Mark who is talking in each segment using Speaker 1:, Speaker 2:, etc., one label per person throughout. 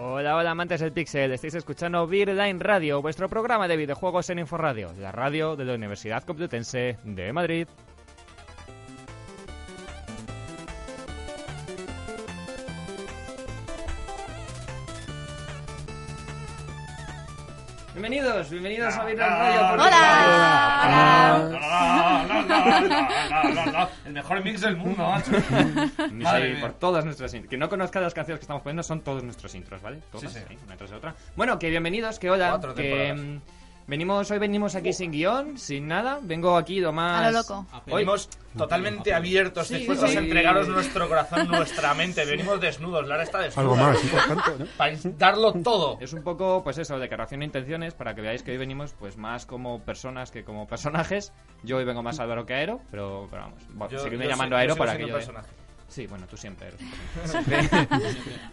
Speaker 1: Hola, hola amantes del Pixel, estáis escuchando Beerline Radio, vuestro programa de videojuegos en Inforradio, la radio de la Universidad Complutense de Madrid. Bienvenidos, bienvenidos a Beerline Radio.
Speaker 2: ah,
Speaker 1: por
Speaker 2: Hola.
Speaker 1: favor.
Speaker 3: Ah, El mejor mix del mundo, macho.
Speaker 1: Sí,
Speaker 3: Madre mía.
Speaker 1: por todas nuestras intros. Que no conozca las canciones que estamos poniendo, son todos nuestros intros, ¿vale? Todas,
Speaker 3: Sí, sí.
Speaker 1: ahí, una tras de otra. Bueno, que bienvenidos, que hola.
Speaker 3: Cuatro
Speaker 1: Que,
Speaker 3: temporadas.
Speaker 1: mm, venimos, hoy venimos aquí sin guión, sin nada. Vengo aquí lo más...
Speaker 2: A lo loco.
Speaker 1: Hoy-
Speaker 3: Venimos totalmente abiertos,
Speaker 1: Sí,
Speaker 3: dispuestos
Speaker 1: sí.
Speaker 3: a entregaros nuestro corazón, nuestra mente. Venimos desnudos, Lara está desnuda.
Speaker 4: Algo más, importante, ¿no?
Speaker 3: Para darlo todo.
Speaker 1: Es un poco, pues eso, declaración de intenciones, para que veáis que hoy venimos pues más como personas que como personajes. Yo hoy vengo más Álvaro que Aero, pero, pero vamos, bueno,
Speaker 3: Yo-
Speaker 1: seguidme
Speaker 3: yo
Speaker 1: llamando
Speaker 3: sé-
Speaker 1: Aero
Speaker 3: yo sigo
Speaker 1: para que
Speaker 3: siendo
Speaker 1: yo...
Speaker 3: personaje.
Speaker 1: Sí, bueno, tú siempre, Aero.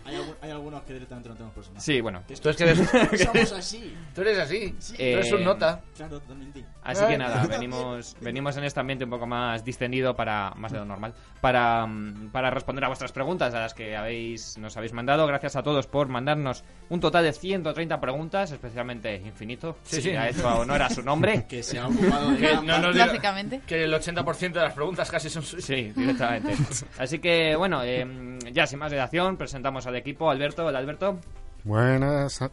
Speaker 5: Hay, algu- hay algunos que directamente no tenemos personaje.
Speaker 1: Sí, bueno.
Speaker 3: Tú, es que eres,
Speaker 5: Somos así.
Speaker 3: tú eres así.
Speaker 1: Eh,
Speaker 3: Tú eres un nota.
Speaker 5: Claro, totalmente.
Speaker 1: Así que nada, venimos, venimos en este ambiente un poco más distendido para más de lo normal para, mm, para responder a vuestras preguntas a las que habéis nos habéis mandado. Gracias a todos por mandarnos un total de 130 preguntas, especialmente infinito.
Speaker 3: Sí,
Speaker 1: si
Speaker 3: sí.
Speaker 1: Ha hecho honor a su nombre.
Speaker 5: Que se ha ocupado de gran
Speaker 3: no,
Speaker 5: parte.
Speaker 3: no, diga-
Speaker 2: Lógicamente.
Speaker 3: Que el 80% de las preguntas casi son suyas.
Speaker 1: Sí, directamente. Así que bueno, eh, ya sin más dilación presentamos al equipo Alberto, el Alberto.
Speaker 4: Buenas. a-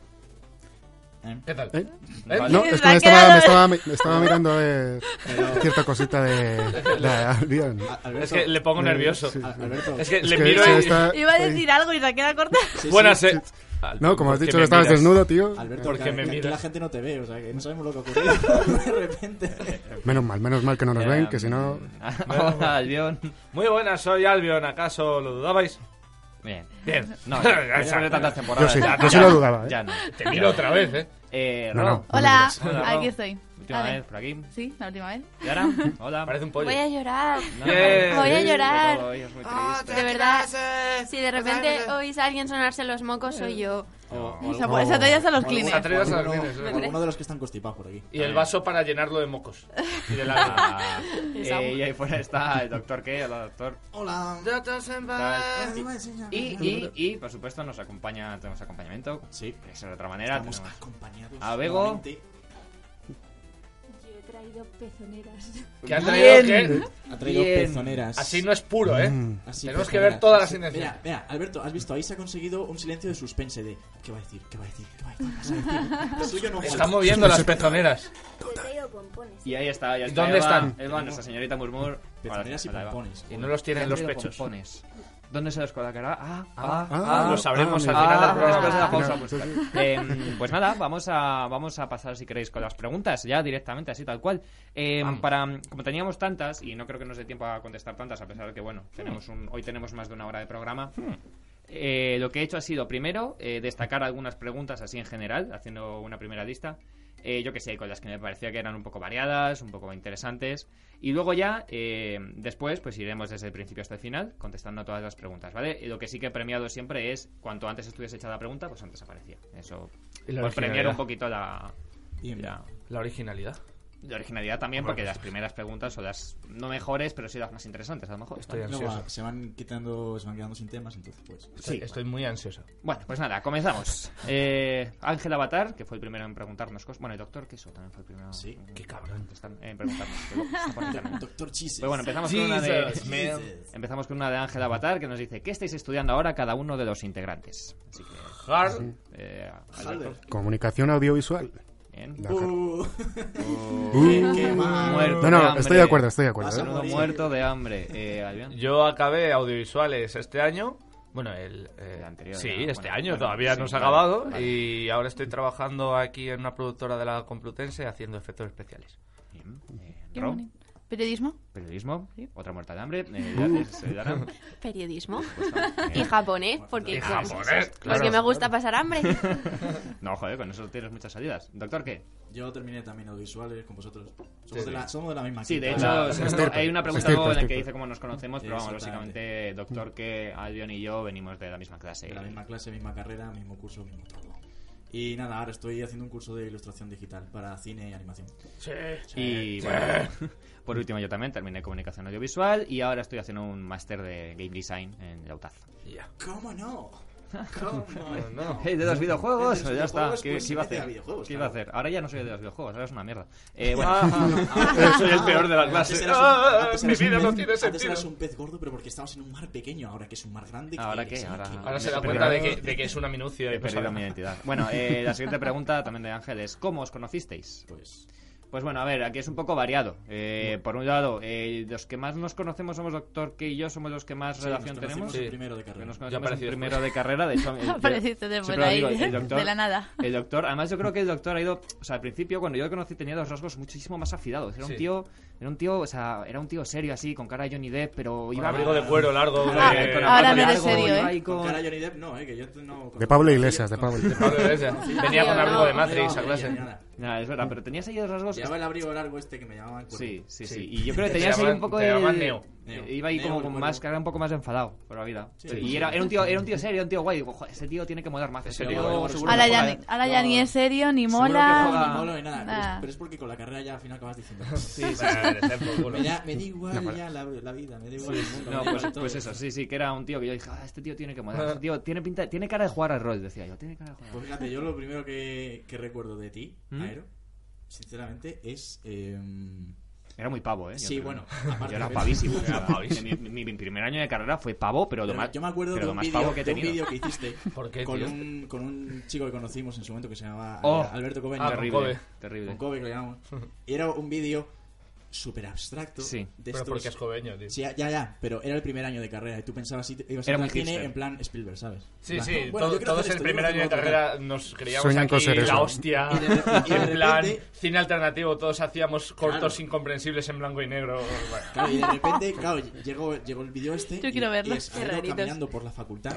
Speaker 3: ¿Qué tal?
Speaker 4: ¿Eh?
Speaker 1: Vale.
Speaker 4: No, es que me estaba, me estaba, me estaba mirando a ver cierta cosita de, de Albion.
Speaker 5: A- Alberto,
Speaker 3: Es que le pongo
Speaker 4: Eh,
Speaker 3: nervioso.
Speaker 4: sí.
Speaker 5: a- Alberto,
Speaker 3: Es que
Speaker 4: Es
Speaker 3: le
Speaker 4: que
Speaker 3: miro
Speaker 4: se
Speaker 3: y...
Speaker 1: Eh,
Speaker 4: está-
Speaker 2: Iba a
Speaker 1: pues.
Speaker 2: decir algo y la queda corta.
Speaker 5: sí, sí.
Speaker 3: Buenas, eh.
Speaker 4: No, como has
Speaker 3: ¿Por qué
Speaker 4: dicho que
Speaker 3: me
Speaker 4: estabas
Speaker 3: miras?
Speaker 4: desnudo, tío.
Speaker 5: Alberto,
Speaker 3: ¿Por qué
Speaker 5: que
Speaker 3: me
Speaker 5: aquí
Speaker 3: miras?
Speaker 5: la gente no te ve, o sea, que no sabemos lo que ha ocurrido de repente.
Speaker 4: eh, Menos mal, menos mal que no nos ven, que si no...
Speaker 1: Eh, Hola, Albion.
Speaker 3: Muy buenas, soy Albion. ¿Acaso lo dudabais?
Speaker 1: Bien.
Speaker 3: Bien.
Speaker 1: No,
Speaker 3: Ya
Speaker 1: ya, después de
Speaker 3: está.
Speaker 1: tantas
Speaker 4: Yo
Speaker 1: temporadas.
Speaker 4: sí,
Speaker 1: ya-
Speaker 4: yo sí
Speaker 1: ya
Speaker 4: lo
Speaker 1: no,
Speaker 4: dudaba, ¿eh?
Speaker 1: Ya no.
Speaker 3: Te miro otra vez, ¿eh?
Speaker 1: Eh,
Speaker 4: No,
Speaker 1: Ro,
Speaker 4: no.
Speaker 2: Hola,
Speaker 3: Hola.
Speaker 2: aquí estoy.
Speaker 1: última
Speaker 2: Vale.
Speaker 1: vez por aquí.
Speaker 2: Sí, la última vez.
Speaker 1: Y ahora, hola.
Speaker 3: Parece un pollo.
Speaker 2: Voy a llorar.
Speaker 1: No,
Speaker 3: Bien.
Speaker 1: no,
Speaker 6: Voy a
Speaker 1: es
Speaker 6: llorar.
Speaker 1: todo, es muy
Speaker 2: Ah,
Speaker 1: triste.
Speaker 6: De verdad, si de repente oís a alguien sonarse los mocos, soy yo.
Speaker 2: Esa, esa talla es pues, a los
Speaker 3: Se
Speaker 2: clines.
Speaker 3: atreve a las
Speaker 5: Alguno,
Speaker 3: líneas, ¿eh?
Speaker 5: alguno de los que están constipados por aquí.
Speaker 3: Y el vaso para llenarlo de mocos. Y de la...
Speaker 1: Ah, eh, y ahí fuera está el doctor que, el doctor.
Speaker 5: Hola.
Speaker 1: tal.
Speaker 5: Iba a enseñar-
Speaker 1: Y, y, y, por supuesto, nos acompaña, tenemos acompañamiento.
Speaker 5: Sí.
Speaker 1: Que es de otra manera.
Speaker 5: Estamos
Speaker 1: tenemos-
Speaker 5: acompañados.
Speaker 1: A Bego.
Speaker 5: nuevamente.
Speaker 7: traído pezoneras.
Speaker 3: Que han traído
Speaker 1: Bien.
Speaker 3: que-
Speaker 5: Ha traído
Speaker 1: Bien.
Speaker 5: pezoneras.
Speaker 3: Así no es puro, ¿eh?
Speaker 4: Mm.
Speaker 5: Así
Speaker 3: Tenemos que
Speaker 5: pezoneras.
Speaker 3: ver todas las
Speaker 5: Así-
Speaker 3: intenciones.
Speaker 5: Mira, mira, Alberto, has visto, ahí se ha conseguido un silencio de suspense de ¿qué va a decir? ¿Qué va a decir? ¿Qué va a decir? ¿Qué va a decir? Lo suyo no
Speaker 3: Están
Speaker 5: mola.
Speaker 3: moviendo las pezoneras.
Speaker 7: Te traigo pompones.
Speaker 1: Y ahí está, ya
Speaker 3: ¿Y
Speaker 1: está.
Speaker 3: dónde
Speaker 1: Eva,
Speaker 3: están?
Speaker 1: Eva, nuestra señorita Murmur.
Speaker 5: Pezoneras y
Speaker 1: Hola, Eva.
Speaker 5: pompones.
Speaker 3: Y no los tienen en los pechos.
Speaker 1: Pompones. ¿Dónde se los colocará? Ah, ah,
Speaker 4: Ah,
Speaker 3: lo sabremos
Speaker 4: ah,
Speaker 3: al final del
Speaker 1: ah,
Speaker 3: programa.
Speaker 1: después de la pausa
Speaker 4: Al final,
Speaker 1: musical.
Speaker 4: sí,
Speaker 1: Eh, pues nada, vamos a, vamos a pasar, si queréis, con las preguntas, ya directamente, así tal cual. Eh, para, como teníamos tantas, y no creo que nos dé tiempo a contestar tantas, a pesar de que, bueno, tenemos un, hoy tenemos más de una hora de programa.
Speaker 4: Hmm.
Speaker 1: eh, lo que he hecho ha sido, primero, eh, destacar algunas preguntas así en general, haciendo una primera lista. Eh, yo que sé, con las que me parecía que eran un poco variadas, un poco interesantes. Y luego ya, eh, después, pues iremos desde el principio hasta el final contestando todas las preguntas, ¿vale? Y lo que sí que he premiado siempre es, cuanto antes estuviese hecha la pregunta, pues antes aparecía. Eso,
Speaker 3: Y la
Speaker 1: por premiar
Speaker 3: originalidad.
Speaker 1: un poquito la,
Speaker 5: Bien, bien.
Speaker 1: la,
Speaker 3: La originalidad.
Speaker 1: la originalidad también,
Speaker 3: pues
Speaker 1: porque las primeras preguntas son las no mejores, pero sí las más interesantes, a lo mejor.
Speaker 3: Estoy
Speaker 1: ¿vale?
Speaker 5: Luego,
Speaker 3: ansioso.
Speaker 5: ah, se van quitando, se van quedando sin temas, entonces pues.
Speaker 3: Estoy- Estoy muy ansioso.
Speaker 1: Bueno, pues nada, comenzamos. Eh, Ángel Avatar, que fue el primero en preguntarnos cosas. Bueno, el doctor Queso también fue el primero
Speaker 5: Sí,
Speaker 1: en,
Speaker 3: qué cabrón.
Speaker 1: contestar- en preguntarnos. que bueno, está por ahí también.
Speaker 5: Doctor Cheese.
Speaker 1: Pero bueno, empezamos con una
Speaker 3: Jesus,
Speaker 1: de...
Speaker 3: man.
Speaker 1: Empezamos con una de Ángel Avatar que nos dice ¿Qué estáis estudiando ahora cada uno de los integrantes? Así que...
Speaker 3: Hard.
Speaker 1: eh, Alberto,
Speaker 4: Comunicación audiovisual.
Speaker 1: bien.
Speaker 4: La-
Speaker 5: Uh,
Speaker 4: Uh.
Speaker 5: qué mal.
Speaker 1: Muerto
Speaker 4: No,
Speaker 1: de
Speaker 4: no,
Speaker 1: hambre.
Speaker 4: estoy de acuerdo, estoy de acuerdo.
Speaker 5: Pásalo.
Speaker 4: ¿eh?
Speaker 1: Menudo muerto de hambre. Eh, Albion.
Speaker 3: Yo acabé audiovisuales este año. Bueno, el, eh,
Speaker 1: El anterior,
Speaker 3: Sí,
Speaker 1: ya,
Speaker 3: este
Speaker 1: bueno,
Speaker 3: año
Speaker 1: bueno,
Speaker 3: todavía
Speaker 1: sí,
Speaker 3: no se ha
Speaker 1: claro,
Speaker 3: acabado.
Speaker 1: vale.
Speaker 3: Y ahora estoy trabajando aquí en una productora de la Complutense haciendo efectos especiales.
Speaker 1: Bien. Eh,
Speaker 2: Qué
Speaker 1: Ro,
Speaker 2: bonito. ¿Periodismo?
Speaker 1: periodismo.
Speaker 2: Sí.
Speaker 1: Otra muerta de hambre. Eh,
Speaker 4: Uh.
Speaker 1: ya- es- eh, Dana,
Speaker 6: Periodismo.
Speaker 1: pues, no.
Speaker 6: Y
Speaker 1: Eh, ah, pues,
Speaker 6: japonés, porque,
Speaker 3: Y japonés,
Speaker 6: porque
Speaker 3: claro.
Speaker 6: me gusta pasar hambre.
Speaker 1: no, joder, con eso tienes muchas salidas. Doctor, ¿qué?
Speaker 5: Yo terminé también audiovisuales con vosotros.
Speaker 3: Sí,
Speaker 5: Somos,
Speaker 3: sí.
Speaker 5: de, la, somos de la misma
Speaker 1: Sí, de
Speaker 5: quinta.
Speaker 1: hecho,
Speaker 5: Ah,
Speaker 1: sí,
Speaker 4: estirpe,
Speaker 1: hay una pregunta
Speaker 4: estirpe,
Speaker 1: luego en la que
Speaker 4: estirpe.
Speaker 1: dice cómo nos conocemos, pero vamos, básicamente,
Speaker 5: Exactamente.
Speaker 1: doctor, que Albion y yo venimos de la misma clase.
Speaker 5: de la misma clase, misma carrera, mismo curso, mismo todo. Y nada, ahora estoy haciendo un curso de ilustración digital para cine y animación.
Speaker 1: Y bueno, por último yo también terminé comunicación audiovisual y ahora estoy haciendo un máster de game design en la UTAZ.
Speaker 3: Ya.
Speaker 5: ¿Cómo no? ¿Cómo
Speaker 3: no.
Speaker 1: Hey, de los videojuegos,
Speaker 5: De los
Speaker 1: ya está.
Speaker 5: videojuegos,
Speaker 1: ¿Qué,
Speaker 5: pues,
Speaker 1: qué iba a
Speaker 5: vete a
Speaker 1: hacer?
Speaker 5: videojuegos,
Speaker 1: ¿Qué iba a
Speaker 5: claro.
Speaker 1: hacer? Ahora ya no soy de los videojuegos, ahora es una mierda. Eh, bueno, soy el peor de la clase.
Speaker 5: Antes eras un-
Speaker 3: Ah,
Speaker 5: antes
Speaker 3: mi
Speaker 5: eras un
Speaker 3: vida
Speaker 5: pez-
Speaker 3: no tiene
Speaker 5: Antes
Speaker 3: sentido.
Speaker 5: eras un pez gordo, pero porque estabas en un mar pequeño. Ahora que es un mar grande. que-
Speaker 1: ¿Ahora
Speaker 5: que Pues,
Speaker 1: qué?
Speaker 5: sí,
Speaker 1: Ahora-
Speaker 5: que-
Speaker 3: Ahora se
Speaker 1: Me
Speaker 3: da
Speaker 1: he
Speaker 3: cuenta de
Speaker 1: perdido.
Speaker 3: que, de que es una minucia.
Speaker 1: He
Speaker 3: y no
Speaker 1: perdido
Speaker 3: sabe
Speaker 1: mi
Speaker 3: nada.
Speaker 1: identidad. Bueno, eh, la siguiente pregunta también de Ángel es, ¿cómo os conocisteis?
Speaker 5: Pues,
Speaker 1: Pues bueno, a ver, aquí es un poco variado. Eh, por un lado, eh, los que más nos conocemos somos Doctor que y yo, somos los que más
Speaker 5: sí,
Speaker 1: relación
Speaker 5: nos
Speaker 1: tenemos.
Speaker 5: conocimos
Speaker 3: Sí.
Speaker 5: primero de
Speaker 1: Que
Speaker 5: carrera.
Speaker 1: nos
Speaker 3: Yo
Speaker 1: conocemos en
Speaker 3: aparecí
Speaker 1: primero de carrera, de hecho. yo-
Speaker 2: Apareciste de
Speaker 1: siempre
Speaker 2: por
Speaker 1: lo
Speaker 2: ahí, ¿eh?
Speaker 1: digo, el doctor-
Speaker 2: de la nada.
Speaker 1: El doctor, además yo creo que el doctor ha ido, o sea, al principio cuando yo lo conocí tenía dos rasgos muchísimo más afilados. Era un
Speaker 3: Sí.
Speaker 1: tío, era un tío, o sea, era un tío serio así, con cara de Johnny Depp, pero
Speaker 3: Con
Speaker 1: iba
Speaker 3: abrigo de cuero largo.
Speaker 1: con-
Speaker 5: Ah,
Speaker 3: de-
Speaker 1: con
Speaker 2: ahora
Speaker 1: abrigo
Speaker 2: no eres
Speaker 1: largo,
Speaker 2: serio,
Speaker 1: iba
Speaker 2: ¿eh?
Speaker 1: ahí con-
Speaker 5: Con cara Johnny Depp, no, eh, que yo no.
Speaker 4: De Pablo Iglesias, de Pablo Iglesias.
Speaker 3: Pablo Iglesias. Venía con abrigo de Matrix a clase.
Speaker 1: Nada, es verdad, pero tenías ahí dos rasgos.
Speaker 5: Llevaba el abrigo largo este que me llamaban. cuervo.
Speaker 1: Sí, sí, sí,
Speaker 3: Sí.
Speaker 1: Y yo creo que
Speaker 3: Te
Speaker 1: tenías ahí
Speaker 3: llaman-
Speaker 1: un poco
Speaker 3: te
Speaker 1: el-
Speaker 3: llaman Neo.
Speaker 5: Neo.
Speaker 1: Iba ahí
Speaker 5: Neo,
Speaker 1: como
Speaker 5: el
Speaker 1: con
Speaker 5: cuervo.
Speaker 1: más cara, un poco más de enfadado por la vida.
Speaker 5: Sí.
Speaker 1: y era, era un tío, era un tío serio, era un tío guay. Digo, "Joder, ese tío tiene que molar más.
Speaker 3: Ese
Speaker 1: Ese tío
Speaker 3: tío, bueno,
Speaker 1: seguro
Speaker 2: Ahora
Speaker 1: que
Speaker 2: ya,
Speaker 1: mola".
Speaker 2: ni- ahora ya ni es serio, ni
Speaker 1: Seguro que
Speaker 5: No,
Speaker 1: juega-
Speaker 2: mola.
Speaker 5: ni molo ni nada.
Speaker 2: Nada.
Speaker 5: Pero, es, pero es porque con la carrera ya al final acabas diciendo.
Speaker 3: Sí, sí, sí.
Speaker 5: me, da, me da igual ya la, la vida, me da igual el
Speaker 1: No,
Speaker 5: mundo. me da
Speaker 1: pues,
Speaker 5: igual todo.
Speaker 1: pues eso, sí, sí, que era un tío que yo dije, "Ah, este tío tiene que molar, este tío tiene pinta, tiene cara de jugar al rol, decía yo, tiene cara de jugar al
Speaker 5: Pues
Speaker 1: rol".
Speaker 5: fíjate, yo lo primero que, que recuerdo de ti,
Speaker 1: ¿Mm?
Speaker 5: Aero, sinceramente, es. em,
Speaker 1: Era muy pavo, ¿eh? Yo
Speaker 5: sí,
Speaker 1: creo.
Speaker 5: bueno,
Speaker 1: Yo
Speaker 5: aparte.
Speaker 1: era
Speaker 5: de-
Speaker 1: pavísimo.
Speaker 5: Pero
Speaker 1: era pavísimo. Mi, mi- mi primer año de carrera fue pavo, pero lo más,
Speaker 5: yo me acuerdo
Speaker 1: pero
Speaker 5: de
Speaker 1: lo
Speaker 5: un
Speaker 1: más pavo
Speaker 5: vídeo
Speaker 1: que he
Speaker 5: de un vídeo
Speaker 1: tenido.
Speaker 5: que hiciste
Speaker 3: ¿Por qué,
Speaker 5: con,
Speaker 3: tío?
Speaker 5: un, con un chico que conocimos en su momento que se llamaba
Speaker 1: Oh,
Speaker 5: Alberto Coben.
Speaker 3: ah,
Speaker 5: con
Speaker 1: terrible,
Speaker 3: Kobe.
Speaker 1: terrible.
Speaker 5: Kobe, que lo llamamos. Y era un vídeo súper abstracto.
Speaker 1: Sí.
Speaker 5: de
Speaker 3: Pero
Speaker 5: estos-
Speaker 3: porque es joveño, tío.
Speaker 5: Sí, ya, ya, ya, pero era el primer año de carrera y tú pensabas si te- ibas a
Speaker 1: Era
Speaker 5: entrar al
Speaker 1: muy
Speaker 5: cine
Speaker 1: hipster.
Speaker 5: en plan Spielberg, ¿sabes?
Speaker 3: Sí,
Speaker 5: En plan,
Speaker 3: sí,
Speaker 5: bueno,
Speaker 3: todo-
Speaker 5: yo quiero
Speaker 3: todos
Speaker 5: hacer
Speaker 3: el
Speaker 5: esto, yo
Speaker 3: primer
Speaker 5: quiero
Speaker 3: año de
Speaker 5: hacer lo
Speaker 3: carrera nos creíamos
Speaker 4: Sueñan con
Speaker 3: aquí
Speaker 4: ser eso.
Speaker 3: la hostia,
Speaker 5: Y de- y de
Speaker 3: en plan
Speaker 5: repente-
Speaker 3: cine alternativo, todos hacíamos cortos
Speaker 5: Claro.
Speaker 3: incomprensibles en blanco y negro. bueno.
Speaker 5: Claro, y de repente, claro, llegó, llegó el vídeo este.
Speaker 2: Yo
Speaker 5: y-
Speaker 2: quiero verlo.
Speaker 5: Y es
Speaker 6: Qué
Speaker 5: Aero
Speaker 6: raritos.
Speaker 5: caminando por la facultad.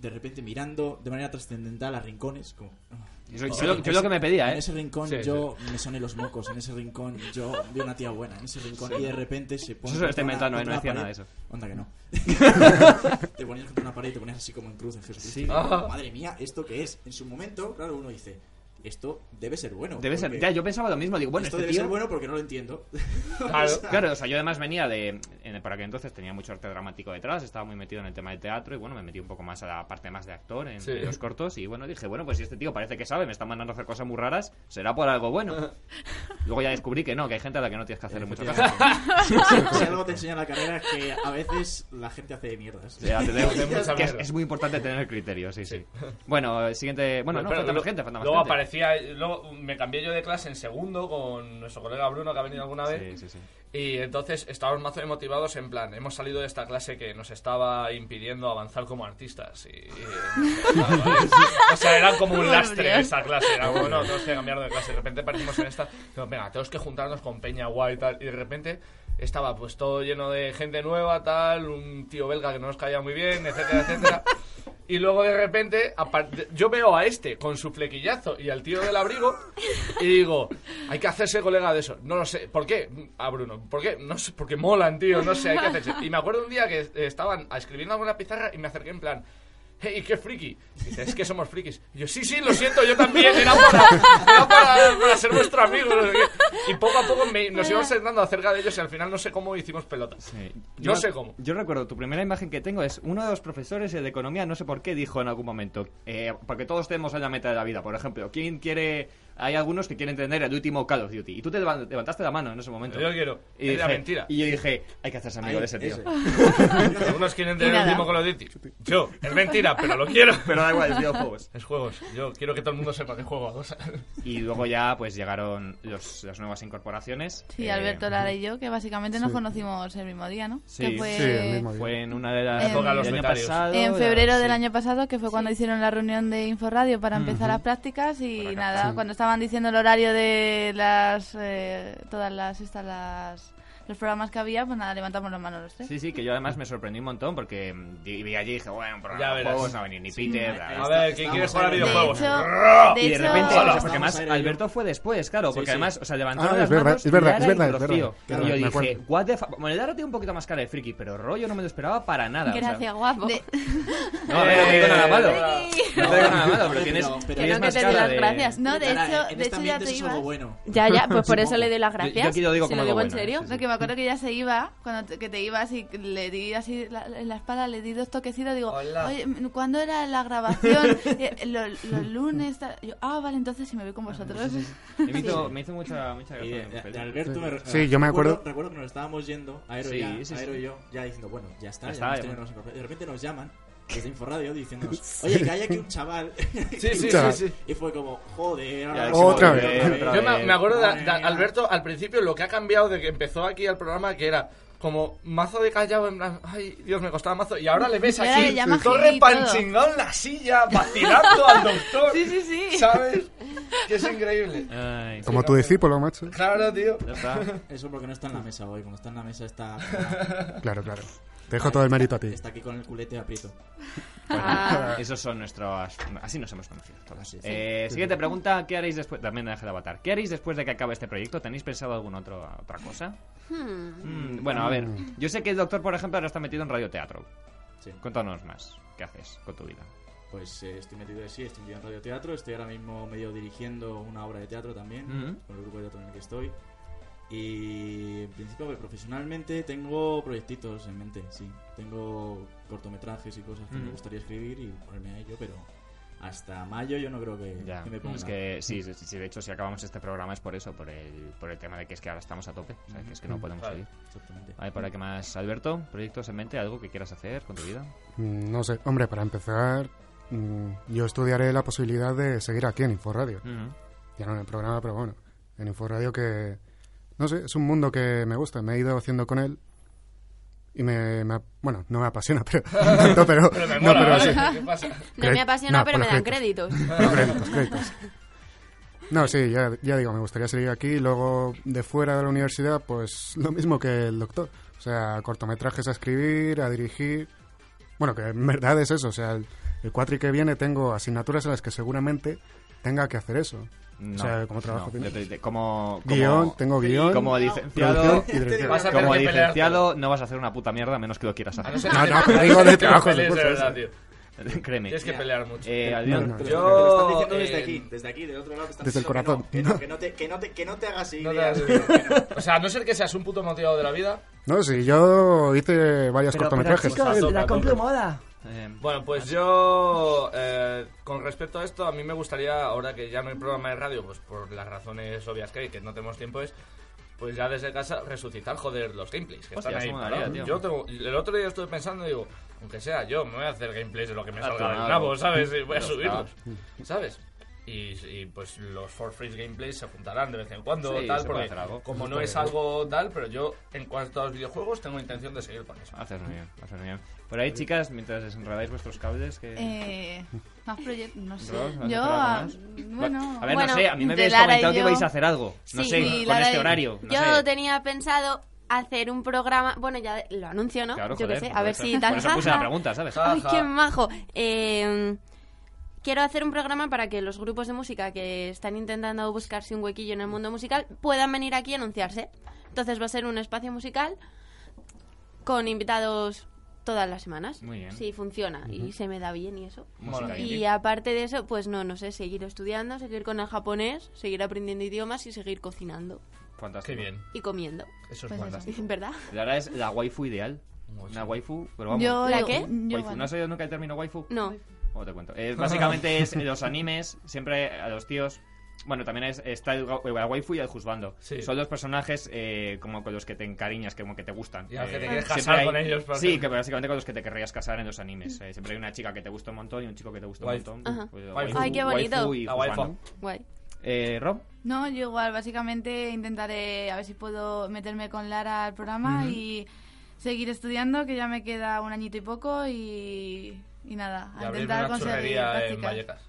Speaker 5: De repente mirando de manera trascendental a rincones. Como, "Ah,
Speaker 1: Yo, yo lo, yo lo que me pedía,
Speaker 5: En
Speaker 1: ¿eh?
Speaker 5: ese rincón
Speaker 3: Sí,
Speaker 5: yo me soné los mocos. En ese rincón yo vi una tía buena. En ese rincón. Y de repente se pone.
Speaker 1: Eso se lo
Speaker 5: contra
Speaker 1: está inventando,
Speaker 5: una-
Speaker 1: ¿eh? No
Speaker 5: contra una
Speaker 1: decía
Speaker 5: pared. Onda que no. te ponías contra una pared y te ponías así como en cruz en Jesucristo.
Speaker 1: Sí. Ah.
Speaker 5: Y yo, Madre mía, ¿esto qué es? En su momento, claro, uno dice. esto debe ser bueno.
Speaker 1: Debe ser.
Speaker 5: porque
Speaker 1: Ya, yo pensaba lo mismo. Digo, bueno,
Speaker 5: esto
Speaker 1: este
Speaker 5: debe
Speaker 1: tío.
Speaker 5: ser bueno porque no lo entiendo.
Speaker 1: Claro, claro, o sea, yo además venía de. en- para que entonces tenía mucho arte dramático detrás, estaba muy metido en el tema del teatro y bueno, me metí un poco más a la parte más de actor en
Speaker 3: Sí.
Speaker 1: los cortos y bueno, dije, bueno, pues si este tío parece que sabe, me está mandando a hacer cosas muy raras, será por algo bueno. Luego ya descubrí que no, que hay gente a la que no tienes que hacerle mucho caso.
Speaker 5: si, si algo te enseña la carrera es que a veces la gente hace mierdas.
Speaker 1: O sea, tener-
Speaker 3: Hace mucha
Speaker 1: que es,
Speaker 3: mierda.
Speaker 1: es muy importante tener criterio, sí, sí. Bueno, eh, siguiente. Bueno, no,
Speaker 3: Pero
Speaker 1: falta
Speaker 3: lo-
Speaker 1: más gente, falta más
Speaker 3: Luego
Speaker 1: gente.
Speaker 3: aparecía, luego me cambié yo de clase en segundo con nuestro colega Bruno que ha venido alguna vez.
Speaker 1: Sí, sí, sí.
Speaker 3: Y entonces estábamos mazo de motivados en plan, hemos salido de esta clase que nos estaba impidiendo avanzar como artistas. Y, y- o sea, era como un
Speaker 2: Por
Speaker 3: lastre
Speaker 2: Dios.
Speaker 3: esa clase. Era como, no, tenemos que cambiar de clase. De repente parecimos en esta, no, venga, tenemos que juntarnos con Peña Guay y tal. Y de repente estaba pues todo lleno de gente nueva, tal, un tío belga que no nos caía muy bien, etcétera, etcétera. Y luego de repente apar- yo veo a este con su flequillazo y al tío del abrigo y digo, hay que hacerse colega de eso. No lo sé, ¿por qué? A Bruno, ¿por qué? No sé, porque molan, tío, no sé, hay que hacerse. Y me acuerdo un día que eh, estaban escribiendo alguna pizarra y me acerqué en plan, hey, qué friki. Dice, es que somos frikis. Y yo, sí, sí, lo siento, yo también, era para, era para, para ser vuestro amigo. no sé qué. Y poco a poco me- nos íbamos sentando acerca de ellos y al final no sé cómo hicimos pelotas.
Speaker 1: Sí.
Speaker 3: No
Speaker 1: Yo-
Speaker 3: sé cómo.
Speaker 1: Yo recuerdo, tu primera imagen que tengo es uno de los profesores eh, de economía, no sé por qué, dijo en algún momento, eh, porque todos tenemos la meta de la vida, por ejemplo, ¿quién quiere...? Hay algunos que quieren tener el último Call of Duty. Y tú te levan- levantaste la mano en ese momento.
Speaker 3: Yo quiero.
Speaker 1: Y
Speaker 3: Era
Speaker 1: dije-
Speaker 3: mentira.
Speaker 1: Y yo dije, hay que hacerse amigo de ese tío.
Speaker 5: Ese.
Speaker 3: Algunos quieren
Speaker 2: Y
Speaker 3: tener el
Speaker 2: nada.
Speaker 3: mismo Call of Duty. Yo, es mentira, pero lo quiero.
Speaker 1: Pero da igual, es videojuegos.
Speaker 3: Es juegos. Yo quiero que todo el mundo sepa que juego a dos.
Speaker 1: Y luego ya pues llegaron los, las nuevas incorporaciones.
Speaker 2: Sí,
Speaker 1: Eh,
Speaker 2: Alberto Lara y yo, que básicamente nos
Speaker 4: Sí.
Speaker 2: conocimos el mismo día, ¿no?
Speaker 1: Sí.
Speaker 2: Que fue
Speaker 4: Sí, el mismo día.
Speaker 1: Fue en una de las...
Speaker 2: En- Toca
Speaker 3: los
Speaker 1: del año
Speaker 3: becarios.
Speaker 1: pasado,
Speaker 2: En
Speaker 1: la-
Speaker 2: febrero del
Speaker 1: sí.
Speaker 2: año pasado, que fue cuando hicieron la reunión de Inforradio para empezar las prácticas y
Speaker 1: Para acá.
Speaker 2: nada, cuando estaban diciendo el horario de las eh, todas las estas las los programas que había, pues nada, levantamos las manos los tres.
Speaker 1: Sí, sí, que yo además me sorprendí un montón porque mm, y vi allí y dije, bueno, un
Speaker 3: Ya
Speaker 1: programa de
Speaker 3: verás.
Speaker 1: juegos, no va a venir ni Peter. bla, bla,
Speaker 3: A
Speaker 1: bla.
Speaker 3: ver, ¿quién quiere jugar a
Speaker 5: De
Speaker 2: De
Speaker 3: videojuegos?
Speaker 2: hecho, de
Speaker 1: y de
Speaker 2: hecho-
Speaker 1: repente, pues, o sea, porque
Speaker 5: Estábamos
Speaker 1: más
Speaker 5: ahí, yo.
Speaker 1: Alberto fue después, claro, porque
Speaker 5: Sí, sí.
Speaker 1: además, o sea, levantaron
Speaker 4: Ah, es
Speaker 1: las
Speaker 4: verdad,
Speaker 1: manos
Speaker 4: es verdad,
Speaker 1: Lara
Speaker 4: es
Speaker 1: y
Speaker 4: verdad, es
Speaker 1: Rocío.
Speaker 4: verdad.
Speaker 1: Y yo
Speaker 4: Me
Speaker 1: dije,
Speaker 4: acuerdo.
Speaker 1: what the fuck. Bueno, Lara tiene un poquito más cara de friki, pero rollo no me lo esperaba para nada. o sea.
Speaker 6: Gracias, guapo.
Speaker 2: de-
Speaker 1: No, a ver, no te digo nada malo.
Speaker 6: Sí.
Speaker 1: No te digo nada malo, pero
Speaker 5: No,
Speaker 1: tienes,
Speaker 5: no, pero-
Speaker 1: tienes
Speaker 6: Que no,
Speaker 1: más
Speaker 6: que te doy
Speaker 1: cara
Speaker 6: las
Speaker 1: de...
Speaker 6: gracias.
Speaker 2: no, de
Speaker 5: Cara,
Speaker 2: hecho,
Speaker 5: en
Speaker 2: de
Speaker 5: este
Speaker 2: hecho ya
Speaker 5: ambiente
Speaker 2: te
Speaker 5: eso es algo
Speaker 2: ibas.
Speaker 5: bueno.
Speaker 6: Ya, ya, pues por eso
Speaker 5: Supongo.
Speaker 6: le doy las
Speaker 1: Yo- yo
Speaker 6: gracias.
Speaker 1: aquí lo digo
Speaker 6: ¿Se
Speaker 1: como
Speaker 6: digo
Speaker 1: algo
Speaker 6: en
Speaker 1: bueno,
Speaker 6: serio?
Speaker 1: sí, sí.
Speaker 2: No, que me acuerdo que ya se iba, cuando te, que te ibas y le di así la- en la espalda, le di dos toquecitos, digo,
Speaker 3: Hola.
Speaker 2: oye, mm, ¿cuándo era la grabación? Eh, lo- los lunes, tal. Yo, ah, vale, entonces si me voy con vosotros.
Speaker 1: Y me hizo, me hizo mucha, mucha
Speaker 5: Y
Speaker 1: gracia.
Speaker 5: de, Eh, de- de Alberto me-
Speaker 4: Sí, yo me
Speaker 5: recuerdo-
Speaker 4: acuerdo.
Speaker 5: Recuerdo que nos estábamos yendo, Aero,
Speaker 1: Sí,
Speaker 5: ya,
Speaker 1: sí,
Speaker 5: Aero
Speaker 1: sí.
Speaker 5: y yo, ya diciendo, bueno, ya está,
Speaker 1: Ya
Speaker 5: ya,
Speaker 1: está,
Speaker 5: hemos
Speaker 1: ya
Speaker 5: tenido
Speaker 1: bueno.
Speaker 5: nuestra incorporación. De repente nos llaman desde Inforradio diciéndonos, oye, que hay aquí un chaval.
Speaker 3: Sí, sí, sí,
Speaker 4: Chaval.
Speaker 3: sí.
Speaker 5: y fue como, joder, ahora
Speaker 1: Ya,
Speaker 5: sí,
Speaker 4: Otra
Speaker 5: joder,
Speaker 4: vez,
Speaker 1: otra
Speaker 3: Yo me, me acuerdo de, de
Speaker 5: Madre mía.
Speaker 3: Alberto al principio lo que ha cambiado de que empezó aquí el programa que era como mazo de callado en plan, ay Dios me costaba mazo y ahora le ves
Speaker 2: Y ahora
Speaker 3: aquí
Speaker 2: le llama
Speaker 3: torre
Speaker 2: Gil y todo.
Speaker 3: panchingón la silla vacilando al doctor
Speaker 2: Sí, sí, sí.
Speaker 3: sabes que es increíble
Speaker 1: Ay,
Speaker 4: Como tu discípulo, macho.
Speaker 3: claro tío
Speaker 1: ya está.
Speaker 5: Eso porque no está en la mesa hoy, cuando está en la mesa está...
Speaker 4: Claro, claro. Te dejo todo el mérito a ti.
Speaker 5: Está aquí con el culete aprieto.
Speaker 6: Ah,
Speaker 1: Esos son nuestros. Así nos hemos conocido todos.
Speaker 5: Así es.
Speaker 1: Eh, siguiente pregunta: ¿Qué haréis después? También deja de avatar. ¿Qué haréis después de que acabe este proyecto? ¿Tenéis pensado alguna otra otra cosa?
Speaker 6: hmm.
Speaker 1: Mm, bueno, a ver. Yo sé que el doctor, por ejemplo, ahora está metido en radioteatro.
Speaker 5: Sí.
Speaker 1: Cuéntanos más. ¿Qué haces con tu vida?
Speaker 5: Pues eh, estoy metido de sí, estoy metido en radioteatro, estoy ahora mismo medio dirigiendo una obra de teatro también,
Speaker 1: Ujú.
Speaker 5: con el grupo de teatro en el que estoy. Y en principio, pues, profesionalmente tengo proyectitos en mente, sí. Tengo cortometrajes y cosas que me
Speaker 1: Ujú.
Speaker 5: gustaría escribir y ponerme a ello, pero hasta mayo yo no creo que,
Speaker 1: Ya.
Speaker 5: que me
Speaker 1: Es
Speaker 5: ponga.
Speaker 1: que sí, sí, sí, de hecho, si acabamos este programa es por eso, por el, por el tema de que es que ahora estamos a tope. O sea, que es que no podemos
Speaker 3: Vale.
Speaker 1: seguir.
Speaker 5: Exactamente.
Speaker 1: Vale, ¿para qué más, Alberto? ¿Proyectos en mente? ¿Algo que quieras hacer con tu vida?
Speaker 4: Mm, No sé, hombre, para empezar, mm, yo estudiaré la posibilidad de seguir aquí en Inforadio.
Speaker 1: Ujú.
Speaker 4: Ya no en el programa, pero bueno, en Inforadio que, no sé, es un mundo que me gusta, me he ido haciendo con él y me, me ap- bueno, no me apasiona, pero, tanto, pero,
Speaker 3: pero me
Speaker 4: no,
Speaker 3: mola
Speaker 4: pero sí,
Speaker 3: ¿qué pasa?
Speaker 6: No me
Speaker 4: Cre-
Speaker 6: apasiona,
Speaker 4: no,
Speaker 6: pero
Speaker 4: por
Speaker 6: me dan
Speaker 4: los
Speaker 6: créditos.
Speaker 4: pero créditos, créditos. No, sí, ya, ya digo, me gustaría seguir aquí y luego de fuera de la universidad, pues lo mismo que el doctor. O sea, cortometrajes a escribir, a dirigir. Bueno, que en verdad es eso. O sea, el, el cuatri que viene tengo asignaturas en las que seguramente tenga que hacer eso.
Speaker 1: No,
Speaker 4: o sea, como trabajo
Speaker 1: no.
Speaker 4: final.
Speaker 1: Te- te- Como, como-
Speaker 4: Guión, tengo guión.
Speaker 1: Como
Speaker 4: producción
Speaker 1: licenciado,
Speaker 4: y dirección.
Speaker 3: Vas a tener
Speaker 1: Como
Speaker 3: que pelearte.
Speaker 1: licenciado no vas a hacer una puta mierda a menos que lo quieras
Speaker 3: A
Speaker 1: hacer.
Speaker 3: ser
Speaker 4: No,
Speaker 3: que
Speaker 4: no,
Speaker 3: te-
Speaker 4: pero digo de
Speaker 3: te
Speaker 4: trabajos,
Speaker 3: pelees
Speaker 4: de
Speaker 3: de
Speaker 4: cursos.
Speaker 3: verdad, tío.
Speaker 1: Créeme.
Speaker 3: Tienes que pelear mucho.
Speaker 1: Eh,
Speaker 4: No,
Speaker 1: Adrián,
Speaker 4: no, no.
Speaker 5: Te
Speaker 3: Yo-
Speaker 5: lo están diciendo desde
Speaker 3: eh,
Speaker 5: aquí, desde aquí, del otro lado. te están
Speaker 4: desde el
Speaker 5: diciendo
Speaker 4: corazón.
Speaker 5: Que no, que no, que no te, que, no te, que no te hagas
Speaker 3: No te
Speaker 5: ideas.
Speaker 3: hagas
Speaker 5: que no.
Speaker 3: O sea, a no ser que seas un puto motivado de la vida.
Speaker 4: No, sí, yo hice
Speaker 8: Pero,
Speaker 4: varios
Speaker 8: pero
Speaker 4: cortometrajes.
Speaker 3: Pues a
Speaker 8: chicos,
Speaker 3: tope, a
Speaker 8: la
Speaker 3: tope.
Speaker 8: compro moda.
Speaker 1: eh,
Speaker 3: Bueno, pues yo, eh, con respecto a esto, a mí me gustaría, ahora que ya no hay programa de radio, pues por las razones obvias que hay, que no tenemos tiempo, es pues ya desde casa resucitar, joder, los gameplays que
Speaker 1: Hostia,
Speaker 3: están ahí.
Speaker 1: eso molaría,
Speaker 3: parados.
Speaker 1: tío.
Speaker 3: Yo tengo, el otro día estuve pensando y digo, aunque sea yo, me voy a hacer gameplays de lo que me
Speaker 1: Ah,
Speaker 3: salga del
Speaker 1: claro.
Speaker 3: nabo, ¿sabes? Y voy a
Speaker 1: Pero
Speaker 3: subirlos, ¿sabes? Y, y, pues los For Free Gameplays se juntarán de vez en cuando,
Speaker 1: Sí,
Speaker 3: tal,
Speaker 1: se puede
Speaker 3: porque
Speaker 1: hacer algo.
Speaker 3: como no es algo tal, pero yo, en cuanto a los videojuegos, tengo intención de seguir con eso.
Speaker 1: haces muy bien, haces muy bien. Por ahí, chicas, mientras desenredáis vuestros cables, que...
Speaker 2: Eh, más proyectos, no sé.
Speaker 1: Ros, ¿vas a
Speaker 2: Yo,
Speaker 1: hacer algo
Speaker 2: ah,
Speaker 1: más?
Speaker 2: bueno.
Speaker 1: A ver,
Speaker 6: Bueno,
Speaker 1: no sé, a mí me
Speaker 2: de
Speaker 1: habéis
Speaker 2: Lara y
Speaker 1: comentado que
Speaker 2: yo-
Speaker 1: vais a hacer algo. No
Speaker 6: Sí,
Speaker 1: sé,
Speaker 2: sí,
Speaker 1: con
Speaker 2: Lara
Speaker 1: este
Speaker 2: y-
Speaker 1: horario. No
Speaker 6: Yo
Speaker 1: sé.
Speaker 6: tenía pensado hacer un programa. Bueno, ya lo anuncio, ¿no?
Speaker 1: Claro,
Speaker 6: Yo qué
Speaker 1: joder,
Speaker 6: sé, a
Speaker 1: por
Speaker 6: ver
Speaker 1: eso-
Speaker 6: si tal.
Speaker 1: Por eso puse la
Speaker 6: jaja.
Speaker 1: pregunta, ¿sabes?
Speaker 6: Ay,
Speaker 3: Ajá.
Speaker 6: qué majo. Eh, quiero hacer un programa para que los grupos de música que están intentando buscarse un huequillo en el mundo musical puedan venir aquí a anunciarse. Entonces va a ser un espacio musical con invitados todas las semanas.
Speaker 1: Muy bien.
Speaker 6: Si funciona y se me da bien y eso.
Speaker 1: Música indie.
Speaker 6: Y aparte de eso, pues no, no sé, seguir estudiando, seguir con el japonés, seguir aprendiendo idiomas y seguir cocinando
Speaker 1: Fantástico.
Speaker 3: Qué bien,
Speaker 6: y comiendo.
Speaker 3: eso es
Speaker 2: Pues
Speaker 3: fantástico.
Speaker 2: eso.
Speaker 6: ¿Verdad?
Speaker 1: Lara es la waifu ideal.
Speaker 3: Muy
Speaker 1: Una
Speaker 3: bien.
Speaker 1: waifu, pero vamos.
Speaker 2: Yo,
Speaker 6: ¿La
Speaker 2: yo-
Speaker 6: qué?
Speaker 2: yo
Speaker 1: Waifu. ¿No
Speaker 2: igual.
Speaker 1: has oído nunca el término waifu?
Speaker 6: No.
Speaker 1: Luego te cuento. Eh, básicamente es eh, los animes, siempre a los tíos. Bueno, también es, está el, ga- el waifu y el juzbando.
Speaker 3: Sí.
Speaker 1: Son los personajes eh, como con los que te encariñas, que como que te gustan.
Speaker 3: Y al que
Speaker 1: Eh,
Speaker 3: te quieres
Speaker 1: siempre
Speaker 3: casar con ellos, por
Speaker 1: Sí,
Speaker 3: ejemplo.
Speaker 1: que básicamente con los que te querrías casar en los animes. Eh, siempre hay una chica que te gusta un montón y un chico que te gusta
Speaker 3: Waifu.
Speaker 1: un montón.
Speaker 6: Ajá.
Speaker 1: Pues,
Speaker 3: Waifu.
Speaker 6: Ay, qué bonito.
Speaker 1: waifu y
Speaker 3: La waifu.
Speaker 1: juzbando.
Speaker 6: Guay.
Speaker 1: Eh, Rob,
Speaker 2: No, yo igual, básicamente intentaré a ver si puedo meterme con Lara al programa y seguir estudiando, que ya me queda un añito y poco y, y nada,
Speaker 3: Y
Speaker 2: a
Speaker 3: abrir
Speaker 2: intentar
Speaker 3: una
Speaker 2: conseguir
Speaker 3: churrería en
Speaker 2: prácticas.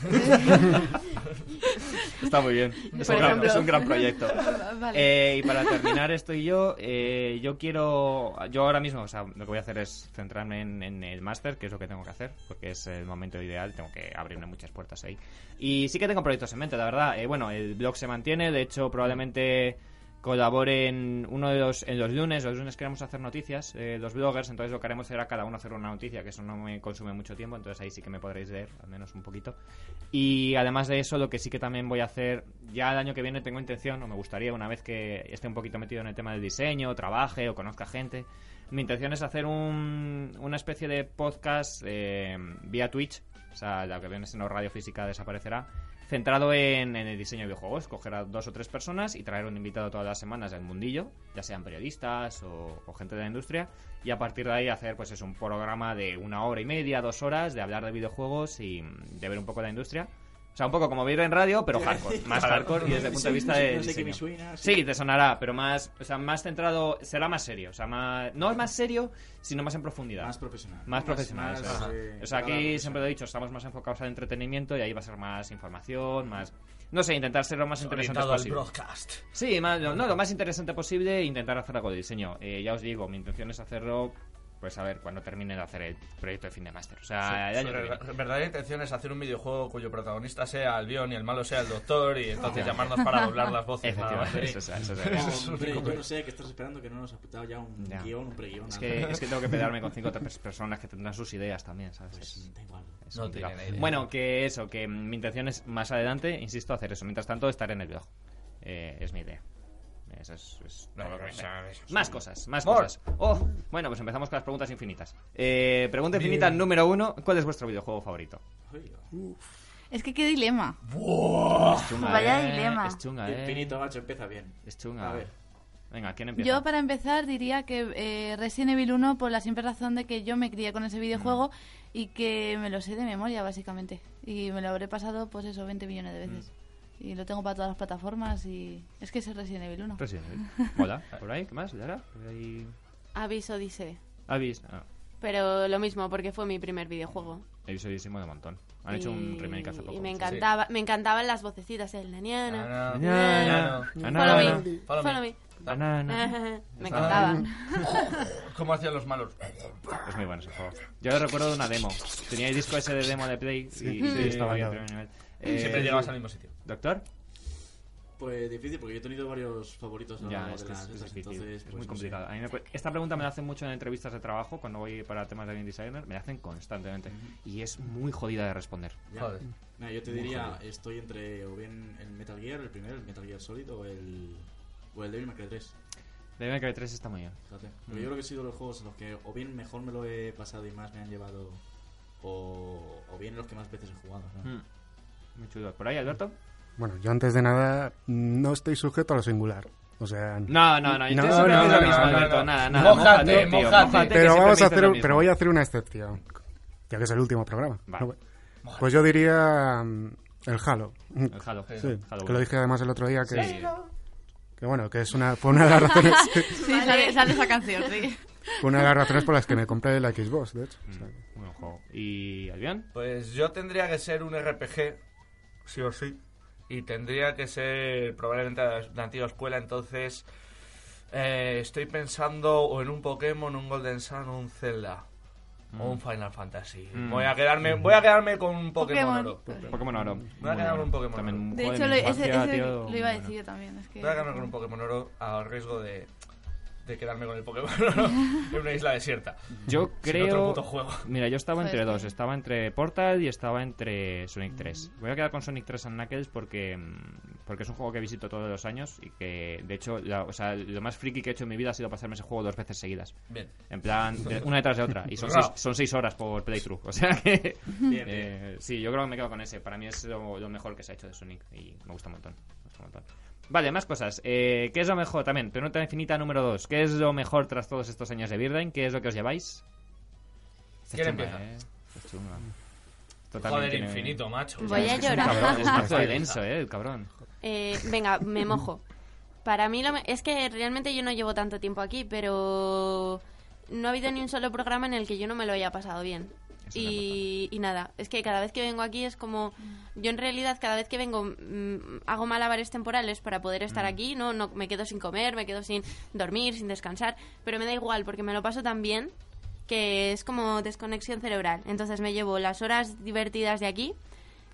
Speaker 3: Vallecas.
Speaker 1: está muy bien. Es, un
Speaker 6: Por
Speaker 1: gran,
Speaker 6: ejemplo.
Speaker 1: es un gran proyecto.
Speaker 2: Vale.
Speaker 1: Eh, y para terminar esto y yo, eh, yo quiero, yo ahora mismo, o sea, lo que voy a hacer es centrarme en, en el máster, que es lo que tengo que hacer, porque es el momento ideal, tengo que abrirme muchas puertas ahí. Y sí que tengo proyectos en mente, la verdad. Eh, bueno, el blog se mantiene, de hecho probablemente colabore en uno de los, en los lunes, los lunes queremos hacer noticias, eh, los bloggers, entonces lo que haremos será cada uno hacer una noticia, que eso no me consume mucho tiempo, entonces ahí sí que me podréis leer, al menos un poquito. Y además de eso, lo que sí que también voy a hacer, ya el año que viene tengo intención, o me gustaría, una vez que esté un poquito metido en el tema del diseño, trabaje o conozca gente, mi intención es hacer un- una especie de podcast eh, vía Twitch, o sea, la que viene siendo Radio Física desaparecerá, centrado en, en el diseño de videojuegos, coger a dos o tres personas y traer un invitado todas las semanas del mundillo, ya sean periodistas o, o gente de la industria, y a partir de ahí hacer pues es un programa de una hora y media, dos horas, de hablar de videojuegos y mm, de ver un poco la industria. O sea, un poco como ver en radio, pero hardcore, más hardcore y desde el punto de
Speaker 5: Sí,
Speaker 1: vista
Speaker 5: no sé-
Speaker 1: de
Speaker 5: no sé qué me
Speaker 1: diseño.
Speaker 5: suena, sí.
Speaker 1: Sí, te sonará, pero más, o sea, más centrado, será más serio, o sea, más, no es más serio, sino más en profundidad.
Speaker 5: Más profesional.
Speaker 1: Más profesional,
Speaker 5: más,
Speaker 1: eso es.
Speaker 5: eh,
Speaker 1: O sea,
Speaker 5: cada
Speaker 1: aquí
Speaker 5: profesional.
Speaker 1: siempre lo he dicho, estamos más enfocados al entretenimiento y ahí va a ser más información, más... No sé, intentar ser lo más interesante
Speaker 3: Orientado al
Speaker 1: posible.
Speaker 3: broadcast.
Speaker 1: Sí, más- lo- no, lo más interesante posible e intentar hacer algo de diseño. Eh, ya os digo, mi intención es hacerlo, pues a ver, cuando termine de hacer el proyecto de fin de máster. O sea, el
Speaker 3: Su
Speaker 1: año que
Speaker 3: ver-
Speaker 1: viene.
Speaker 3: verdadera intención es hacer un videojuego cuyo protagonista sea el Bion y el malo sea el doctor y entonces llamarnos para doblar las voces. nada más.
Speaker 1: Efectivamente, eso es- eso es-
Speaker 5: No,
Speaker 1: eso es.
Speaker 5: hombre, yo no sé, que estás esperando que no nos has putado ya un
Speaker 1: Ya.
Speaker 5: guión, un preguión.
Speaker 1: Es
Speaker 5: algo.
Speaker 1: que, es que tengo que pelearme con cinco otras personas que tendrán sus ideas también, ¿sabes? Es-
Speaker 5: Pues, da igual.
Speaker 1: es
Speaker 3: No
Speaker 1: complicado.
Speaker 3: tienen idea.
Speaker 1: Bueno, que eso, que mm, mi intención es más adelante, insisto, hacer eso. Mientras tanto, estar en el blog. Eh, es mi idea. Eso es, es todo
Speaker 3: No,
Speaker 1: lo
Speaker 3: no,
Speaker 1: que me
Speaker 3: no,
Speaker 1: queda.
Speaker 3: no, eso sí.
Speaker 1: Más cosas, más
Speaker 3: More.
Speaker 1: cosas. Oh, bueno, pues empezamos con las preguntas infinitas. Eh, pregunta infinita número uno: ¿Cuál es vuestro videojuego favorito?
Speaker 5: Oiga,
Speaker 2: Es que qué dilema.
Speaker 1: Es chunga,
Speaker 2: Vaya
Speaker 1: eh,
Speaker 2: dilema.
Speaker 1: Es chunga,
Speaker 5: el
Speaker 1: eh.
Speaker 5: pinito, macho, empieza bien.
Speaker 1: Es chunga.
Speaker 5: A ver.
Speaker 1: Venga, ¿quién empieza?
Speaker 2: Yo para empezar diría que eh, Resident Evil 1 por la simple razón de que yo me crié con ese videojuego y que me lo sé de memoria básicamente y me lo habré pasado pues eso 20 millones de veces y lo tengo para todas las plataformas y es que es el Resident Evil 1.
Speaker 1: Resident Evil. Mola. ¿Por ahí? ¿Qué más? ¿Lara? ¿Por ahí?
Speaker 6: Aviso, dice.
Speaker 1: Avis. Ah,
Speaker 6: Pero lo mismo, porque fue mi primer videojuego.
Speaker 1: he visto de montón. Han hecho un remake hace poco.
Speaker 6: Y me
Speaker 1: Sí.
Speaker 6: encantaba, me encantaban las vocecitas, el naniana.
Speaker 3: Ah, no.
Speaker 1: Banana,
Speaker 3: Follow
Speaker 1: banana,
Speaker 6: Follow me,
Speaker 3: Follow
Speaker 6: follow,
Speaker 3: me.
Speaker 6: me.
Speaker 1: banana.
Speaker 6: me encantaba.
Speaker 3: ¿Cómo hacían los malos?
Speaker 1: Es muy bueno ese juego. Yo recuerdo de una demo. Tenía el disco ese de demo de Play y, y
Speaker 4: Sí,
Speaker 1: estaba ahí
Speaker 4: sí.
Speaker 1: al primer nivel. Eh,
Speaker 3: Siempre llegabas al mismo sitio.
Speaker 1: ¿Doctor?
Speaker 5: Pues difícil, porque yo he tenido varios favoritos a lo
Speaker 1: Ya,
Speaker 5: largo
Speaker 1: es
Speaker 5: de
Speaker 1: que
Speaker 5: las
Speaker 1: es, es
Speaker 5: estas,
Speaker 1: difícil,
Speaker 5: entonces,
Speaker 1: es
Speaker 5: pues,
Speaker 1: muy
Speaker 5: no sé.
Speaker 1: complicado. A mí me cu- esta pregunta me la hacen mucho en entrevistas de trabajo, cuando voy para temas de game designer, me la hacen constantemente. Y es muy jodida de responder.
Speaker 5: Ya.
Speaker 3: Joder.
Speaker 5: Nada, yo te
Speaker 3: Muy
Speaker 5: diría,
Speaker 3: jodido.
Speaker 5: estoy entre o bien el Metal Gear, el primero, el Metal Gear Solid, o el, o el Devil May Cry 3.
Speaker 1: Devil May Cry 3 E está muy bien.
Speaker 5: Fíjate.
Speaker 1: Mm.
Speaker 5: Porque yo creo que he sido los juegos en los que o bien mejor me lo he pasado y más me han llevado, o, o bien los que más veces he jugado. ¿no?
Speaker 1: Mm. Muy chulo. ¿Por ahí, Alberto?
Speaker 4: Bueno, yo antes de nada no estoy sujeto a lo singular. O sea,
Speaker 1: No, no, no. yo
Speaker 4: No,
Speaker 1: te siempre
Speaker 4: no,
Speaker 1: me
Speaker 4: no,
Speaker 1: digo lo
Speaker 4: no,
Speaker 1: mismo,
Speaker 4: no,
Speaker 1: Alberto.
Speaker 3: no.
Speaker 1: Nada, nada.
Speaker 3: Mójate,
Speaker 1: Mójate, tío,
Speaker 3: mójate.
Speaker 1: mójate, que
Speaker 4: pero
Speaker 1: siempre
Speaker 4: vamos
Speaker 1: me
Speaker 4: a
Speaker 1: dices
Speaker 4: hacer,
Speaker 1: lo
Speaker 4: un-
Speaker 1: mismo.
Speaker 4: pero voy a hacer una excepción, ya que es el último programa.
Speaker 1: Vale.
Speaker 4: No, Pues yo diría mm, el Halo.
Speaker 1: El Halo.
Speaker 4: Sí,
Speaker 1: Halo
Speaker 4: que lo dije además el otro día que,
Speaker 1: Sí.
Speaker 4: que bueno, que es una fue una de las razones
Speaker 2: Sí, sale, sale esa canción, sí.
Speaker 4: fue una de las razones por las que me compré la Xbox, de hecho. O sea,
Speaker 1: Muy buen juego. ¿Y Albion?
Speaker 3: Pues yo tendría que ser un RPG, sí o sí. Y tendría que ser probablemente de la antigua escuela, entonces eh, estoy pensando o en un Pokémon, un Golden Sun, un Zelda o un Final Fantasy.
Speaker 1: Mm.
Speaker 3: Voy a quedarme, voy a quedarme con un Pokémon,
Speaker 2: Pokémon.
Speaker 3: Oro.
Speaker 1: Pokémon Oro.
Speaker 3: Me ha quedado un Pokémon
Speaker 1: También
Speaker 3: Oro.
Speaker 1: un
Speaker 2: De
Speaker 1: juego
Speaker 2: hecho,
Speaker 1: mi
Speaker 2: lo, ese-
Speaker 1: infancia,
Speaker 2: ese
Speaker 1: tío,
Speaker 2: lo iba a
Speaker 1: muy bueno.
Speaker 2: decir yo también. Es que...
Speaker 3: Voy a quedarme con un Pokémon Oro a riesgo de, de quedarme con el Pokémon Oro en una isla desierta.
Speaker 1: Yo
Speaker 3: Sin
Speaker 1: creo.
Speaker 3: otro puto juego.
Speaker 1: Mira, yo estaba
Speaker 2: Joder,
Speaker 1: entre
Speaker 2: es
Speaker 1: dos.
Speaker 2: que-
Speaker 1: Estaba entre Portal y estaba entre Sonic 3. Voy a quedar con Sonic 3 and Knuckles porque, mm, porque es un juego que visito todos los años y que, de hecho, la- o sea, lo más friki que he hecho en mi vida ha sido pasarme ese juego dos veces seguidas.
Speaker 3: Bien.
Speaker 1: En plan, de- una detrás de otra. Y son
Speaker 3: Bravo.
Speaker 1: seis, son seis horas por playthrough. O sea que.
Speaker 5: Bien, bien.
Speaker 1: eh, sí, yo creo que me quedo con ese. Para mí es lo, lo mejor que se ha hecho de Sonic. Y me gusta un montón. me gusta un montón. Vale, más cosas. Eh, ¿Qué es lo mejor también? Pregunta infinita número 2. ¿Qué es lo mejor tras todos estos años de Birden? ¿Qué es lo que os lleváis? Esta es
Speaker 3: ¿Quién
Speaker 1: chunga,
Speaker 3: empieza?
Speaker 1: eh. Esta es chunga. Esto también
Speaker 3: Joder,
Speaker 1: tiene-
Speaker 3: infinito, macho.
Speaker 6: Voy
Speaker 1: Es
Speaker 6: a
Speaker 1: que es un
Speaker 6: llorar.
Speaker 1: cabrón, Es mazo de denso, eh, el cabrón.
Speaker 6: Eh, venga, me mojo. Para mí lo me- es que realmente yo no llevo tanto tiempo aquí, pero no ha habido ni un solo programa en el que yo no me lo haya pasado bien.
Speaker 1: Eso es
Speaker 6: Y, y nada, es que cada vez que vengo aquí es como... Yo en realidad cada vez que vengo mm, hago malabares temporales para poder
Speaker 1: Mm.
Speaker 6: estar aquí, ¿no? no Me quedo sin comer, me quedo sin dormir, sin descansar, pero me da igual porque me lo paso tan bien que es como desconexión cerebral. Entonces me llevo las horas divertidas de aquí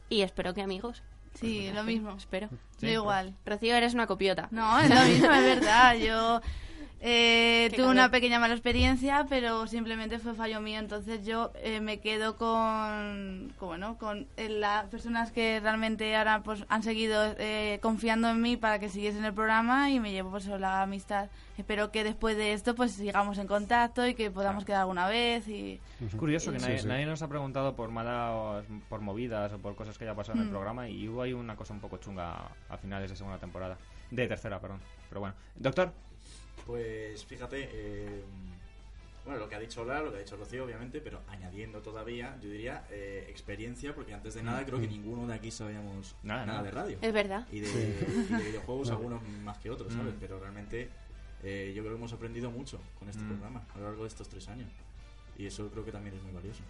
Speaker 6: y espero que amigos.
Speaker 2: Sí, lo mismo.
Speaker 6: Espero.
Speaker 2: Yo igual.
Speaker 6: Rocío, eres una copiota.
Speaker 2: No, es lo mismo, es verdad. Yo eh,
Speaker 6: Qué
Speaker 2: tuve una
Speaker 6: calor.
Speaker 2: pequeña mala experiencia, pero simplemente fue fallo mío. Entonces yo eh, me quedo con, con, bueno, con eh, las personas que realmente ahora pues, han seguido eh, confiando en mí para que siguiesen el programa y me llevo por eso la amistad. Espero que después de esto pues sigamos en contacto y que podamos quedar alguna vez y...
Speaker 1: Es curioso que
Speaker 4: Sí,
Speaker 1: nadie,
Speaker 4: sí.
Speaker 1: nadie nos ha preguntado por malas, por movidas o por cosas que haya pasado
Speaker 6: Mm.
Speaker 1: en el programa y hubo ahí una cosa un poco chunga a finales de segunda temporada. De tercera, perdón. Pero bueno. Doctor,
Speaker 5: Pues fíjate, eh, bueno, lo que ha dicho Ola, lo que ha dicho Rocío, obviamente, pero añadiendo todavía, yo diría eh, experiencia, porque antes de nada creo que ninguno de aquí sabíamos
Speaker 1: Mm. Nada,
Speaker 5: nada,
Speaker 1: nada.
Speaker 5: de radio.
Speaker 6: Es verdad.
Speaker 5: Y de, y de videojuegos, algunos más que otros,
Speaker 1: Mm.
Speaker 5: ¿sabes? Pero realmente eh, yo creo que hemos aprendido mucho con este
Speaker 1: Mm.
Speaker 5: programa a lo largo de estos tres años. Y eso creo que también es muy valioso.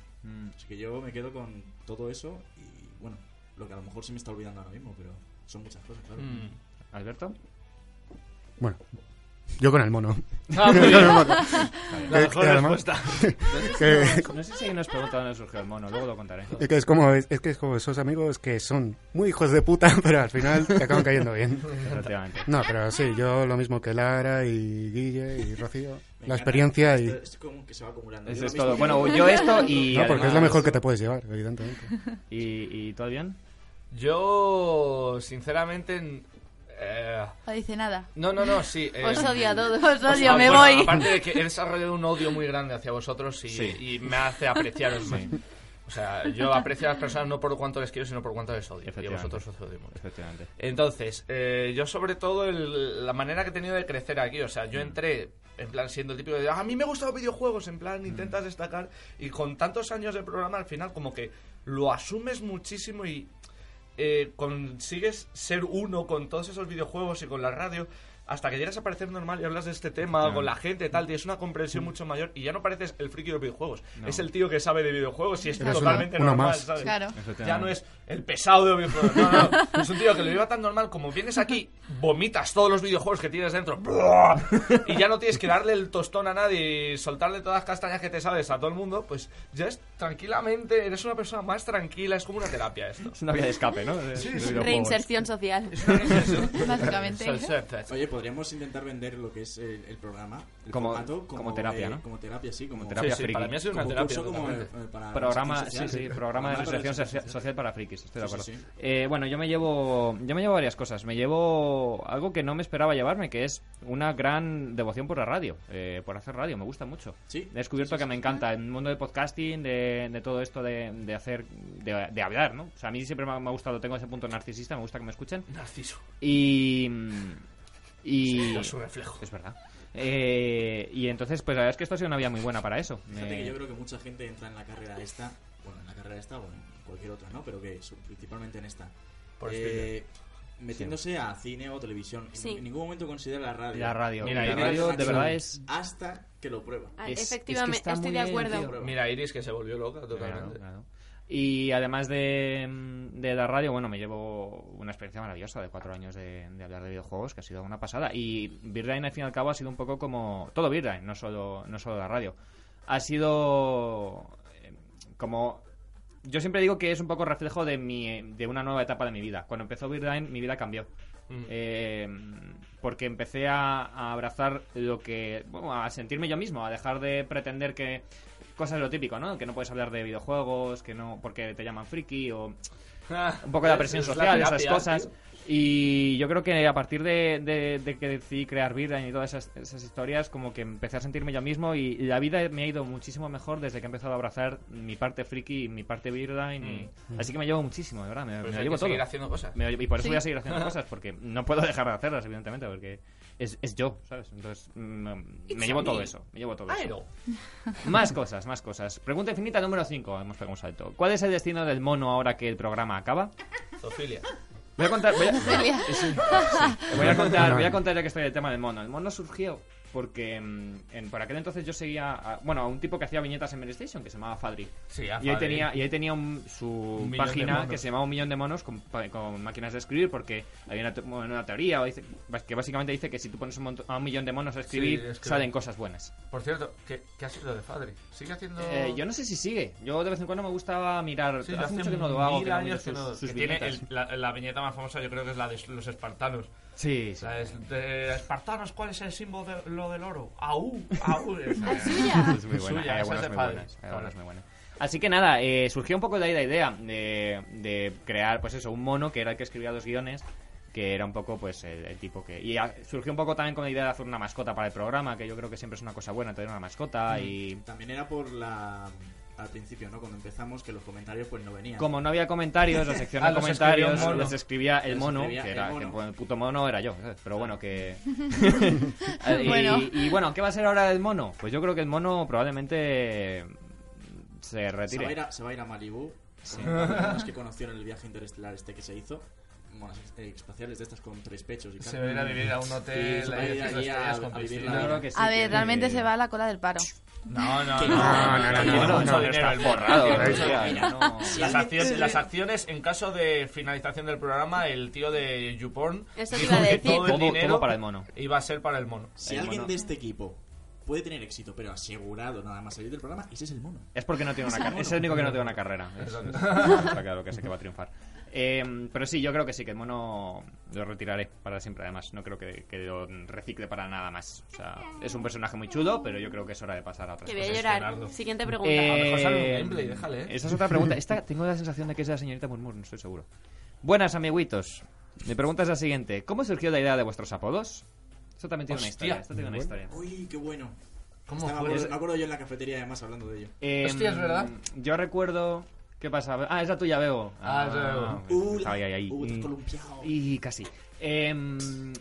Speaker 5: Así que yo me quedo con todo eso y, bueno, lo que a lo mejor se me está olvidando ahora mismo, pero son muchas cosas, claro.
Speaker 3: Mm.
Speaker 1: Alberto.
Speaker 4: Bueno, yo con el mono.
Speaker 3: Ah, muy bien. La
Speaker 4: Eh,
Speaker 3: mejor
Speaker 4: además-
Speaker 3: respuesta.
Speaker 4: Que-
Speaker 1: No sé si hay unas preguntas donde surgió el mono, luego lo contaré.
Speaker 4: Es que es como, es, es que es como esos amigos que son muy hijos de puta, pero al final te acaban cayendo bien.
Speaker 1: Efectivamente.
Speaker 4: No, pero sí, yo lo mismo que Lara y Guille y
Speaker 5: Me
Speaker 4: Rocío. La
Speaker 5: encanta.
Speaker 4: experiencia y...
Speaker 5: Esto- esto como que se va acumulando.
Speaker 1: Eso
Speaker 5: Yo
Speaker 1: es
Speaker 5: lo mismo
Speaker 1: todo.
Speaker 5: que-
Speaker 1: Bueno, yo esto y.
Speaker 4: No, porque es lo
Speaker 1: además-
Speaker 4: mejor que te puedes llevar, evidentemente.
Speaker 1: ¿Y, y todo bien?
Speaker 3: Yo, sinceramente. n- eh,
Speaker 2: No dice nada.
Speaker 3: no, no, no, sí. eh,
Speaker 6: Os odio a todos.
Speaker 2: Os odio,
Speaker 3: ah,
Speaker 2: me
Speaker 3: bueno,
Speaker 2: voy.
Speaker 3: Aparte de que he desarrollado un odio muy grande hacia vosotros y,
Speaker 1: Sí.
Speaker 3: y me hace apreciaros más. O sea, yo aprecio a las personas no por cuánto les quiero, sino por cuánto les odio. Y a
Speaker 1: Efectivamente.
Speaker 3: vosotros os odio mucho.
Speaker 1: Efectivamente.
Speaker 3: Entonces, eh, yo sobre todo el- la manera que he tenido de crecer aquí, o sea,
Speaker 4: Mm.
Speaker 3: yo entré en plan siendo el típico de, "Ah, a mí me gustan los videojuegos, en
Speaker 4: Mm.
Speaker 3: plan intentas destacar y con tantos años de programa al final como que lo asumes muchísimo y eh, consigues ser uno con todos esos videojuegos y con la radio. hasta que llegas a parecer normal y hablas de este tema
Speaker 1: Claro.
Speaker 3: con la gente,
Speaker 4: Mm.
Speaker 3: tal, tienes una comprensión mucho mayor y ya no pareces el friki de los videojuegos. Es el tío que sabe de videojuegos y es
Speaker 4: Eres uno-
Speaker 3: totalmente
Speaker 4: uno
Speaker 3: normal,
Speaker 4: más.
Speaker 3: ¿sabes?
Speaker 2: Claro.
Speaker 3: Ya no es el pesado de videojuegos. No, no, no. Es un tío que lo lleva tan normal como vienes aquí, vomitas todos los videojuegos que tienes dentro. Y ya no tienes que darle el tostón a nadie y soltarle todas las castañas que te sabes a todo el mundo. Pues ya es tranquilamente, eres una persona más tranquila. Es como una terapia esto.
Speaker 1: Es una vía de escape, ¿no? De- de videojuegos.
Speaker 6: Reinserción social.
Speaker 2: Básicamente.
Speaker 5: Oye, podríamos intentar vender lo que es el, el programa, el
Speaker 1: Como-
Speaker 5: formato,
Speaker 1: como terapia,
Speaker 5: eh,
Speaker 1: ¿no?
Speaker 5: Como terapia, sí, como,
Speaker 1: terapia
Speaker 3: Sí, sí, para
Speaker 1: friki.
Speaker 3: mí ha sido una
Speaker 5: como
Speaker 3: terapia.
Speaker 5: curso, como,
Speaker 3: totalmente.
Speaker 5: eh, para
Speaker 1: programa,
Speaker 5: reinserción
Speaker 1: sí,
Speaker 5: social.
Speaker 1: sí, programa de
Speaker 5: para
Speaker 1: reinserción
Speaker 5: reinserción
Speaker 1: socia- social para frikis, estoy de
Speaker 5: Sí,
Speaker 1: acuerdo.
Speaker 5: sí, sí.
Speaker 1: Eh, bueno, yo me llevo yo me llevo varias cosas. Me llevo algo que no me esperaba llevarme, que es una gran devoción por la radio, eh, por hacer radio, me gusta mucho.
Speaker 5: Sí.
Speaker 1: He descubierto que me encanta el mundo de podcasting, de, de todo esto de, de hacer, de, de hablar, ¿no? O sea, a mí siempre me ha, me ha gustado, tengo ese punto narcisista, me gusta que me escuchen.
Speaker 3: Narciso.
Speaker 1: Y... mm, y
Speaker 3: Es un reflejo.
Speaker 1: es verdad. Eh, y entonces, pues la verdad es que esto ha sido una vía muy buena para eso.
Speaker 5: Fíjate
Speaker 1: Me-
Speaker 5: que yo creo que mucha gente entra en la carrera esta, bueno, en la carrera esta o en cualquier otra, ¿no? Pero que su- principalmente en esta.
Speaker 3: Por
Speaker 5: Eh, metiéndose a cine o televisión. En-
Speaker 6: Sí.
Speaker 5: En ningún momento considera la radio.
Speaker 1: La radio.
Speaker 3: Mira,
Speaker 1: la
Speaker 3: ahí
Speaker 1: radio
Speaker 3: tienes
Speaker 1: de
Speaker 3: razón.
Speaker 1: verdad es...
Speaker 5: Hasta que lo prueba.
Speaker 6: Ah,
Speaker 1: Es- es que
Speaker 6: Efectivamente,
Speaker 1: está
Speaker 6: estoy
Speaker 1: muy
Speaker 6: de
Speaker 1: bien,
Speaker 6: acuerdo.
Speaker 1: tío.
Speaker 3: Mira, Iris que se volvió loca
Speaker 1: Claro,
Speaker 3: totalmente.
Speaker 1: claro. Y además de, mm, de la radio, bueno, me llevo una experiencia maravillosa de cuatro años de, de hablar de videojuegos, que ha sido una pasada. Y Birdline, al fin y al cabo, ha sido un poco como... Todo Birdline, no solo, no solo la radio. Ha sido eh, como... Yo siempre digo que es un poco reflejo de, mi, de una nueva etapa de mi vida. Cuando empezó Birdline, mi vida cambió.
Speaker 3: Mm.
Speaker 1: Eh, porque empecé a, a abrazar lo que. bueno, a sentirme yo mismo, a dejar de pretender que. Cosas lo típico, ¿no? Que no puedes hablar de videojuegos, que no. porque te llaman friki o. Un poco de la presión
Speaker 3: Es
Speaker 1: social, esas
Speaker 3: terapia,
Speaker 1: cosas.
Speaker 3: tío.
Speaker 1: Y yo creo que a partir de, de- de que decidí crear Birra y todas esas, esas historias, como que empecé a sentirme yo mismo y la vida me ha ido muchísimo mejor desde que he empezado a abrazar mi parte friki y mi parte Birra. Así que me llevo muchísimo, de verdad, me, me
Speaker 3: Mm. Pues
Speaker 1: lo
Speaker 3: hay
Speaker 1: llevo
Speaker 3: que seguir
Speaker 1: todo.
Speaker 3: haciendo cosas.
Speaker 1: Me- y por eso
Speaker 2: Sí.
Speaker 1: voy a seguir haciendo cosas, porque no puedo dejar de hacerlas, evidentemente, porque es, es yo, ¿sabes? Entonces, mm, me,
Speaker 3: It's
Speaker 1: llevo
Speaker 3: me.
Speaker 1: todo eso, me llevo todo
Speaker 3: Ay,
Speaker 1: eso.
Speaker 3: no.
Speaker 1: Más cosas, más cosas. Pregunta infinita número 5, hemos pegado un salto. ¿Cuál es el destino del mono ahora que el programa acaba?
Speaker 3: Zoofilia.
Speaker 1: Voy a contar, voy a,
Speaker 2: Celia.
Speaker 1: Sí, sí. Voy a contar, voy a contar ya que estoy del tema del mono. El mono surgió porque mm, en, por aquel entonces yo seguía, a- bueno, a un tipo que hacía viñetas en PlayStation que se llamaba Fadri.
Speaker 3: Sí, a
Speaker 1: Y ahí
Speaker 3: Fadri.
Speaker 1: tenía, y ahí tenía un- su
Speaker 3: millón de
Speaker 1: página
Speaker 3: monos.
Speaker 1: que se llamaba Un Millón de Monos con, pa- con máquinas de escribir porque había una, te- bueno, una teoría o dice- que básicamente dice que si tú pones un monto- a un millón de monos a escribir,
Speaker 3: Sí, es que-
Speaker 1: salen cosas buenas.
Speaker 3: Por cierto, ¿qué, qué ha sido de Fadri? ¿Sigue haciendo...?
Speaker 1: Eh, yo no sé si sigue. Yo de vez en cuando me gustaba mirar.
Speaker 3: Sí,
Speaker 1: hace,
Speaker 3: hace
Speaker 1: mucho que no lo
Speaker 3: mil
Speaker 1: hago. que no miro
Speaker 3: años que
Speaker 1: sus,
Speaker 3: no-
Speaker 1: sus
Speaker 3: que tiene
Speaker 1: viñetas.
Speaker 3: el- la, la viñeta más famosa yo creo que es la de los espartanos.
Speaker 1: Sí, sí.
Speaker 3: La es- de espartanos, ¿cuál es el símbolo de, lo del oro? ¡Aú! ¡Aú! Esa es.
Speaker 1: Es muy buena,
Speaker 3: Suya,
Speaker 1: hay
Speaker 3: esa
Speaker 1: algunas
Speaker 3: es de
Speaker 1: muy
Speaker 3: padre.
Speaker 1: buenas, hay algunas muy buenas. Así que nada, eh, surgió un poco de ahí la idea de, de crear, pues eso, un mono que era el que escribía los guiones, que era un poco, pues, el, el tipo que... Y ah, surgió un poco también con la idea de hacer una mascota para el programa, que yo creo que siempre es una cosa buena tener una mascota y...
Speaker 5: También era por la. Al principio, ¿no? Cuando empezamos, que los comentarios pues no venían.
Speaker 1: Como no había comentarios, la sección
Speaker 3: Ah,
Speaker 1: de
Speaker 3: los
Speaker 1: comentarios
Speaker 3: escribía un mono.
Speaker 1: los escribía el
Speaker 5: Los
Speaker 1: mono,
Speaker 5: escribía
Speaker 1: que
Speaker 5: el
Speaker 1: era que
Speaker 5: mono.
Speaker 1: el puto mono era yo, ¿sabes? pero bueno, que... Eh, y,
Speaker 2: Bueno.
Speaker 1: y bueno, ¿qué va a ser ahora el mono? Pues yo creo que el mono probablemente se
Speaker 5: se,
Speaker 1: retire.
Speaker 5: va a ir a, se va a ir a Malibu. Con las personas que conoció en el viaje interestelar este que se hizo. Monas ex- eh, espaciales de estas con tres pechos y tal.
Speaker 3: Se va a ir a vivir a un
Speaker 5: Sí,
Speaker 3: hotel,
Speaker 5: se va a
Speaker 3: ahí
Speaker 5: ir
Speaker 3: haciendo
Speaker 5: allí a-
Speaker 3: estrellas con
Speaker 5: a vivir
Speaker 3: piscina.
Speaker 1: Yo creo que sí,
Speaker 2: A
Speaker 1: que-
Speaker 2: ver, realmente se va a la cola del paro.
Speaker 3: No, no,
Speaker 5: Que
Speaker 3: no.
Speaker 4: no, no, no,
Speaker 1: No,
Speaker 4: no,
Speaker 1: no, no,
Speaker 4: no, no,
Speaker 1: no,
Speaker 3: dinero,
Speaker 1: estás
Speaker 3: el mono.
Speaker 1: forrado,
Speaker 3: Tío,
Speaker 1: ¿eh?
Speaker 3: eso-
Speaker 1: Mira, no.
Speaker 3: Las acciones, las acciones en caso de finalización del programa, el tío de YouPorn
Speaker 6: Eso te
Speaker 3: dijo
Speaker 6: iba a
Speaker 3: que
Speaker 6: decir.
Speaker 3: todo el
Speaker 1: Todo- todo
Speaker 3: dinero
Speaker 1: para el mono.
Speaker 3: iba a ser para el mono.
Speaker 5: Si
Speaker 1: El
Speaker 5: alguien
Speaker 1: mono.
Speaker 5: de este equipo puede tener éxito, pero asegurado nada más salir del programa, ese es el mono.
Speaker 1: Es porque no tiene una carrera. Es el único que no tiene una carrera. Es- es- Está claro que sé que va a triunfar. Eh, pero sí, yo creo que sí, que el mono lo retiraré para siempre, además. No creo que, que lo recicle para nada más. O sea, es un personaje muy chulo, pero yo creo que es hora de pasar a otra
Speaker 6: Que voy a
Speaker 3: Leonardo.
Speaker 6: llorar. Siguiente pregunta.
Speaker 3: Eh, lo mejor sale un gameplay, déjale, ¿eh?
Speaker 1: Esa es otra pregunta. Esta, tengo la sensación de que es de la señorita Murmur, no estoy seguro. Buenas, amiguitos. Mi pregunta es la siguiente. ¿Cómo surgió la idea de vuestros apodos? Esto también tiene
Speaker 3: Hostia,
Speaker 1: una historia. Esto tiene una historia.
Speaker 5: Uy, qué bueno.
Speaker 3: ¿Cómo
Speaker 5: Estaba-
Speaker 3: fue?
Speaker 5: me, acuerdo, me acuerdo yo en la cafetería además hablando de ello.
Speaker 1: Eh,
Speaker 3: Hostia, es verdad.
Speaker 1: Yo recuerdo... ¿Qué pasa? Ah, es la tuya, Bebo.
Speaker 3: Ah, es la de Bebo.
Speaker 1: pues,
Speaker 5: Uh,
Speaker 1: estaba ahí,
Speaker 5: la-
Speaker 1: ahí.
Speaker 5: uh, te has
Speaker 1: Mm.
Speaker 5: columpiado.
Speaker 1: Y casi. Em,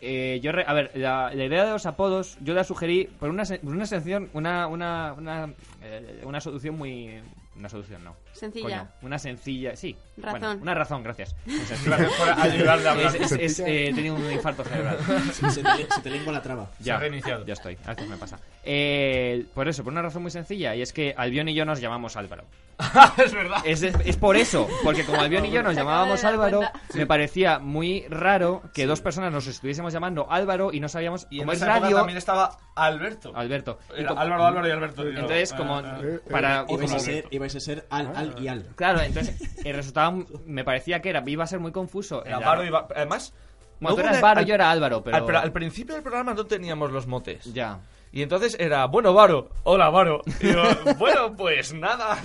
Speaker 1: eh, yo re- a ver, la, la idea de los apodos yo la sugerí por una, se- por una sensación, una, una, una, eh, una solución muy, Una solución, no.
Speaker 6: Sencilla.
Speaker 1: Coño, una sencilla, sí.
Speaker 6: Razón.
Speaker 1: Bueno, una razón, gracias. Muy sencilla.
Speaker 3: Gracias por ayudarle a hablar.
Speaker 1: Es- es- es, eh, he tenido un infarto cerebral.
Speaker 5: Se, se te, se te lengua la traba.
Speaker 3: Se ha reiniciado.
Speaker 1: Ya estoy, a veces me pasa. Eh, por eso, por una razón muy sencilla, y es que Albión y yo nos llamamos Álvaro.
Speaker 3: es verdad.
Speaker 1: Es, es por eso, porque como Albión y yo nos
Speaker 2: Se acaba
Speaker 1: llamábamos
Speaker 2: de dar
Speaker 1: Álvaro,
Speaker 2: cuenta.
Speaker 1: me parecía muy raro que dos personas nos estuviésemos llamando Álvaro y no sabíamos
Speaker 3: Y en
Speaker 1: cómo es
Speaker 3: esa época
Speaker 1: radio.
Speaker 3: también estaba Alberto.
Speaker 1: Alberto. Y
Speaker 3: Era
Speaker 1: como-
Speaker 3: Álvaro, Álvaro y Alberto. y yo,
Speaker 1: Entonces,
Speaker 3: ah,
Speaker 1: como
Speaker 3: ah.
Speaker 4: eh,
Speaker 1: para
Speaker 5: Y vais a
Speaker 1: como-
Speaker 5: ser, y vais a ser al, al y al.
Speaker 1: Claro, entonces el resultado me parecía que era, iba a ser muy confuso.
Speaker 3: Era
Speaker 1: Era-
Speaker 3: Álvaro y Ba- Además,
Speaker 1: Bueno, tú
Speaker 3: luego
Speaker 1: eras
Speaker 3: de-
Speaker 1: Varo,
Speaker 3: al-
Speaker 1: yo era Álvaro, pero.
Speaker 3: al, pero al principio del programa no teníamos los motes.
Speaker 1: Ya.
Speaker 3: Y entonces era, bueno, Varo, hola, Varo. Y yo, bueno, pues nada.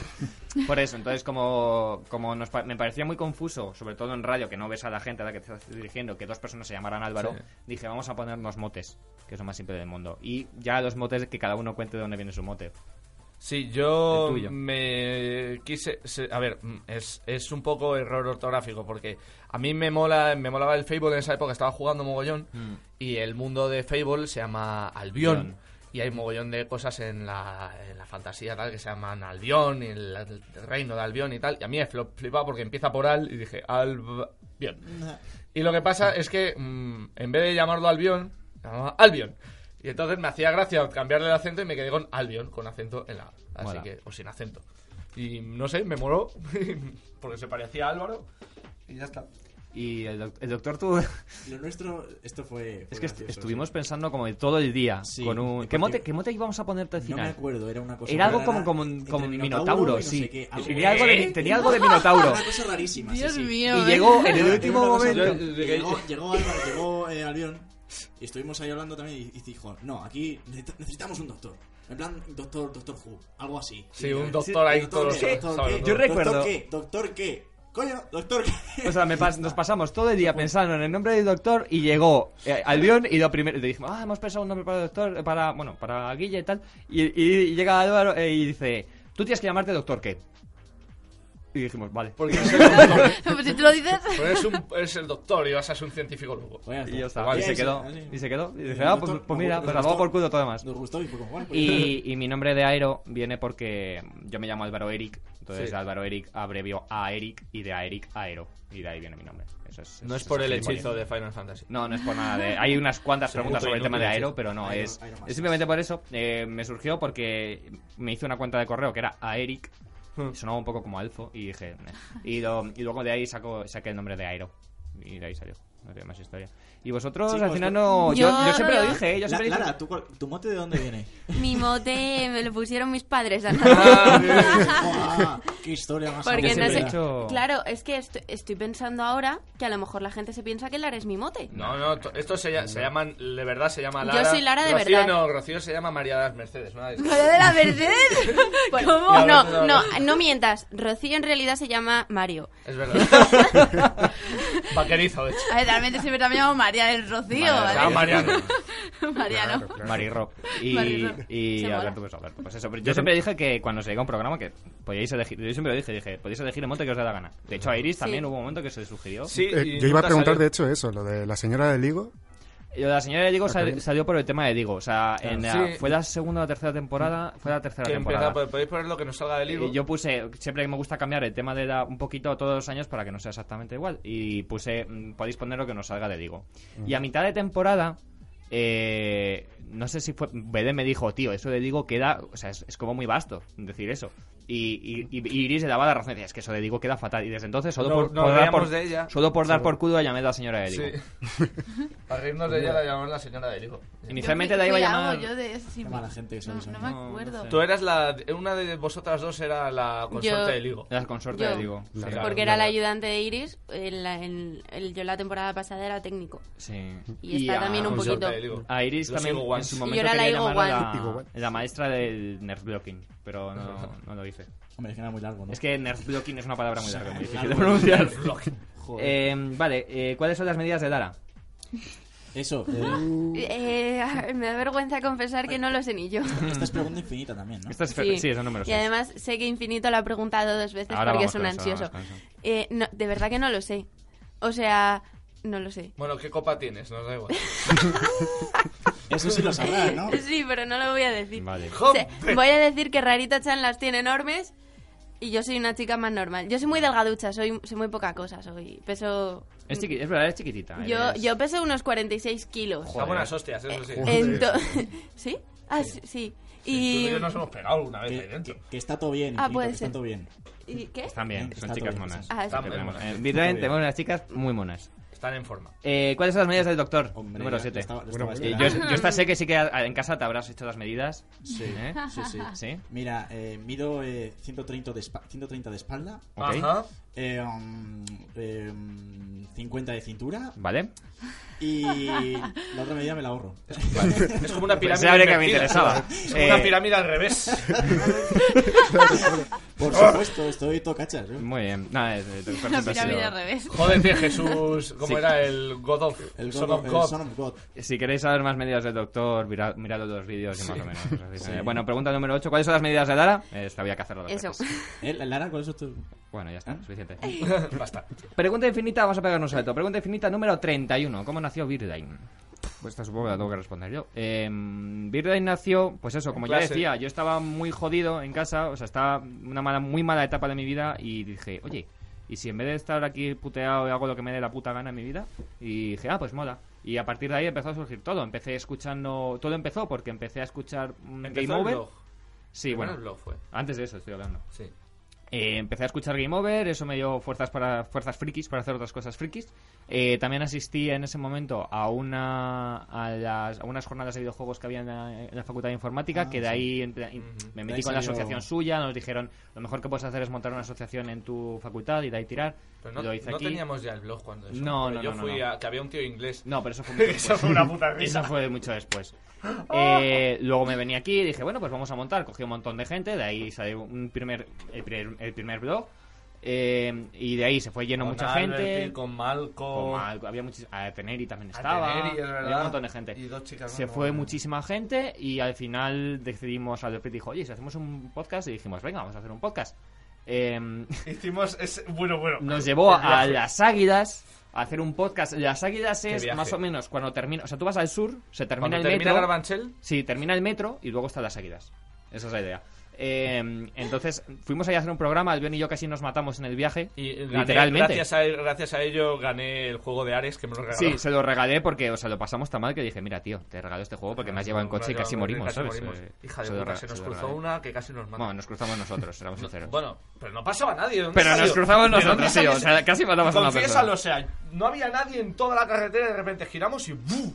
Speaker 1: Por eso, entonces como, como nos pa- me parecía muy confuso, sobre todo en radio, que no ves a la gente a la que te estás dirigiendo, que dos personas se llamaran Álvaro,
Speaker 3: Sí.
Speaker 1: dije, vamos a ponernos motes, que es lo más simple del mundo. Y ya los motes, que cada uno cuente de dónde viene su mote.
Speaker 3: Sí, yo
Speaker 1: El tuyo.
Speaker 3: me quise... se- A ver, mm, es, es un poco error ortográfico porque a mí me mola me molaba el Fable en esa época, estaba jugando mogollón y el mundo de Fable se llama Albion.
Speaker 1: Mm. Albion.
Speaker 3: Y hay mogollón de cosas en la, en la fantasía tal que se llaman Albion y el, el reino de Albion y tal. Y a mí me flo- flipaba porque empieza por Al y dije Albion. Y lo que pasa es que mm, en vez de llamarlo Albion, llamaba Albion. Y entonces me hacía gracia cambiarle el acento y me quedé con Albion, con acento en la A. Así
Speaker 1: Mola.
Speaker 3: que, o sin acento. Y no sé, me moló porque se parecía a Álvaro y ya está.
Speaker 1: Y el, doc- el doctor tú...
Speaker 5: Lo nuestro, esto fue. fue
Speaker 1: es que est-
Speaker 5: gracioso,
Speaker 1: estuvimos
Speaker 5: sí.
Speaker 1: pensando como de todo el día.
Speaker 5: Sí,
Speaker 1: con un...
Speaker 5: porque-
Speaker 1: ¿Qué, mote, ¿Qué mote íbamos a ponerte al
Speaker 5: No me
Speaker 1: final?
Speaker 5: acuerdo, era una cosa.
Speaker 1: Era algo
Speaker 5: rara,
Speaker 1: como, como, un-
Speaker 5: entre
Speaker 1: como un Minotauro,
Speaker 5: y no
Speaker 1: sí.
Speaker 5: sé qué, algo-
Speaker 1: tenía, algo de, tenía algo de Minotauro.
Speaker 5: Una cosa rarísima. sí,
Speaker 2: Dios
Speaker 5: sí.
Speaker 2: mío.
Speaker 1: y
Speaker 2: ¿eh?
Speaker 1: llegó en el
Speaker 5: Era
Speaker 1: último
Speaker 5: una cosa-
Speaker 1: momento...
Speaker 5: que Llegó, llegó Álvaro, llegó eh, Albión y estuvimos ahí hablando también y, y dijo, no, aquí necesita- necesitamos un doctor. En plan, doctor, doctor Who, algo así.
Speaker 3: Sí, un doctor ahí
Speaker 5: doctor,
Speaker 3: todos
Speaker 5: qué,
Speaker 3: los-
Speaker 5: doctor,
Speaker 3: sábados,
Speaker 5: qué,
Speaker 1: Yo
Speaker 3: ¿no?
Speaker 1: recuerdo-
Speaker 5: ¿Doctor qué? ¿Doctor qué? Coño, doctor qué.
Speaker 1: O sea, me pas- nos pasamos todo el día pensando en el nombre del doctor y llegó eh, Albión y lo primero le dijimos, ah, hemos pensado un nombre para el doctor, eh, para, bueno, para Guille y tal. Y, y llega Álvaro eh, y dice, tú tienes que llamarte doctor qué. Y dijimos, vale.
Speaker 3: Porque es el doctor.
Speaker 2: Pues si tú lo dices.
Speaker 3: Pero es, un- es el doctor y vas a ser un científico luego.
Speaker 5: Bueno,
Speaker 1: Y ya está.
Speaker 5: Igual,
Speaker 1: Y se
Speaker 5: sí,
Speaker 1: quedó.
Speaker 5: así.
Speaker 1: Y se quedó. Y
Speaker 5: El
Speaker 1: dije, ah, pues,
Speaker 5: doctor-
Speaker 1: pues mira,
Speaker 5: el
Speaker 1: pues
Speaker 5: doctor-
Speaker 1: la hago por culo todo demás.
Speaker 5: Nos gustó y fue como, bueno, pues-
Speaker 1: Y, y mi nombre de Aero viene porque yo me llamo Álvaro Eric, entonces
Speaker 3: Sí.
Speaker 1: Álvaro Eric abrevió a Eric y de a Eric a Aero. Y de ahí viene mi nombre. Eso es,
Speaker 3: No
Speaker 1: eso
Speaker 3: es por el
Speaker 1: gilipollas.
Speaker 3: hechizo de Final Fantasy.
Speaker 1: No, no es por nada. De... Hay unas cuantas preguntas
Speaker 3: puto
Speaker 1: sobre el tema de
Speaker 3: inútil,
Speaker 1: Aero,
Speaker 3: sí.
Speaker 1: pero no,
Speaker 5: Aero-
Speaker 1: es,
Speaker 5: Aero más.
Speaker 1: es simplemente por eso. eh, me surgió porque me hice una cuenta de correo que era Aeric. Sonaba un poco como Alfo y dije. "Meh". Y, lo- y luego de ahí saco, saqué el nombre de Aero. Y de ahí salió. No tiene más historia. Y vosotros
Speaker 5: Chicos,
Speaker 1: al final no. Yo,
Speaker 6: yo-
Speaker 1: yo siempre lo
Speaker 6: yo-
Speaker 1: dije, ¿eh? Yo
Speaker 5: La-
Speaker 1: siempre dije.
Speaker 5: Lara, ¿tú cuál- ¿tu mote de dónde viene?
Speaker 6: Mi mote me lo pusieron mis padres.
Speaker 3: Ah,
Speaker 5: Buah, ¡Qué historia más
Speaker 6: Porque
Speaker 1: Ah, Yo
Speaker 6: no
Speaker 1: siempre
Speaker 6: sé.
Speaker 1: he dicho-
Speaker 6: Claro, es que estoy, estoy pensando ahora que a lo mejor la gente se piensa que Lara es mi mote.
Speaker 3: No, no, to- esto se, lla- se llaman, de verdad se llama
Speaker 6: Yo
Speaker 3: Lara.
Speaker 6: soy Lara de
Speaker 3: Rocío
Speaker 6: verdad.
Speaker 3: no, Rocío se llama María de las Mercedes. ¿no? Es-
Speaker 6: ¿Lo de la Mercedes?
Speaker 3: ya,
Speaker 6: ¿Cómo? Pues, No,
Speaker 3: verdad,
Speaker 6: no,
Speaker 3: verdad.
Speaker 6: no mientas. Rocío en realidad se llama Mario.
Speaker 3: Es verdad. Vaquerizo, de hecho.
Speaker 2: A ver, realmente siempre me llamo María del Rocío.
Speaker 1: Vale,
Speaker 6: Ah,
Speaker 3: Se
Speaker 2: ¿vale?
Speaker 3: llama Mariano.
Speaker 2: Mariano.
Speaker 4: Claro, claro.
Speaker 1: Marirro y,
Speaker 2: Marirro.
Speaker 1: y
Speaker 2: Se mola.
Speaker 1: Alberto pues Alberto pues eso pero yo siempre dije que cuando se llega un programa que podíais elegir yo siempre lo dije dije podéis elegir el monte que os dé la gana de hecho a Iris también hubo un momento que se le sugirió
Speaker 3: Sí,
Speaker 4: Eh,
Speaker 3: y
Speaker 4: yo iba a
Speaker 3: nunca
Speaker 4: preguntar,
Speaker 3: salió.
Speaker 4: de hecho, eso, lo de la señora del higo.
Speaker 1: Y la señora de Digo sal-
Speaker 4: Ok.
Speaker 1: salió por el tema de Digo o sea en la-
Speaker 3: Sí. Mm.
Speaker 1: fue la segunda o tercera temporada fue la tercera
Speaker 3: Que
Speaker 1: temporada
Speaker 3: empieza, po- podéis poner lo que nos salga del libro.
Speaker 1: Y yo puse, siempre que me gusta cambiar el tema de la, un poquito todos los años para que no sea exactamente igual. Y puse, mm, podéis poner lo que nos salga de Digo. Y a mitad de temporada, eh, no sé si fue, BD me dijo, tío, eso de Digo queda, o sea, es, es como muy vasto decir eso. Y, y- y Iris le daba la razón, decía, es que eso de Digo queda fatal. Y desde entonces, solo
Speaker 3: No-
Speaker 1: por,
Speaker 3: nos
Speaker 1: por dar por,
Speaker 3: reíamos de ella.
Speaker 1: solo por dar por culo, llamé a la señora de Digo.
Speaker 3: Sí. Para reírnos de ella la llamamos la señora del higo.
Speaker 1: Inicialmente
Speaker 2: Yo
Speaker 1: la iba a
Speaker 2: fui- fui
Speaker 1: llamar.
Speaker 2: algo yo de eso, sí,
Speaker 5: Qué mala gente que
Speaker 2: no,
Speaker 5: sois,
Speaker 2: no
Speaker 5: ¿eh?
Speaker 2: me
Speaker 1: No, no
Speaker 2: acuerdo.
Speaker 1: sé.
Speaker 3: Tú eras la. Una de vosotras dos era la consorte
Speaker 6: Yo-
Speaker 3: del higo.
Speaker 1: La consorte
Speaker 6: Yo.
Speaker 1: de Digo.
Speaker 4: La-
Speaker 1: Sí.
Speaker 3: Claro,
Speaker 6: Porque era la
Speaker 3: claro.
Speaker 6: ayudante de Iris. en la- en- el- yo la temporada pasada era técnico.
Speaker 1: Sí.
Speaker 6: Y está
Speaker 1: a-
Speaker 6: también un
Speaker 3: Consorte
Speaker 6: poquito.
Speaker 3: del higo.
Speaker 1: A Iris
Speaker 3: Los
Speaker 1: también
Speaker 3: Eagle
Speaker 1: en
Speaker 3: Ones.
Speaker 1: su
Speaker 3: Y
Speaker 1: momento
Speaker 6: ahora la
Speaker 1: quería
Speaker 6: Eagle
Speaker 1: llamar a
Speaker 4: One.
Speaker 1: la,
Speaker 4: Eagle One.
Speaker 1: la maestra del nerf blocking, pero no, no lo hice.
Speaker 5: Hombre, es que era muy largo, ¿no?
Speaker 1: Es que nerf blocking es una palabra muy larga, muy difícil de
Speaker 5: Claro.
Speaker 1: pronunciar.
Speaker 5: Joder.
Speaker 1: Eh, vale, eh, ¿cuáles son las medidas de Lara?
Speaker 5: Eso, eh,
Speaker 6: Eh, ay, me da vergüenza confesar que no lo sé ni yo.
Speaker 5: esta es pregunta infinita también, ¿no?
Speaker 1: Esta es fe- sí.
Speaker 6: Sí.
Speaker 1: es el número
Speaker 6: Y
Speaker 1: 6.
Speaker 6: además sé que Infinito lo ha preguntado dos veces
Speaker 1: Ahora
Speaker 6: porque
Speaker 1: vamos
Speaker 6: es un
Speaker 1: con eso, ahora
Speaker 6: ansioso.
Speaker 1: vamos con eso.
Speaker 6: Eh, no, de verdad que no lo sé. O sea, no lo sé.
Speaker 3: Bueno, ¿qué copa tienes? Nos da igual.
Speaker 5: Eso sí lo sabrás, ¿no?
Speaker 6: Sí, pero no lo voy a decir.
Speaker 1: Vale.
Speaker 3: ¡Jope!
Speaker 6: Se- voy a decir que Rarita Chan las tiene enormes y yo soy una chica más normal. Yo soy muy delgaducha, soy, soy muy poca cosa, soy peso...
Speaker 1: Es, chiqui- es verdad, es chiquitita.
Speaker 6: Yo,
Speaker 1: eres-
Speaker 6: yo peso unos 46 kilos.
Speaker 3: Está buenas hostias, eso sí.
Speaker 4: Joder.
Speaker 6: Ento- ¿Sí? Ah, sí. sí.
Speaker 3: Tú
Speaker 6: Y...
Speaker 3: y yo nos hemos pegado una vez ahí
Speaker 5: Que,
Speaker 3: dentro.
Speaker 5: que- que está todo bien,
Speaker 6: Ah,
Speaker 5: Filipe,
Speaker 6: puede
Speaker 5: que está
Speaker 6: ser.
Speaker 5: todo bien.
Speaker 6: ¿Y qué?
Speaker 1: Están bien, son
Speaker 5: Está
Speaker 1: chicas
Speaker 5: todo bien,
Speaker 1: monas.
Speaker 6: Ah,
Speaker 3: Están
Speaker 6: sí.
Speaker 1: Que
Speaker 3: bien.
Speaker 1: tenemos. En Virrein
Speaker 5: bien.
Speaker 1: tenemos unas chicas muy monas.
Speaker 3: Están en forma.
Speaker 1: Eh, ¿Cuáles son las medidas del doctor?
Speaker 5: Hombre,
Speaker 1: Número
Speaker 5: ya,
Speaker 1: 7.
Speaker 5: lo estaba- lo estaba
Speaker 4: Bueno, pues,
Speaker 1: yo,
Speaker 5: esperando.
Speaker 1: yo esta sé que sí que a- en casa te habrás hecho las medidas.
Speaker 5: Sí,
Speaker 1: ¿Eh?
Speaker 5: sí, sí.
Speaker 1: ¿Sí?
Speaker 5: Mira, eh, mido eh, 130, de espa- 130 de espalda,
Speaker 1: Ok.
Speaker 3: Ajá.
Speaker 5: eh, um, eh, um, 50 de cintura
Speaker 1: ¿Vale?
Speaker 5: y la otra medida me la ahorro.
Speaker 3: Es como una pirámide.
Speaker 1: Pensé habría que me
Speaker 3: invertida.
Speaker 1: interesaba.
Speaker 3: Es como una
Speaker 1: Eh,
Speaker 3: pirámide al revés.
Speaker 5: Por supuesto, estoy tocachas. ¿eh?
Speaker 1: Muy bien. Nada, es- es-
Speaker 2: La
Speaker 1: perfecto, ha sido-
Speaker 2: pirámide al revés.
Speaker 3: Jódete, Jesús. ¿Cómo
Speaker 1: Sí.
Speaker 3: era el God of.
Speaker 5: El,
Speaker 3: Son
Speaker 5: God-
Speaker 3: of
Speaker 5: el
Speaker 3: God.
Speaker 5: Son of God.
Speaker 1: Si queréis saber más medidas del doctor, mira- mirad los vídeos y más o menos. Así que, Bueno, pregunta número 8. ¿Cuáles son las medidas de Dara? Eh, esta había que hacerlo dos
Speaker 6: Eso.
Speaker 1: veces.
Speaker 5: Eh, Lara, ¿cuál es tu...?
Speaker 1: Bueno, ya está, suficiente.
Speaker 3: Basta.
Speaker 1: Pregunta infinita, vamos a pegar un salto. Pregunta infinita número 31. ¿Cómo nació Birdain? Pues esta supongo que la tengo que responder yo. Eh, Birdain nació, pues eso, como
Speaker 3: En
Speaker 1: ya
Speaker 3: clase.
Speaker 1: decía, yo estaba muy jodido en casa, o sea, estaba una mala, muy mala etapa de mi vida y dije, oye, y si en vez de estar aquí puteado y hago lo que me dé la puta gana en mi vida, y dije, ah, pues mola. Y a partir de ahí empezó a surgir todo. Empecé escuchando, todo empezó porque empecé a escuchar mm, Game
Speaker 3: Empezó el
Speaker 1: Over.
Speaker 3: blog.
Speaker 1: Sí,
Speaker 3: Bueno, el
Speaker 1: bueno,
Speaker 3: blog fue.
Speaker 1: antes de eso estoy hablando.
Speaker 3: Sí.
Speaker 1: Eh, empecé a escuchar Game Over, eso me dio fuerzas para fuerzas frikis para hacer otras cosas frikis. Eh, también asistí en ese momento a una a, las- a unas jornadas de videojuegos que había en la, en la Facultad de Informática,
Speaker 5: Ah,
Speaker 1: que de
Speaker 5: sí.
Speaker 1: ahí entra- in-
Speaker 3: Ujú.
Speaker 1: me
Speaker 5: De
Speaker 1: metí
Speaker 5: ahí
Speaker 1: con la
Speaker 5: salió-
Speaker 1: asociación suya, nos dijeron lo mejor que puedes hacer es montar una asociación en tu facultad y de ahí tirar.
Speaker 3: Pero no,
Speaker 1: lo hice
Speaker 3: no
Speaker 1: aquí.
Speaker 3: teníamos ya el blog cuando eso.
Speaker 1: No,
Speaker 3: Porque
Speaker 1: no,
Speaker 3: Yo
Speaker 1: no, no,
Speaker 3: fui
Speaker 1: no.
Speaker 3: a. Que había un tío inglés.
Speaker 1: No, pero eso fue mucho
Speaker 3: Eso
Speaker 1: después.
Speaker 3: fue una puta risa.
Speaker 1: Eso fue mucho después. Eh, luego me venía aquí y dije, bueno, pues vamos a montar. Cogí un montón de gente, de ahí salió un primer, el, primer, el primer blog. eh, y de ahí se fue lleno
Speaker 3: Con
Speaker 1: mucha
Speaker 3: Albert,
Speaker 1: gente.
Speaker 3: y Con Ah, Malco.
Speaker 1: Como al- había muchis- a Teneri también estaba. había un montón de gente.
Speaker 3: Y dos chicas.
Speaker 1: Se
Speaker 3: más,
Speaker 1: fue
Speaker 3: ¿no?
Speaker 1: muchísima gente y al final decidimos, Albert dijo, oye, si hacemos un podcast, y dijimos, venga, vamos a hacer un podcast. Em,
Speaker 3: Hicimos ese... Bueno, bueno.
Speaker 1: nos llevó
Speaker 3: El viaje.
Speaker 1: a Las Águilas a hacer un podcast. Las Águilas
Speaker 3: Qué
Speaker 1: es
Speaker 3: viaje.
Speaker 1: más o menos cuando termina, o sea, tú vas al sur, se termina
Speaker 3: Cuando
Speaker 1: el
Speaker 3: termina
Speaker 1: metro.
Speaker 3: Garbanchel,
Speaker 1: Sí, termina el metro y luego están las águilas. Esa es la idea. Eh, entonces, fuimos ahí a hacer un programa, Albion y yo casi nos matamos en el viaje.
Speaker 3: Y gané-
Speaker 1: literalmente.
Speaker 3: Gracias a, gracias a ello gané el juego de Ares que me lo regaló.
Speaker 1: Sí, se lo regalé porque, o sea, lo pasamos tan mal que dije, mira, tío, te regalo este juego porque me has llevado en
Speaker 3: Me
Speaker 1: coche y
Speaker 3: has
Speaker 1: casi
Speaker 3: llevado en
Speaker 1: morimos,
Speaker 3: coche
Speaker 1: ¿sabes?
Speaker 3: y casi morimos.
Speaker 1: Eh,
Speaker 3: Hija de
Speaker 1: se lo
Speaker 3: puta,
Speaker 1: rega-
Speaker 3: se nos
Speaker 1: lo
Speaker 3: cruzó
Speaker 1: regalé.
Speaker 3: una que casi nos mata.
Speaker 1: Bueno, nos cruzamos nosotros, seramos
Speaker 3: No,
Speaker 1: sinceros.
Speaker 3: bueno, pero no pasaba nadie. ¿dónde
Speaker 1: Pero nos
Speaker 3: salió?
Speaker 1: cruzamos
Speaker 3: ¿De dónde
Speaker 1: nosotros,
Speaker 3: salió
Speaker 1: tío,
Speaker 3: ese-
Speaker 1: o sea, casi matamos a una
Speaker 3: Confiésalo,
Speaker 1: persona.
Speaker 3: o sea, no había nadie en toda la carretera y de repente giramos y ¡bu!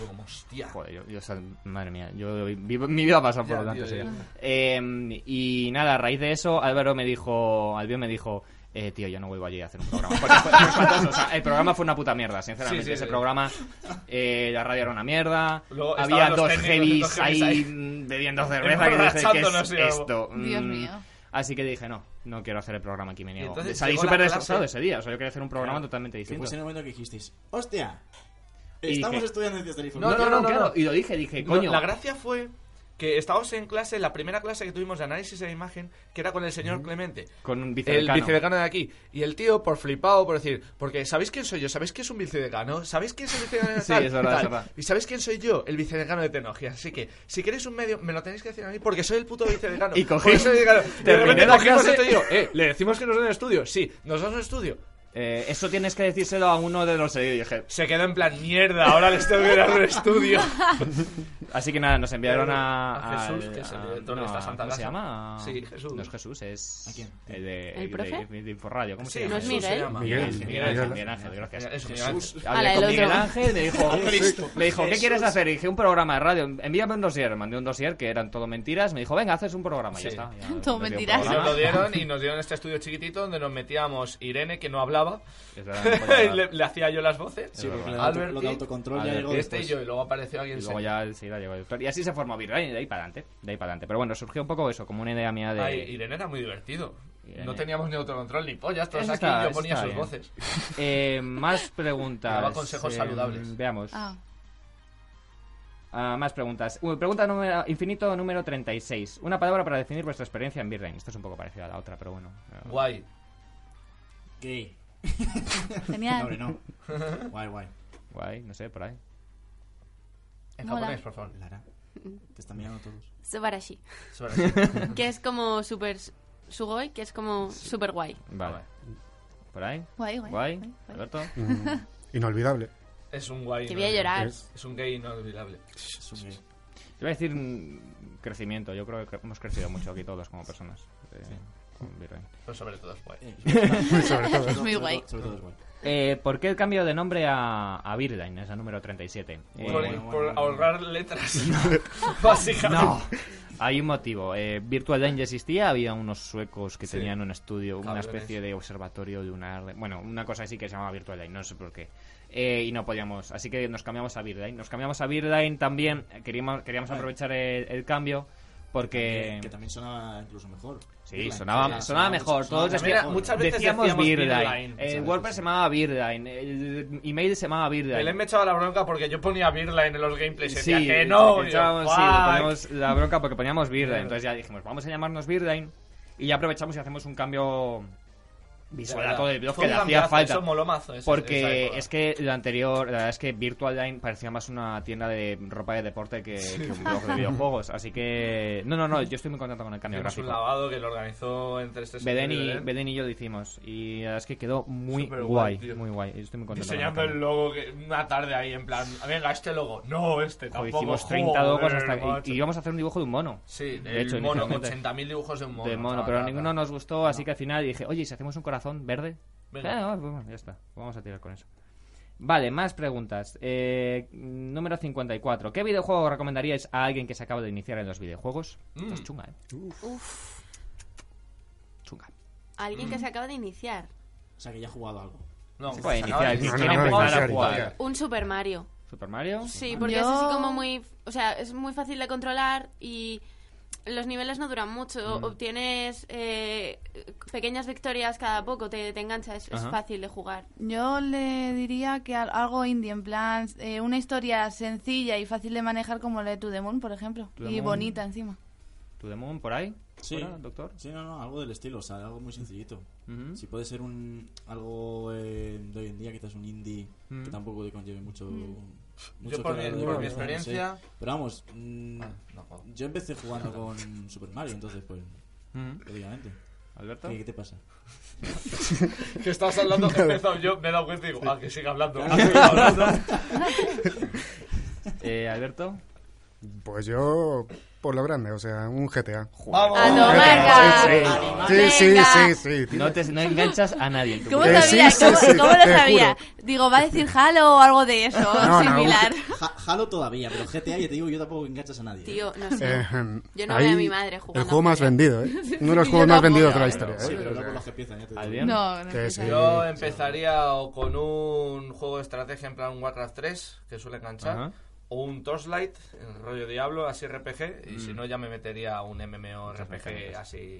Speaker 3: Fue como, hostia.
Speaker 1: Joder, yo, yo, o sea, madre mía, yo vivo- mi vida pasa por
Speaker 3: Ya,
Speaker 1: delante. sí.
Speaker 3: tío, ya.
Speaker 1: Eh, y nada, a raíz de eso, Álvaro me dijo, Albion me dijo, eh, tío, yo no vuelvo allí a hacer un programa. Porque fue- fue espantoso, o sea, el programa fue una puta mierda, sinceramente.
Speaker 3: Sí, sí,
Speaker 1: ese
Speaker 3: sí.
Speaker 1: programa, eh, la radio era una mierda.
Speaker 3: Luego
Speaker 1: había
Speaker 3: estaban los
Speaker 1: dos
Speaker 3: técnicos,
Speaker 1: heavies
Speaker 3: los
Speaker 1: ahí,
Speaker 3: heavies ahí.
Speaker 1: mm, bebiendo cerveza que dije, ¿qué
Speaker 3: Emborrachándonos
Speaker 1: es
Speaker 3: y algo.
Speaker 1: esto?
Speaker 2: Dios
Speaker 1: Mm,
Speaker 2: mío.
Speaker 1: Así que dije, no, no quiero hacer el programa aquí, me niego.
Speaker 3: entonces
Speaker 1: Salí
Speaker 3: llegó la
Speaker 1: súper
Speaker 3: clase.
Speaker 1: destrozado ese día, o sea, yo quería hacer un programa
Speaker 3: Claro, pues,
Speaker 1: totalmente
Speaker 5: Que
Speaker 1: distinto.
Speaker 5: fuese en el momento que dijisteis, ¡hostia!
Speaker 1: Y
Speaker 5: Estamos
Speaker 1: dije-
Speaker 5: estudiando ciencias de la
Speaker 3: No,
Speaker 5: información.
Speaker 1: No, no, no, claro,
Speaker 3: no.
Speaker 1: y lo dije, dije,
Speaker 3: No,
Speaker 1: coño.
Speaker 3: La gracia fue que estábamos en clase, la primera clase que tuvimos de análisis de la imagen, que era con el señor Clemente.
Speaker 1: Con un
Speaker 3: El
Speaker 1: vicedecano.
Speaker 3: vicedecano de aquí. Y el tío, por flipado, por decir, porque ¿sabéis quién soy yo? ¿Sabéis quién es un vicedecano? ¿Sabéis quién es el vicedecano de
Speaker 1: Sí,
Speaker 3: tal?
Speaker 1: es verdad,
Speaker 3: Tal.
Speaker 1: es verdad.
Speaker 3: ¿Y sabéis quién soy yo? El vicedecano de tecnología. Así que, si queréis un medio, me lo tenéis que decir a mí porque soy el puto vicedecano.
Speaker 1: Y cogí-
Speaker 3: Porque soy el vicedecano. Y de
Speaker 1: terminé
Speaker 3: repente
Speaker 1: la
Speaker 3: cogimos
Speaker 1: clase-
Speaker 3: esto y digo, eh, le decimos que nos den estudio. Sí, nos dan un estudio.
Speaker 1: Eh, eso tienes que decírselo a uno de los editores.
Speaker 3: Se quedó en plan, mierda, ahora les tengo que dar un estudio.
Speaker 1: Así que nada, nos enviaron a,
Speaker 3: Eh, A Jesús,
Speaker 1: al-
Speaker 3: que es el
Speaker 1: a-
Speaker 3: director de
Speaker 1: no,
Speaker 3: esta santa
Speaker 1: ¿Cómo se
Speaker 3: casa.
Speaker 1: llama?
Speaker 3: Sí, Jesús.
Speaker 1: No es Jesús, es.
Speaker 5: ¿A quién?
Speaker 1: El de.
Speaker 6: ¿El profe?
Speaker 1: De, de Inforradio, ¿cómo se
Speaker 3: Sí,
Speaker 1: llama?
Speaker 6: ¿No es
Speaker 3: Jesús
Speaker 6: Miguel?
Speaker 3: se llama.
Speaker 4: Miguel,
Speaker 1: Miguel, Miguel Ángel, Miguel Ángel, gracias.
Speaker 3: Eso, Miguel
Speaker 5: Jesús.
Speaker 3: Ángel.
Speaker 1: Hablé
Speaker 6: Ala,
Speaker 1: con
Speaker 6: el
Speaker 1: Miguel
Speaker 6: otro.
Speaker 1: Ángel, me dijo,
Speaker 5: Cristo.
Speaker 1: me dijo, ¿qué
Speaker 3: Jesús.
Speaker 1: quieres hacer? Y dije, un programa de radio. Envíame un dossier. Mandé un dossier que eran todo mentiras. Me dijo, venga, haces un programa. Y
Speaker 3: Sí.
Speaker 1: Ya está. ya me dio
Speaker 2: Todo
Speaker 1: un
Speaker 2: mentiras.
Speaker 3: Y
Speaker 1: programa.
Speaker 3: nos lo dieron y nos dieron este estudio chiquitito donde nos metíamos Irene, que no hablaba,
Speaker 1: Es verdad, no podía hablar.
Speaker 3: le, le hacía yo las voces.
Speaker 5: Sí,
Speaker 1: Albert,
Speaker 5: porque lo de, auto-
Speaker 3: Albert,
Speaker 5: lo de
Speaker 3: y-
Speaker 5: autocontrol ya
Speaker 1: Albert,
Speaker 5: llegó
Speaker 3: y este y
Speaker 5: después.
Speaker 3: yo, y luego apareció alguien.
Speaker 1: Y luego ya enseguida llegó el doctor. Y así se formó Virrein y de ahí para adelante. De ahí para adelante. Pero bueno, surgió un poco eso, como una idea mía de.
Speaker 3: Ay, Irene era muy divertido.
Speaker 1: Irene.
Speaker 3: No teníamos ni autocontrol ni pollas, todos
Speaker 1: Eso
Speaker 3: aquí
Speaker 1: está-
Speaker 3: yo
Speaker 1: eso
Speaker 3: ponía
Speaker 1: está
Speaker 3: sus
Speaker 1: bien.
Speaker 3: voces.
Speaker 1: Eh, más preguntas. eh,
Speaker 3: Daba consejos saludables.
Speaker 1: Veamos.
Speaker 2: Ah,
Speaker 1: Ah, más preguntas. Uh, pregunta número, infinito número 36. Una palabra para definir vuestra experiencia en Birrain. Esto es un poco parecido a la otra, pero bueno.
Speaker 3: Guay.
Speaker 5: Gay. No, hombre,
Speaker 2: genial.
Speaker 5: no. Guay, guay.
Speaker 1: Guay, no sé, por ahí.
Speaker 3: En
Speaker 2: Mola.
Speaker 3: japonés, por favor.
Speaker 5: Lara, te están mirando todos.
Speaker 6: Subarashi.
Speaker 3: Sobre-
Speaker 6: Que es como súper Sugoi, que es como súper guay.
Speaker 1: Vale. ¿Por ahí?
Speaker 2: Guay, guay.
Speaker 1: Guay.
Speaker 2: guay, guay.
Speaker 1: Alberto.
Speaker 4: Mm, inolvidable.
Speaker 3: Es un guay.
Speaker 6: Te voy a
Speaker 3: inolvidable.
Speaker 6: llorar.
Speaker 4: Es-
Speaker 3: Es un gay inolvidable.
Speaker 5: Es un-
Speaker 1: Te voy a decir mm, crecimiento. Yo creo que cre- hemos crecido mucho aquí todos como personas. eh, con Virrey.
Speaker 3: Pero sobre todo es guay.
Speaker 5: eh,
Speaker 4: Sobre todo.
Speaker 5: sobre todo-
Speaker 2: Muy
Speaker 5: sobre
Speaker 2: guay.
Speaker 5: todo- Sobre todo es guay.
Speaker 1: Eh, ¿Por qué el cambio de nombre a, a Virgin, esa número 37? Eh,
Speaker 3: por
Speaker 5: bueno,
Speaker 3: por
Speaker 5: bueno, bueno.
Speaker 3: ahorrar letras. Básicamente.
Speaker 1: no. Hay un motivo. Eh, Virtual Line ya existía, había unos suecos que
Speaker 3: Sí.
Speaker 1: tenían un estudio, una
Speaker 3: Cabrones.
Speaker 1: especie de observatorio lunar. Bueno, una cosa así que se llamaba Virtual Line, no sé por qué. Eh, y no podíamos, así que nos cambiamos a Virgin. Nos cambiamos a Virgin también, eh, queríamos, queríamos aprovechar el, el cambio porque...
Speaker 5: Que también sonaba incluso mejor.
Speaker 1: Eh, Sí,
Speaker 5: Irland.
Speaker 1: sonaba,
Speaker 5: Sí,
Speaker 1: sonaba mejor.
Speaker 5: sonaba
Speaker 1: Todos
Speaker 5: mucho
Speaker 3: mira,
Speaker 1: decíamos,
Speaker 5: mejor.
Speaker 3: muchas veces
Speaker 1: decíamos
Speaker 3: decíamos
Speaker 1: Virgin.
Speaker 3: Beerline.
Speaker 1: El
Speaker 5: Muchas
Speaker 1: WordPress
Speaker 5: veces.
Speaker 1: se llamaba Virgin. El email se llamaba
Speaker 3: Belén
Speaker 1: Virgin.
Speaker 3: me echaba la bronca porque yo ponía Birline en los gameplays. y
Speaker 1: Sí,
Speaker 3: decía que no. y yo,
Speaker 1: echábamos- sí,
Speaker 3: "Fuck".
Speaker 1: le poníamos la bronca porque poníamos Virgin. Entonces ya dijimos, vamos a llamarnos Virgin. Y ya aprovechamos y hacemos un cambio visual a todo el blog
Speaker 3: Fue
Speaker 1: que
Speaker 3: un
Speaker 1: le hacía
Speaker 3: cambiazo,
Speaker 1: falta.
Speaker 3: Eso moló mazo. eso- esa
Speaker 1: Porque
Speaker 3: época.
Speaker 1: es que lo anterior, la verdad es que Virtual Line parecía más una tienda de ropa de deporte que, que un blog de videojuegos. Así que. No, no, no, yo estoy muy contento con el cambio
Speaker 3: Hicimos un
Speaker 1: gráfico.
Speaker 3: lavado que lo organizó entre este
Speaker 1: Belén
Speaker 3: señor
Speaker 1: y,
Speaker 3: Belén,
Speaker 1: Belén y yo lo hicimos. Y la verdad es que quedó muy
Speaker 3: Superguay,
Speaker 1: guay.
Speaker 3: tío.
Speaker 1: muy guay. Yo estoy muy contento. con
Speaker 3: Diseñando
Speaker 1: el
Speaker 3: el
Speaker 1: cambio.
Speaker 3: logo que, una tarde ahí en plan, venga, este logo, no, este
Speaker 1: Joder,
Speaker 3: tampoco.
Speaker 1: hicimos 30
Speaker 3: joder,
Speaker 1: logos hasta
Speaker 3: macho.
Speaker 1: y, y íbamos a hacer un dibujo de un mono.
Speaker 3: Sí,
Speaker 1: de
Speaker 3: el
Speaker 1: hecho,
Speaker 3: mono,
Speaker 1: inicialmente.
Speaker 3: 80.000 dibujos de un mono.
Speaker 1: de mono,
Speaker 3: ta,
Speaker 1: pero
Speaker 3: ta, ta.
Speaker 1: ninguno nos gustó, así que al final dije, oye, ¿y si hacemos un corazón verde?
Speaker 3: Venga.
Speaker 1: Ah, bueno, ya está, vamos a tirar con eso. Vale, más preguntas. Eh, número 54. ¿Qué videojuego recomendaríais a alguien que se acaba de iniciar en los videojuegos? Esta es
Speaker 3: Mm.
Speaker 1: chunga, ¿eh?
Speaker 6: Uf,
Speaker 1: Chunga.
Speaker 6: alguien que se acaba de iniciar.
Speaker 5: O sea, que ya ha jugado algo.
Speaker 3: No,
Speaker 1: Se puede
Speaker 3: se
Speaker 1: iniciar,
Speaker 3: acaba
Speaker 1: es
Speaker 3: de-
Speaker 1: decir,
Speaker 4: no,
Speaker 1: quiere
Speaker 4: no, no,
Speaker 1: empezar a
Speaker 4: iniciar,
Speaker 1: jugar.
Speaker 4: iniciar.
Speaker 6: Un Super Mario.
Speaker 1: Super Mario.
Speaker 6: Sí, porque
Speaker 2: Yo-
Speaker 6: es así como muy... O sea, es muy fácil de controlar y los niveles no duran mucho. Obtienes eh, pequeñas victorias cada poco, te, te engancha, es, es
Speaker 1: Ajá.
Speaker 6: fácil de jugar.
Speaker 2: Yo le diría que al- algo indie, en plan, eh, una historia sencilla y fácil de manejar como la de To The Moon, por ejemplo.
Speaker 1: To the
Speaker 2: y
Speaker 1: Moon.
Speaker 2: bonita encima.
Speaker 1: ¿Tu Demon por ahí?
Speaker 5: Sí.
Speaker 1: ¿Fuera, doctor?
Speaker 5: Sí, no, no, algo del estilo, o sea, algo muy sencillito.
Speaker 1: Ujú.
Speaker 5: Si puede ser un algo eh, de hoy en día, quizás un indie,
Speaker 1: Mm.
Speaker 5: que tampoco te conlleve mucho. mucho
Speaker 3: Yo por mi,
Speaker 5: calado de
Speaker 3: por mi
Speaker 5: trabajo, no sé.
Speaker 3: experiencia...
Speaker 5: Pero vamos, mm,
Speaker 3: Ah, no jodo.
Speaker 5: yo empecé jugando con Super Mario, entonces, pues,
Speaker 1: Ujú.
Speaker 5: prácticamente.
Speaker 1: ¿Alberto?
Speaker 5: ¿Qué, qué te pasa?
Speaker 3: Que estás hablando, que he empezado yo, me he dado cuenta y digo, ah, que siga hablando. ah, que siga hablando.
Speaker 1: Eh, ¿Alberto?
Speaker 4: Pues yo, por lo grande, o sea, un GTA.
Speaker 3: Vamos.
Speaker 6: ¡A lo marca!
Speaker 4: Sí, sí, sí, sí. tío.
Speaker 1: No, te, no enganchas a nadie. en tu
Speaker 2: ¿Cómo
Speaker 4: Eh,
Speaker 1: vida.
Speaker 2: sabía?
Speaker 4: sí, sí,
Speaker 2: ¿Cómo,
Speaker 4: sí,
Speaker 2: cómo lo
Speaker 4: te
Speaker 2: sabía?
Speaker 4: juro.
Speaker 2: Digo, va a decir Halo o algo de eso,
Speaker 4: No, no.
Speaker 2: similar.
Speaker 5: Ja- Halo todavía, pero GTA, ya te digo, yo tampoco enganchas a nadie.
Speaker 6: Tío, no sé.
Speaker 4: Eh,
Speaker 6: Yo no
Speaker 4: ahí,
Speaker 6: veo a mi madre jugando
Speaker 4: El juego más
Speaker 6: fuera.
Speaker 4: vendido, ¿eh? Uno de los
Speaker 2: Yo
Speaker 4: juegos más
Speaker 2: tampoco.
Speaker 4: vendidos de la
Speaker 1: Bueno,
Speaker 4: historia,
Speaker 5: Sí,
Speaker 4: ¿eh?
Speaker 5: pero no
Speaker 4: O
Speaker 5: con
Speaker 4: sea,
Speaker 5: los que empiezan, ya te
Speaker 1: Adrián.
Speaker 5: digo.
Speaker 2: No, no
Speaker 4: Que
Speaker 2: es
Speaker 4: sí.
Speaker 2: esa.
Speaker 3: Yo empezaría o con un juego de estrategia en plan Warcraft 3, que suele enganchar,
Speaker 1: Ajá.
Speaker 3: o un Torchlight, en rollo Diablo, así RPG, y
Speaker 1: Mm.
Speaker 3: si no ya me metería a un MMORPG así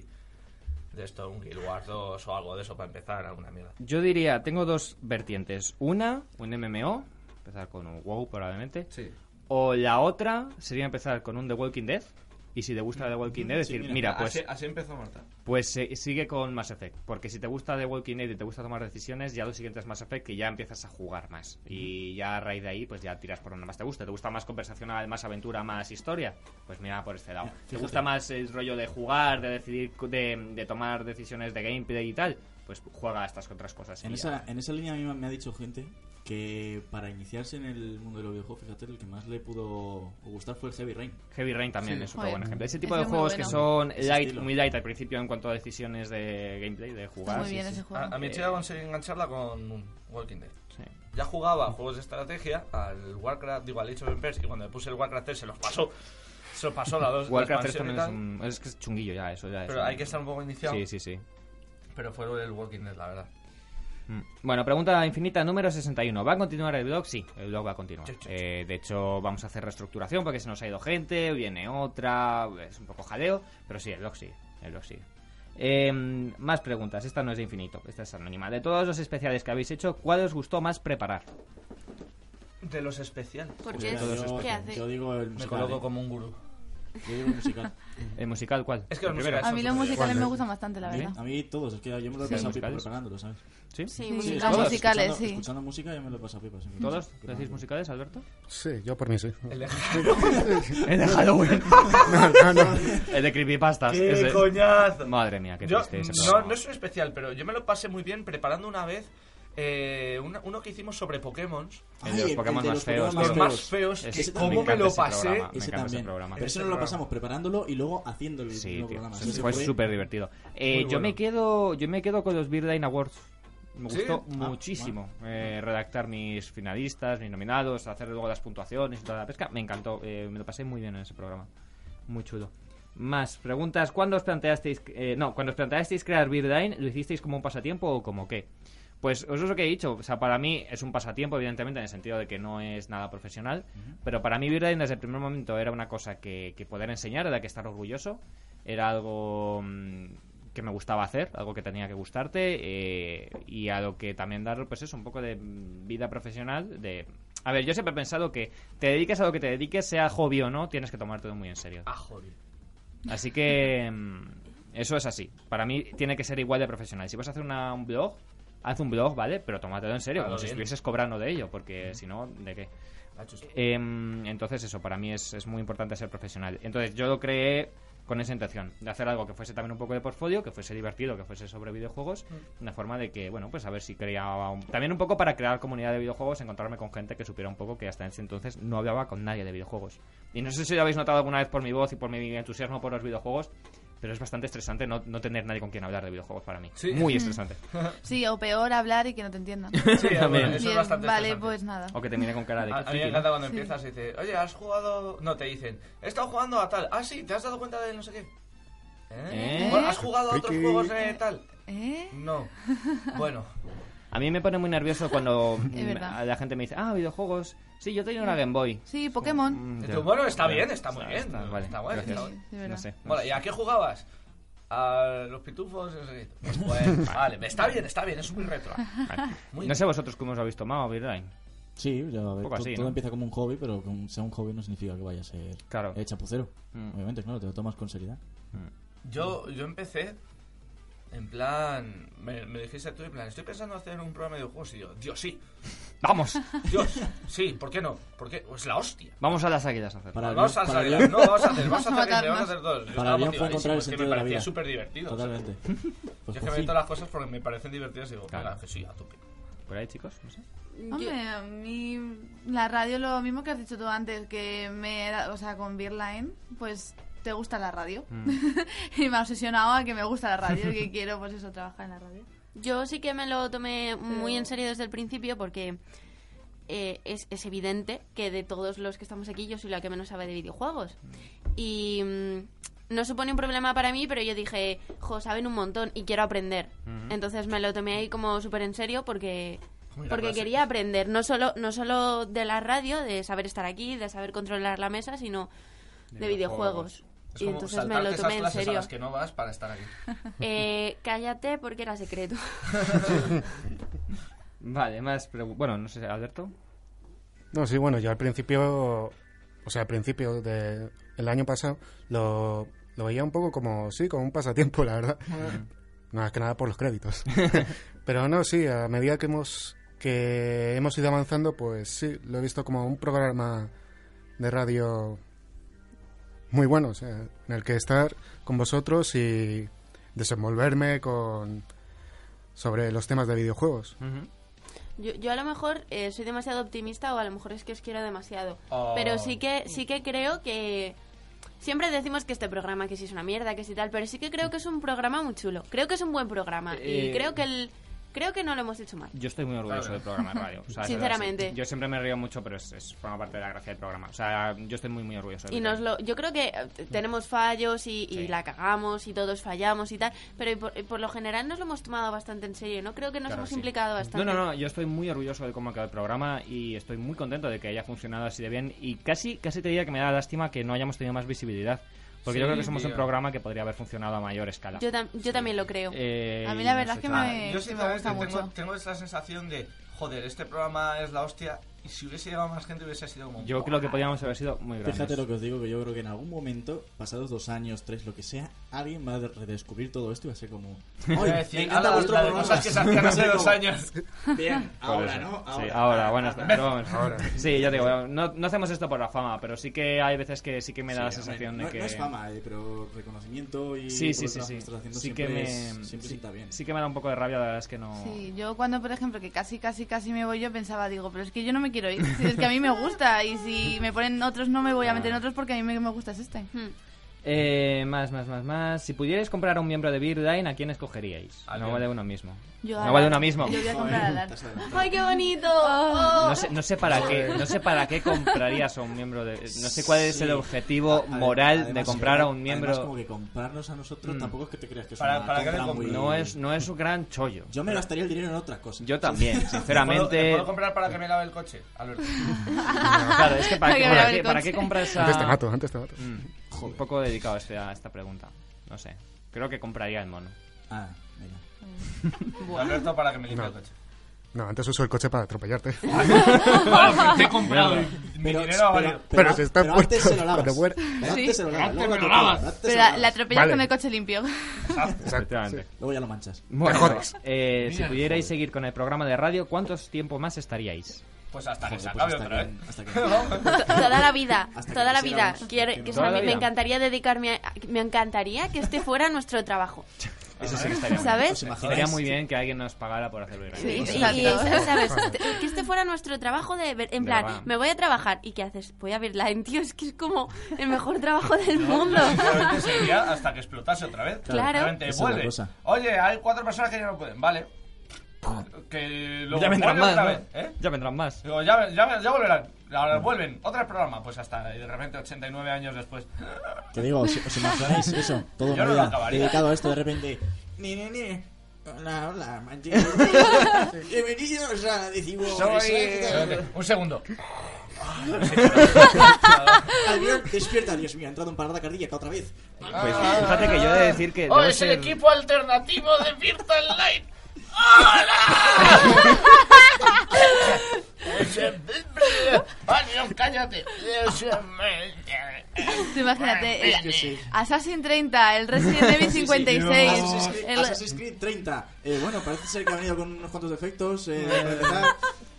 Speaker 3: de esto, un Guild Wars 2 o algo de eso para empezar, alguna mierda.
Speaker 1: Yo diría, tengo dos vertientes. Una, un MMO, empezar con un WoW probablemente.
Speaker 3: Sí.
Speaker 1: O la otra sería empezar con un The Walking Dead. Y si te gusta The Walking
Speaker 5: Mm,
Speaker 1: Dead, decir,
Speaker 5: ah,
Speaker 1: mira,
Speaker 3: así,
Speaker 1: pues,
Speaker 3: así empezó Marta.
Speaker 1: pues eh, sigue con Mass Effect. Porque si te gusta The Walking Dead y te gusta tomar decisiones, ya lo siguiente es Mass Effect que ya empiezas a jugar más. Y ya a raíz de ahí, pues ya tiras por donde más te gusta. ¿Te gusta más conversacional, más aventura, más historia? Pues mira por este lado. ¿Te gusta más el rollo de jugar, de decidir, de, de tomar decisiones de gameplay y tal? Pues juega a estas otras cosas. y ya.
Speaker 5: En esa, en esa línea a mí me- me ha dicho gente que para iniciarse en el mundo de los videojuegos, fíjate, el que más le pudo gustar fue el Heavy Rain.
Speaker 1: Heavy Rain también
Speaker 5: Sí.
Speaker 1: es otro buen
Speaker 2: Joder.
Speaker 1: ejemplo. Ese tipo
Speaker 2: Ese
Speaker 1: de
Speaker 2: es muy
Speaker 1: juegos que
Speaker 2: bueno.
Speaker 1: son
Speaker 5: Ese
Speaker 1: light,
Speaker 5: estilo.
Speaker 1: muy light al principio en cuanto a decisiones de gameplay, de
Speaker 2: Está
Speaker 1: jugar.
Speaker 2: muy bien
Speaker 1: Sí,
Speaker 2: ese
Speaker 1: sí.
Speaker 2: juego.
Speaker 3: A, a mi chica conseguí engancharla con Walking Dead.
Speaker 1: Sí.
Speaker 3: Ya jugaba a juegos de estrategia, al Warcraft, digo, al Age of Empires, y cuando le puse el Warcraft 3 se los pasó. Se los pasó la dos. la
Speaker 1: Warcraft 3
Speaker 3: expansión y
Speaker 1: también es,
Speaker 3: tal,
Speaker 1: un, es que es chunguillo ya, eso ya es
Speaker 3: Pero
Speaker 1: un-
Speaker 3: hay que estar un poco iniciado.
Speaker 1: Sí, sí, sí.
Speaker 3: Pero fue el Walking Dead, la verdad.
Speaker 1: Mm. Bueno, pregunta infinita número 61. ¿Va a continuar el blog? Sí, el blog va a continuar.
Speaker 3: Chup, chup, chup.
Speaker 1: Eh, de hecho, vamos a hacer reestructuración porque se nos ha ido gente, viene otra, es un poco jaleo, pero sí, el blog sí, el blog sí. más preguntas, esta no es de infinito, esta es anónima. De todos los especiales que habéis hecho, ¿cuál os gustó más preparar?
Speaker 3: De los especiales.
Speaker 6: Porque
Speaker 5: Yo-
Speaker 6: es...
Speaker 5: yo,
Speaker 6: ¿Qué hace?
Speaker 5: yo digo el
Speaker 3: Me
Speaker 5: musical,
Speaker 3: coloco
Speaker 5: ¿eh?
Speaker 3: como un gurú.
Speaker 5: Yo digo musical.
Speaker 1: ¿El musical cuál?
Speaker 3: Es que los
Speaker 1: ¿El primero?
Speaker 2: A mí los
Speaker 3: Eso,
Speaker 2: musicales
Speaker 4: ¿cuál?
Speaker 2: me gustan bastante, la
Speaker 1: ¿Sí?
Speaker 2: verdad.
Speaker 5: A mí todos, es que yo me lo he
Speaker 1: Sí,
Speaker 5: pasado pipa
Speaker 1: musicales.
Speaker 5: preparándolo, ¿sabes?
Speaker 1: ¿Sí?
Speaker 6: Sí,
Speaker 2: Sí,
Speaker 6: musicales.
Speaker 2: los
Speaker 5: todos,
Speaker 2: musicales,
Speaker 5: escuchando,
Speaker 2: sí.
Speaker 5: Escuchando música yo me lo he pasado pipa. siempre.
Speaker 1: ¿Todos
Speaker 5: Preparando.
Speaker 1: decís musicales, Alberto?
Speaker 4: Sí, yo por mí sí.
Speaker 3: El de-
Speaker 1: El de Halloween.
Speaker 4: No, no, no.
Speaker 1: El de Creepypastas.
Speaker 3: ¡Qué
Speaker 1: ese.
Speaker 3: coñazo!
Speaker 1: Madre mía, qué
Speaker 3: Yo,
Speaker 1: triste ese
Speaker 3: no,
Speaker 1: programa.
Speaker 3: no es un especial, pero yo me lo pasé muy bien preparando una vez eh, una- uno que hicimos sobre Pokémon.
Speaker 1: El de los Pokémon más feos,
Speaker 3: Los
Speaker 1: tío.
Speaker 3: más feos,
Speaker 1: Ese
Speaker 3: que
Speaker 5: también. Me
Speaker 3: cómo me
Speaker 5: encanta
Speaker 3: lo
Speaker 1: ese
Speaker 3: pasé.
Speaker 1: programa. Me encanta
Speaker 5: Ese
Speaker 1: ese
Speaker 5: también.
Speaker 1: programa.
Speaker 5: Pero
Speaker 3: Ese
Speaker 5: eso no lo
Speaker 3: programa.
Speaker 5: pasamos preparándolo y luego haciendo el
Speaker 1: Sí,
Speaker 5: mismo
Speaker 1: tío.
Speaker 5: programa.
Speaker 1: Sí,
Speaker 5: Eso
Speaker 1: fue súper divertido. Eh,
Speaker 3: Muy
Speaker 1: yo,
Speaker 3: bueno.
Speaker 1: me quedo, yo me quedo con los Beer Dine Awards. Me
Speaker 3: ¿Sí?
Speaker 1: gustó
Speaker 5: Ah,
Speaker 1: muchísimo eh, redactar mis finalistas, mis nominados, hacer luego las puntuaciones y toda la pesca. Me encantó, eh, me lo pasé muy bien en ese programa. Muy chulo. Más preguntas. ¿Cuándo os planteasteis, eh, no, cuando os planteasteis crear Beer Dine, lo hicisteis como un pasatiempo o como qué? Pues eso es lo que he dicho. O sea, para mí es un pasatiempo, evidentemente, en el sentido de que no es nada profesional. Pero para mí, Beer desde el primer momento era una cosa que, que poder enseñar, de la que estar orgulloso. Era algo mm, que me gustaba hacer, algo que tenía que gustarte. eh, y a lo que también dar, pues eso, un poco de mm, vida profesional. de A ver, yo siempre he pensado que te dediques a lo que te dediques, sea hobby o no, tienes que tomar todo muy en serio.
Speaker 3: Ah, joder.
Speaker 1: Así que mm, eso es así. Para mí tiene que ser igual de profesional. Si vas a hacer una- un blog, haz un blog, ¿vale? Pero tómatelo en serio,
Speaker 3: Claro,
Speaker 1: como si
Speaker 3: bien.
Speaker 1: estuvieses cobrando de ello, porque si no, ¿de qué?
Speaker 3: Nacho, es-
Speaker 1: Em, entonces eso, para mí es, es muy importante ser profesional. Entonces yo lo creé con esa intención, de hacer algo que fuese también un poco de portfolio, que fuese divertido, que fuese sobre videojuegos,
Speaker 3: Mm.
Speaker 1: una forma de que, bueno, pues a ver si creaba... un- También un poco para crear comunidad de videojuegos, encontrarme con gente que supiera un poco que hasta ese entonces no hablaba con nadie de videojuegos. Y no sé si lo habéis notado alguna vez por mi voz y por mi entusiasmo por los videojuegos, pero es bastante estresante no, no tener nadie con quien hablar de videojuegos para mí.
Speaker 3: Sí.
Speaker 1: Muy estresante.
Speaker 2: Sí, o peor, hablar y que no te entiendan.
Speaker 3: Sí, bueno,
Speaker 1: También.
Speaker 3: eso es
Speaker 2: Bien,
Speaker 3: bastante
Speaker 2: vale,
Speaker 3: estresante.
Speaker 2: pues nada.
Speaker 1: O que termine con cara de...
Speaker 3: A,
Speaker 1: "Qué
Speaker 3: a mí me
Speaker 1: friki, ¿no?".
Speaker 3: encanta cuando
Speaker 2: Sí.
Speaker 3: empiezas y dices, oye, has jugado. No, te dicen, he estado jugando a tal. Ah, sí, te has dado cuenta de no sé qué. ¿Eh?
Speaker 1: ¿Eh?
Speaker 3: Bueno, ¿Has jugado a otros
Speaker 4: Friki.
Speaker 3: juegos de tal?
Speaker 2: ¿Eh?
Speaker 3: No. Bueno,
Speaker 1: A mí me pone muy nervioso cuando
Speaker 2: Es verdad.
Speaker 1: mm, la gente me dice, ah, videojuegos. Sí, yo tenía una Game Boy.
Speaker 2: Sí, Pokémon.
Speaker 1: Mm,
Speaker 3: Y
Speaker 1: ya.
Speaker 3: tú, bueno, está
Speaker 1: Ya,
Speaker 3: bien, está muy bien,
Speaker 1: vale,
Speaker 3: está guay,
Speaker 1: gracias.
Speaker 3: está
Speaker 2: guay. Sí, de
Speaker 1: no
Speaker 2: verdad.
Speaker 1: sé.
Speaker 3: Bueno, ¿y a qué jugabas? A los pitufos, no sé qué. Pues, bueno, vale, está bien, está bien, es muy retro.
Speaker 1: Vale.
Speaker 3: Muy
Speaker 1: no sé vosotros cómo os habéis tomado, Beerline.
Speaker 5: Sí, ya a ver,
Speaker 1: Poco
Speaker 5: to-
Speaker 1: así,
Speaker 5: todo
Speaker 1: ¿no?
Speaker 5: empieza como un hobby, pero con- sea un hobby no significa que vaya a ser
Speaker 1: Claro.
Speaker 5: eh, chapucero.
Speaker 1: Mm.
Speaker 5: Obviamente, claro, te lo tomas con seriedad.
Speaker 3: Yo, yo empecé en plan. Me, me dijiste tú, en plan, estoy pensando hacer un programa de videojuegos. Y yo, Dios, sí,
Speaker 1: ¡Vamos!
Speaker 3: Dios, sí, ¿por qué no? ¿Por qué? Pues la hostia.
Speaker 1: Vamos a las águilas a hacer.
Speaker 5: Para
Speaker 3: vamos a
Speaker 5: bien- para
Speaker 3: salir,
Speaker 5: bien-
Speaker 3: no, vamos a hacer, vamos
Speaker 2: Vamos
Speaker 3: a
Speaker 2: a
Speaker 3: hacer, este,
Speaker 2: matarnos.
Speaker 3: vamos a hacer todos. Yo
Speaker 5: Para
Speaker 3: estaba
Speaker 5: bien fue encontrar
Speaker 3: motivadísimo,
Speaker 5: el
Speaker 3: es que
Speaker 5: sentido
Speaker 3: me
Speaker 5: de la
Speaker 3: parecía
Speaker 5: vida.
Speaker 3: súper divertido.
Speaker 5: Totalmente. Pues
Speaker 3: Yo es que
Speaker 5: por
Speaker 3: me
Speaker 5: fin.
Speaker 3: meto las cosas porque me parecen divertidas y digo,
Speaker 1: Claro.
Speaker 3: venga, que sí, a tope.
Speaker 1: ¿Por ahí, chicos? No sé.
Speaker 6: Yo-
Speaker 2: Hombre, a mí la radio, lo mismo que has dicho tú antes, que me, era- o sea, con Beerline, pues te gusta la radio.
Speaker 1: Mm.
Speaker 2: y me ha obsesionado a que me gusta la radio y que quiero, pues eso, trabajar en la radio.
Speaker 6: Yo sí que me lo tomé muy en serio desde el principio porque eh, es, es evidente que de todos los que estamos aquí yo soy la que menos sabe de videojuegos. Y mm, no supone un problema para mí, pero yo dije, jo, saben un montón y quiero aprender.
Speaker 3: Mm-hmm.
Speaker 6: Entonces me lo tomé ahí como súper en serio porque...
Speaker 3: Mira,
Speaker 6: Porque
Speaker 3: clase.
Speaker 6: quería aprender, no solo, no solo de la radio, de saber estar aquí, de saber controlar la mesa, sino de, videojuegos.
Speaker 3: Es
Speaker 6: Y
Speaker 3: como
Speaker 6: entonces me
Speaker 3: saltarte
Speaker 6: lo
Speaker 3: esas
Speaker 6: tomé en
Speaker 3: clases a
Speaker 6: serio.
Speaker 3: las que no vas para estar aquí.
Speaker 6: Eh, cállate porque era secreto.
Speaker 1: Vale, más preguntas. Bueno, no sé, Alberto.
Speaker 4: No, sí, bueno, yo al principio, o sea, al principio del año pasado, lo, lo veía un poco como, sí, como un pasatiempo, la verdad. Más que nada por los créditos. Pero no, sí, a medida que hemos, que hemos ido avanzando, pues sí, lo he visto como un programa de radio muy bueno, o sea, en el que estar con vosotros y desenvolverme con sobre los temas de videojuegos.
Speaker 6: Yo, yo a lo mejor eh, soy demasiado optimista o a lo mejor es que os quiero demasiado.
Speaker 1: Ah.
Speaker 3: Oh.
Speaker 6: Pero sí que, sí que creo que... Siempre decimos que este programa que sí es una mierda, que sí tal, pero sí que creo que es un programa muy chulo. Creo que es un buen programa
Speaker 1: Eh,
Speaker 6: y creo que el... Creo que no lo hemos hecho mal.
Speaker 1: Yo estoy muy orgulloso
Speaker 3: Claro.
Speaker 1: del programa de radio. O sea, es
Speaker 6: Sinceramente.
Speaker 1: verdad, sí. Yo siempre me río mucho, pero es, es- forma parte de la gracia del programa. O sea, yo estoy muy, muy orgulloso. de
Speaker 6: Y nos
Speaker 1: Beer
Speaker 6: lo, yo creo que eh, t- tenemos fallos y, y
Speaker 1: Mm. Sí.
Speaker 6: la cagamos y todos fallamos y tal, pero y por, y por lo general nos lo hemos tomado bastante en serio, ¿no? Creo que nos
Speaker 1: Claro,
Speaker 6: hemos
Speaker 1: sí.
Speaker 6: implicado bastante.
Speaker 1: No, no, no, yo estoy muy orgulloso de cómo ha quedado el programa y estoy muy contento de que haya funcionado así de bien y casi, casi te diría que me da lástima que no hayamos tenido más visibilidad, porque
Speaker 3: Sí,
Speaker 1: yo creo que somos
Speaker 3: tío.
Speaker 1: un programa que podría haber funcionado a mayor escala.
Speaker 6: Yo, tam- yo también lo creo.
Speaker 1: Eh,
Speaker 2: A mí la
Speaker 1: y
Speaker 2: verdad
Speaker 1: no
Speaker 2: es que
Speaker 1: sé,
Speaker 2: me-
Speaker 1: tal.
Speaker 2: Eh,
Speaker 3: yo
Speaker 2: sí me gusta
Speaker 3: sinceramente tengo,
Speaker 2: mucho.
Speaker 3: tengo esa sensación de, joder, este programa es la hostia
Speaker 8: Y si hubiese llegado más gente, hubiese sido como.
Speaker 1: Yo creo que podíamos haber sido muy grandes.
Speaker 5: Fíjate lo que os digo, que yo creo que en algún momento, pasados dos años, tres, lo que sea, alguien va a redescubrir todo esto y va a ser como... ¡Ay,
Speaker 8: Voy a
Speaker 5: me
Speaker 8: decir,
Speaker 5: encanta
Speaker 8: "Ala,
Speaker 5: vuestro
Speaker 8: la de
Speaker 5: programa".
Speaker 8: cosas que se hacían hace dos
Speaker 5: Como,
Speaker 8: años.
Speaker 5: Bien,
Speaker 1: Por
Speaker 5: ahora, Ah,
Speaker 1: eso.
Speaker 5: ¿no?
Speaker 1: Sí, ahora, bueno,
Speaker 5: ahora.
Speaker 1: pero vamos. Sí, ya te digo, no, no hacemos esto por la fama, pero sí que hay veces que sí que me da la
Speaker 5: Sí,
Speaker 1: sensación
Speaker 5: hombre,
Speaker 1: de que...
Speaker 5: No, no es fama, eh, pero reconocimiento y...
Speaker 1: Sí, sí,
Speaker 5: todo el
Speaker 1: sí,
Speaker 5: trabajo
Speaker 1: sí.
Speaker 5: estás haciendo
Speaker 1: Sí que me...
Speaker 5: siempre es- siempre
Speaker 1: sí-
Speaker 5: sienta bien.
Speaker 1: sí que me da un poco de rabia, la verdad es que no...
Speaker 2: Sí, yo cuando, por ejemplo, que casi, casi, casi me voy, yo pensaba, digo, pero es que yo no me quiero ir. Si es que a mí me gusta y si me ponen otros, no me voy a meter en otros porque a mí me, me gusta este.
Speaker 6: Hmm.
Speaker 1: Eh, más, más, más, más. Si pudierais comprar a un miembro de Beardine, ¿a quién escogeríais?
Speaker 8: ¿A
Speaker 1: No
Speaker 8: quién?
Speaker 1: vale uno mismo.
Speaker 2: Yo a
Speaker 1: no vale
Speaker 2: Lara.
Speaker 1: uno mismo.
Speaker 2: Yo voy a comprar a Lara.
Speaker 5: Estás adelantado.
Speaker 6: ¡Ay, qué bonito! Oh.
Speaker 1: No sé, no sé para qué, no sé para qué comprarías a un miembro de. No sé cuál es el
Speaker 5: Sí.
Speaker 1: objetivo
Speaker 5: Adem-
Speaker 1: moral de
Speaker 5: además,
Speaker 1: comprar a un
Speaker 5: además,
Speaker 1: miembro. Mm.
Speaker 5: como que comprarnos a nosotros tampoco es que te creas que es
Speaker 8: Para-
Speaker 5: una
Speaker 8: para que
Speaker 5: compra
Speaker 8: le
Speaker 5: muy-
Speaker 8: compre.
Speaker 1: No es, no es un gran chollo.
Speaker 5: Yo me gastaría el dinero en otras cosas.
Speaker 1: Yo también,
Speaker 8: ¿Puedo,
Speaker 1: sinceramente.
Speaker 8: ¿Puedo comprar para que me lave el coche? Alberto.
Speaker 1: Claro, es que para,
Speaker 2: Hay
Speaker 1: qué,
Speaker 2: que
Speaker 1: para,
Speaker 2: ver
Speaker 1: qué,
Speaker 2: el
Speaker 1: para
Speaker 2: coche.
Speaker 1: qué compras a.
Speaker 4: Antes te mato, antes te mato.
Speaker 1: Ah. Mm, un poco dedicado este- a esta pregunta. No sé. Creo que compraría el mono.
Speaker 5: Ah, venga.
Speaker 8: Alberto para que me limpie
Speaker 4: No.
Speaker 8: el coche.
Speaker 4: No, antes uso el coche para atropellarte.
Speaker 8: Vale, te he comprado. Mi dinero ha valido.
Speaker 4: Pero si está
Speaker 5: pero
Speaker 4: puesto,
Speaker 5: antes se lo lavas.
Speaker 4: pero bueno.
Speaker 5: Pero antes se lo lavas.
Speaker 8: Antes me
Speaker 5: luego
Speaker 8: lo
Speaker 5: te toca,
Speaker 8: lavas.
Speaker 5: antes se
Speaker 2: Pero
Speaker 5: lo
Speaker 2: la,
Speaker 5: lavas.
Speaker 2: la atropellas
Speaker 4: Vale.
Speaker 2: con el coche limpio.
Speaker 1: Efectivamente.
Speaker 5: Luego ya lo manchas.
Speaker 1: Bueno,
Speaker 4: jodes.
Speaker 1: eh, si
Speaker 8: Mira,
Speaker 1: pudierais seguir con el programa de radio, ¿cuántos tiempo más estaríais?
Speaker 8: Pues hasta que
Speaker 5: Joder,
Speaker 8: se
Speaker 5: pues
Speaker 8: acabe
Speaker 5: hasta
Speaker 8: otra
Speaker 5: que-
Speaker 8: vez.
Speaker 5: hasta que-
Speaker 6: To- Toda la vida,
Speaker 5: Hasta que
Speaker 6: toda la vida.
Speaker 5: quisiéramos.
Speaker 6: Quiero, que, o sea,
Speaker 1: Toda
Speaker 6: me,
Speaker 1: la
Speaker 6: me
Speaker 1: vida.
Speaker 6: encantaría dedicarme a- Me encantaría que este fuera nuestro trabajo.
Speaker 5: Eso sí que estaría muy bien.
Speaker 6: ¿Sabes?
Speaker 5: ¿Os imagináis?
Speaker 1: Sería muy bien que alguien nos pagara por hacerlo.
Speaker 6: Y- y-
Speaker 1: gratis.
Speaker 6: y-
Speaker 2: Exacto.
Speaker 6: ¿sabes? Te- Que este fuera nuestro trabajo de ver- en
Speaker 1: De
Speaker 6: plan,
Speaker 1: verdad.
Speaker 6: me voy a trabajar y qué haces? Voy a Beerline, tío, es que es como el mejor trabajo del mundo.
Speaker 8: Simplemente sería hasta que explotase otra vez.
Speaker 6: Claro.
Speaker 8: Simplemente
Speaker 5: Esa es la
Speaker 8: vuelve.
Speaker 5: cosa.
Speaker 8: Oye, hay cuatro personas que ya no pueden. Vale. Que luego
Speaker 1: Ya vendrán
Speaker 8: vuelve
Speaker 1: más,
Speaker 8: otra
Speaker 1: ¿no?
Speaker 8: vez. ¿eh?
Speaker 1: Ya vendrán más.
Speaker 8: Digo, ya, ya, ya volverán. Ahora vuelven. Otra programa. Pues hasta y de repente 89 años después.
Speaker 5: Te digo, os, os imagináis eso, todo
Speaker 8: Yo
Speaker 5: un
Speaker 8: no lo
Speaker 5: día
Speaker 8: acabaría.
Speaker 5: dedicado a esto de repente. Ni, ni, ni. Hola, hola, manchín. Bienvenidos a Decimos.
Speaker 8: Espérate, Un segundo.
Speaker 5: Albion, despierta, Dios mío, ha entrado en parada cardíaca otra vez.
Speaker 1: Pues
Speaker 8: Ah.
Speaker 1: fíjate que yo he de decir que.
Speaker 3: ¡Oh,
Speaker 1: debo
Speaker 3: es
Speaker 1: ser-
Speaker 3: el equipo alternativo de Virtual Light! ¡Hola! Mario, cállate.
Speaker 2: Tú imagínate,
Speaker 5: que
Speaker 2: el-
Speaker 5: sí.
Speaker 2: Assassin 30, el Resident Evil 56.
Speaker 5: Assassin's Creed,
Speaker 2: el-
Speaker 5: Assassin's Creed 30. Eh, bueno, parece ser que ha venido con unos cuantos defectos. Eh, para empezar.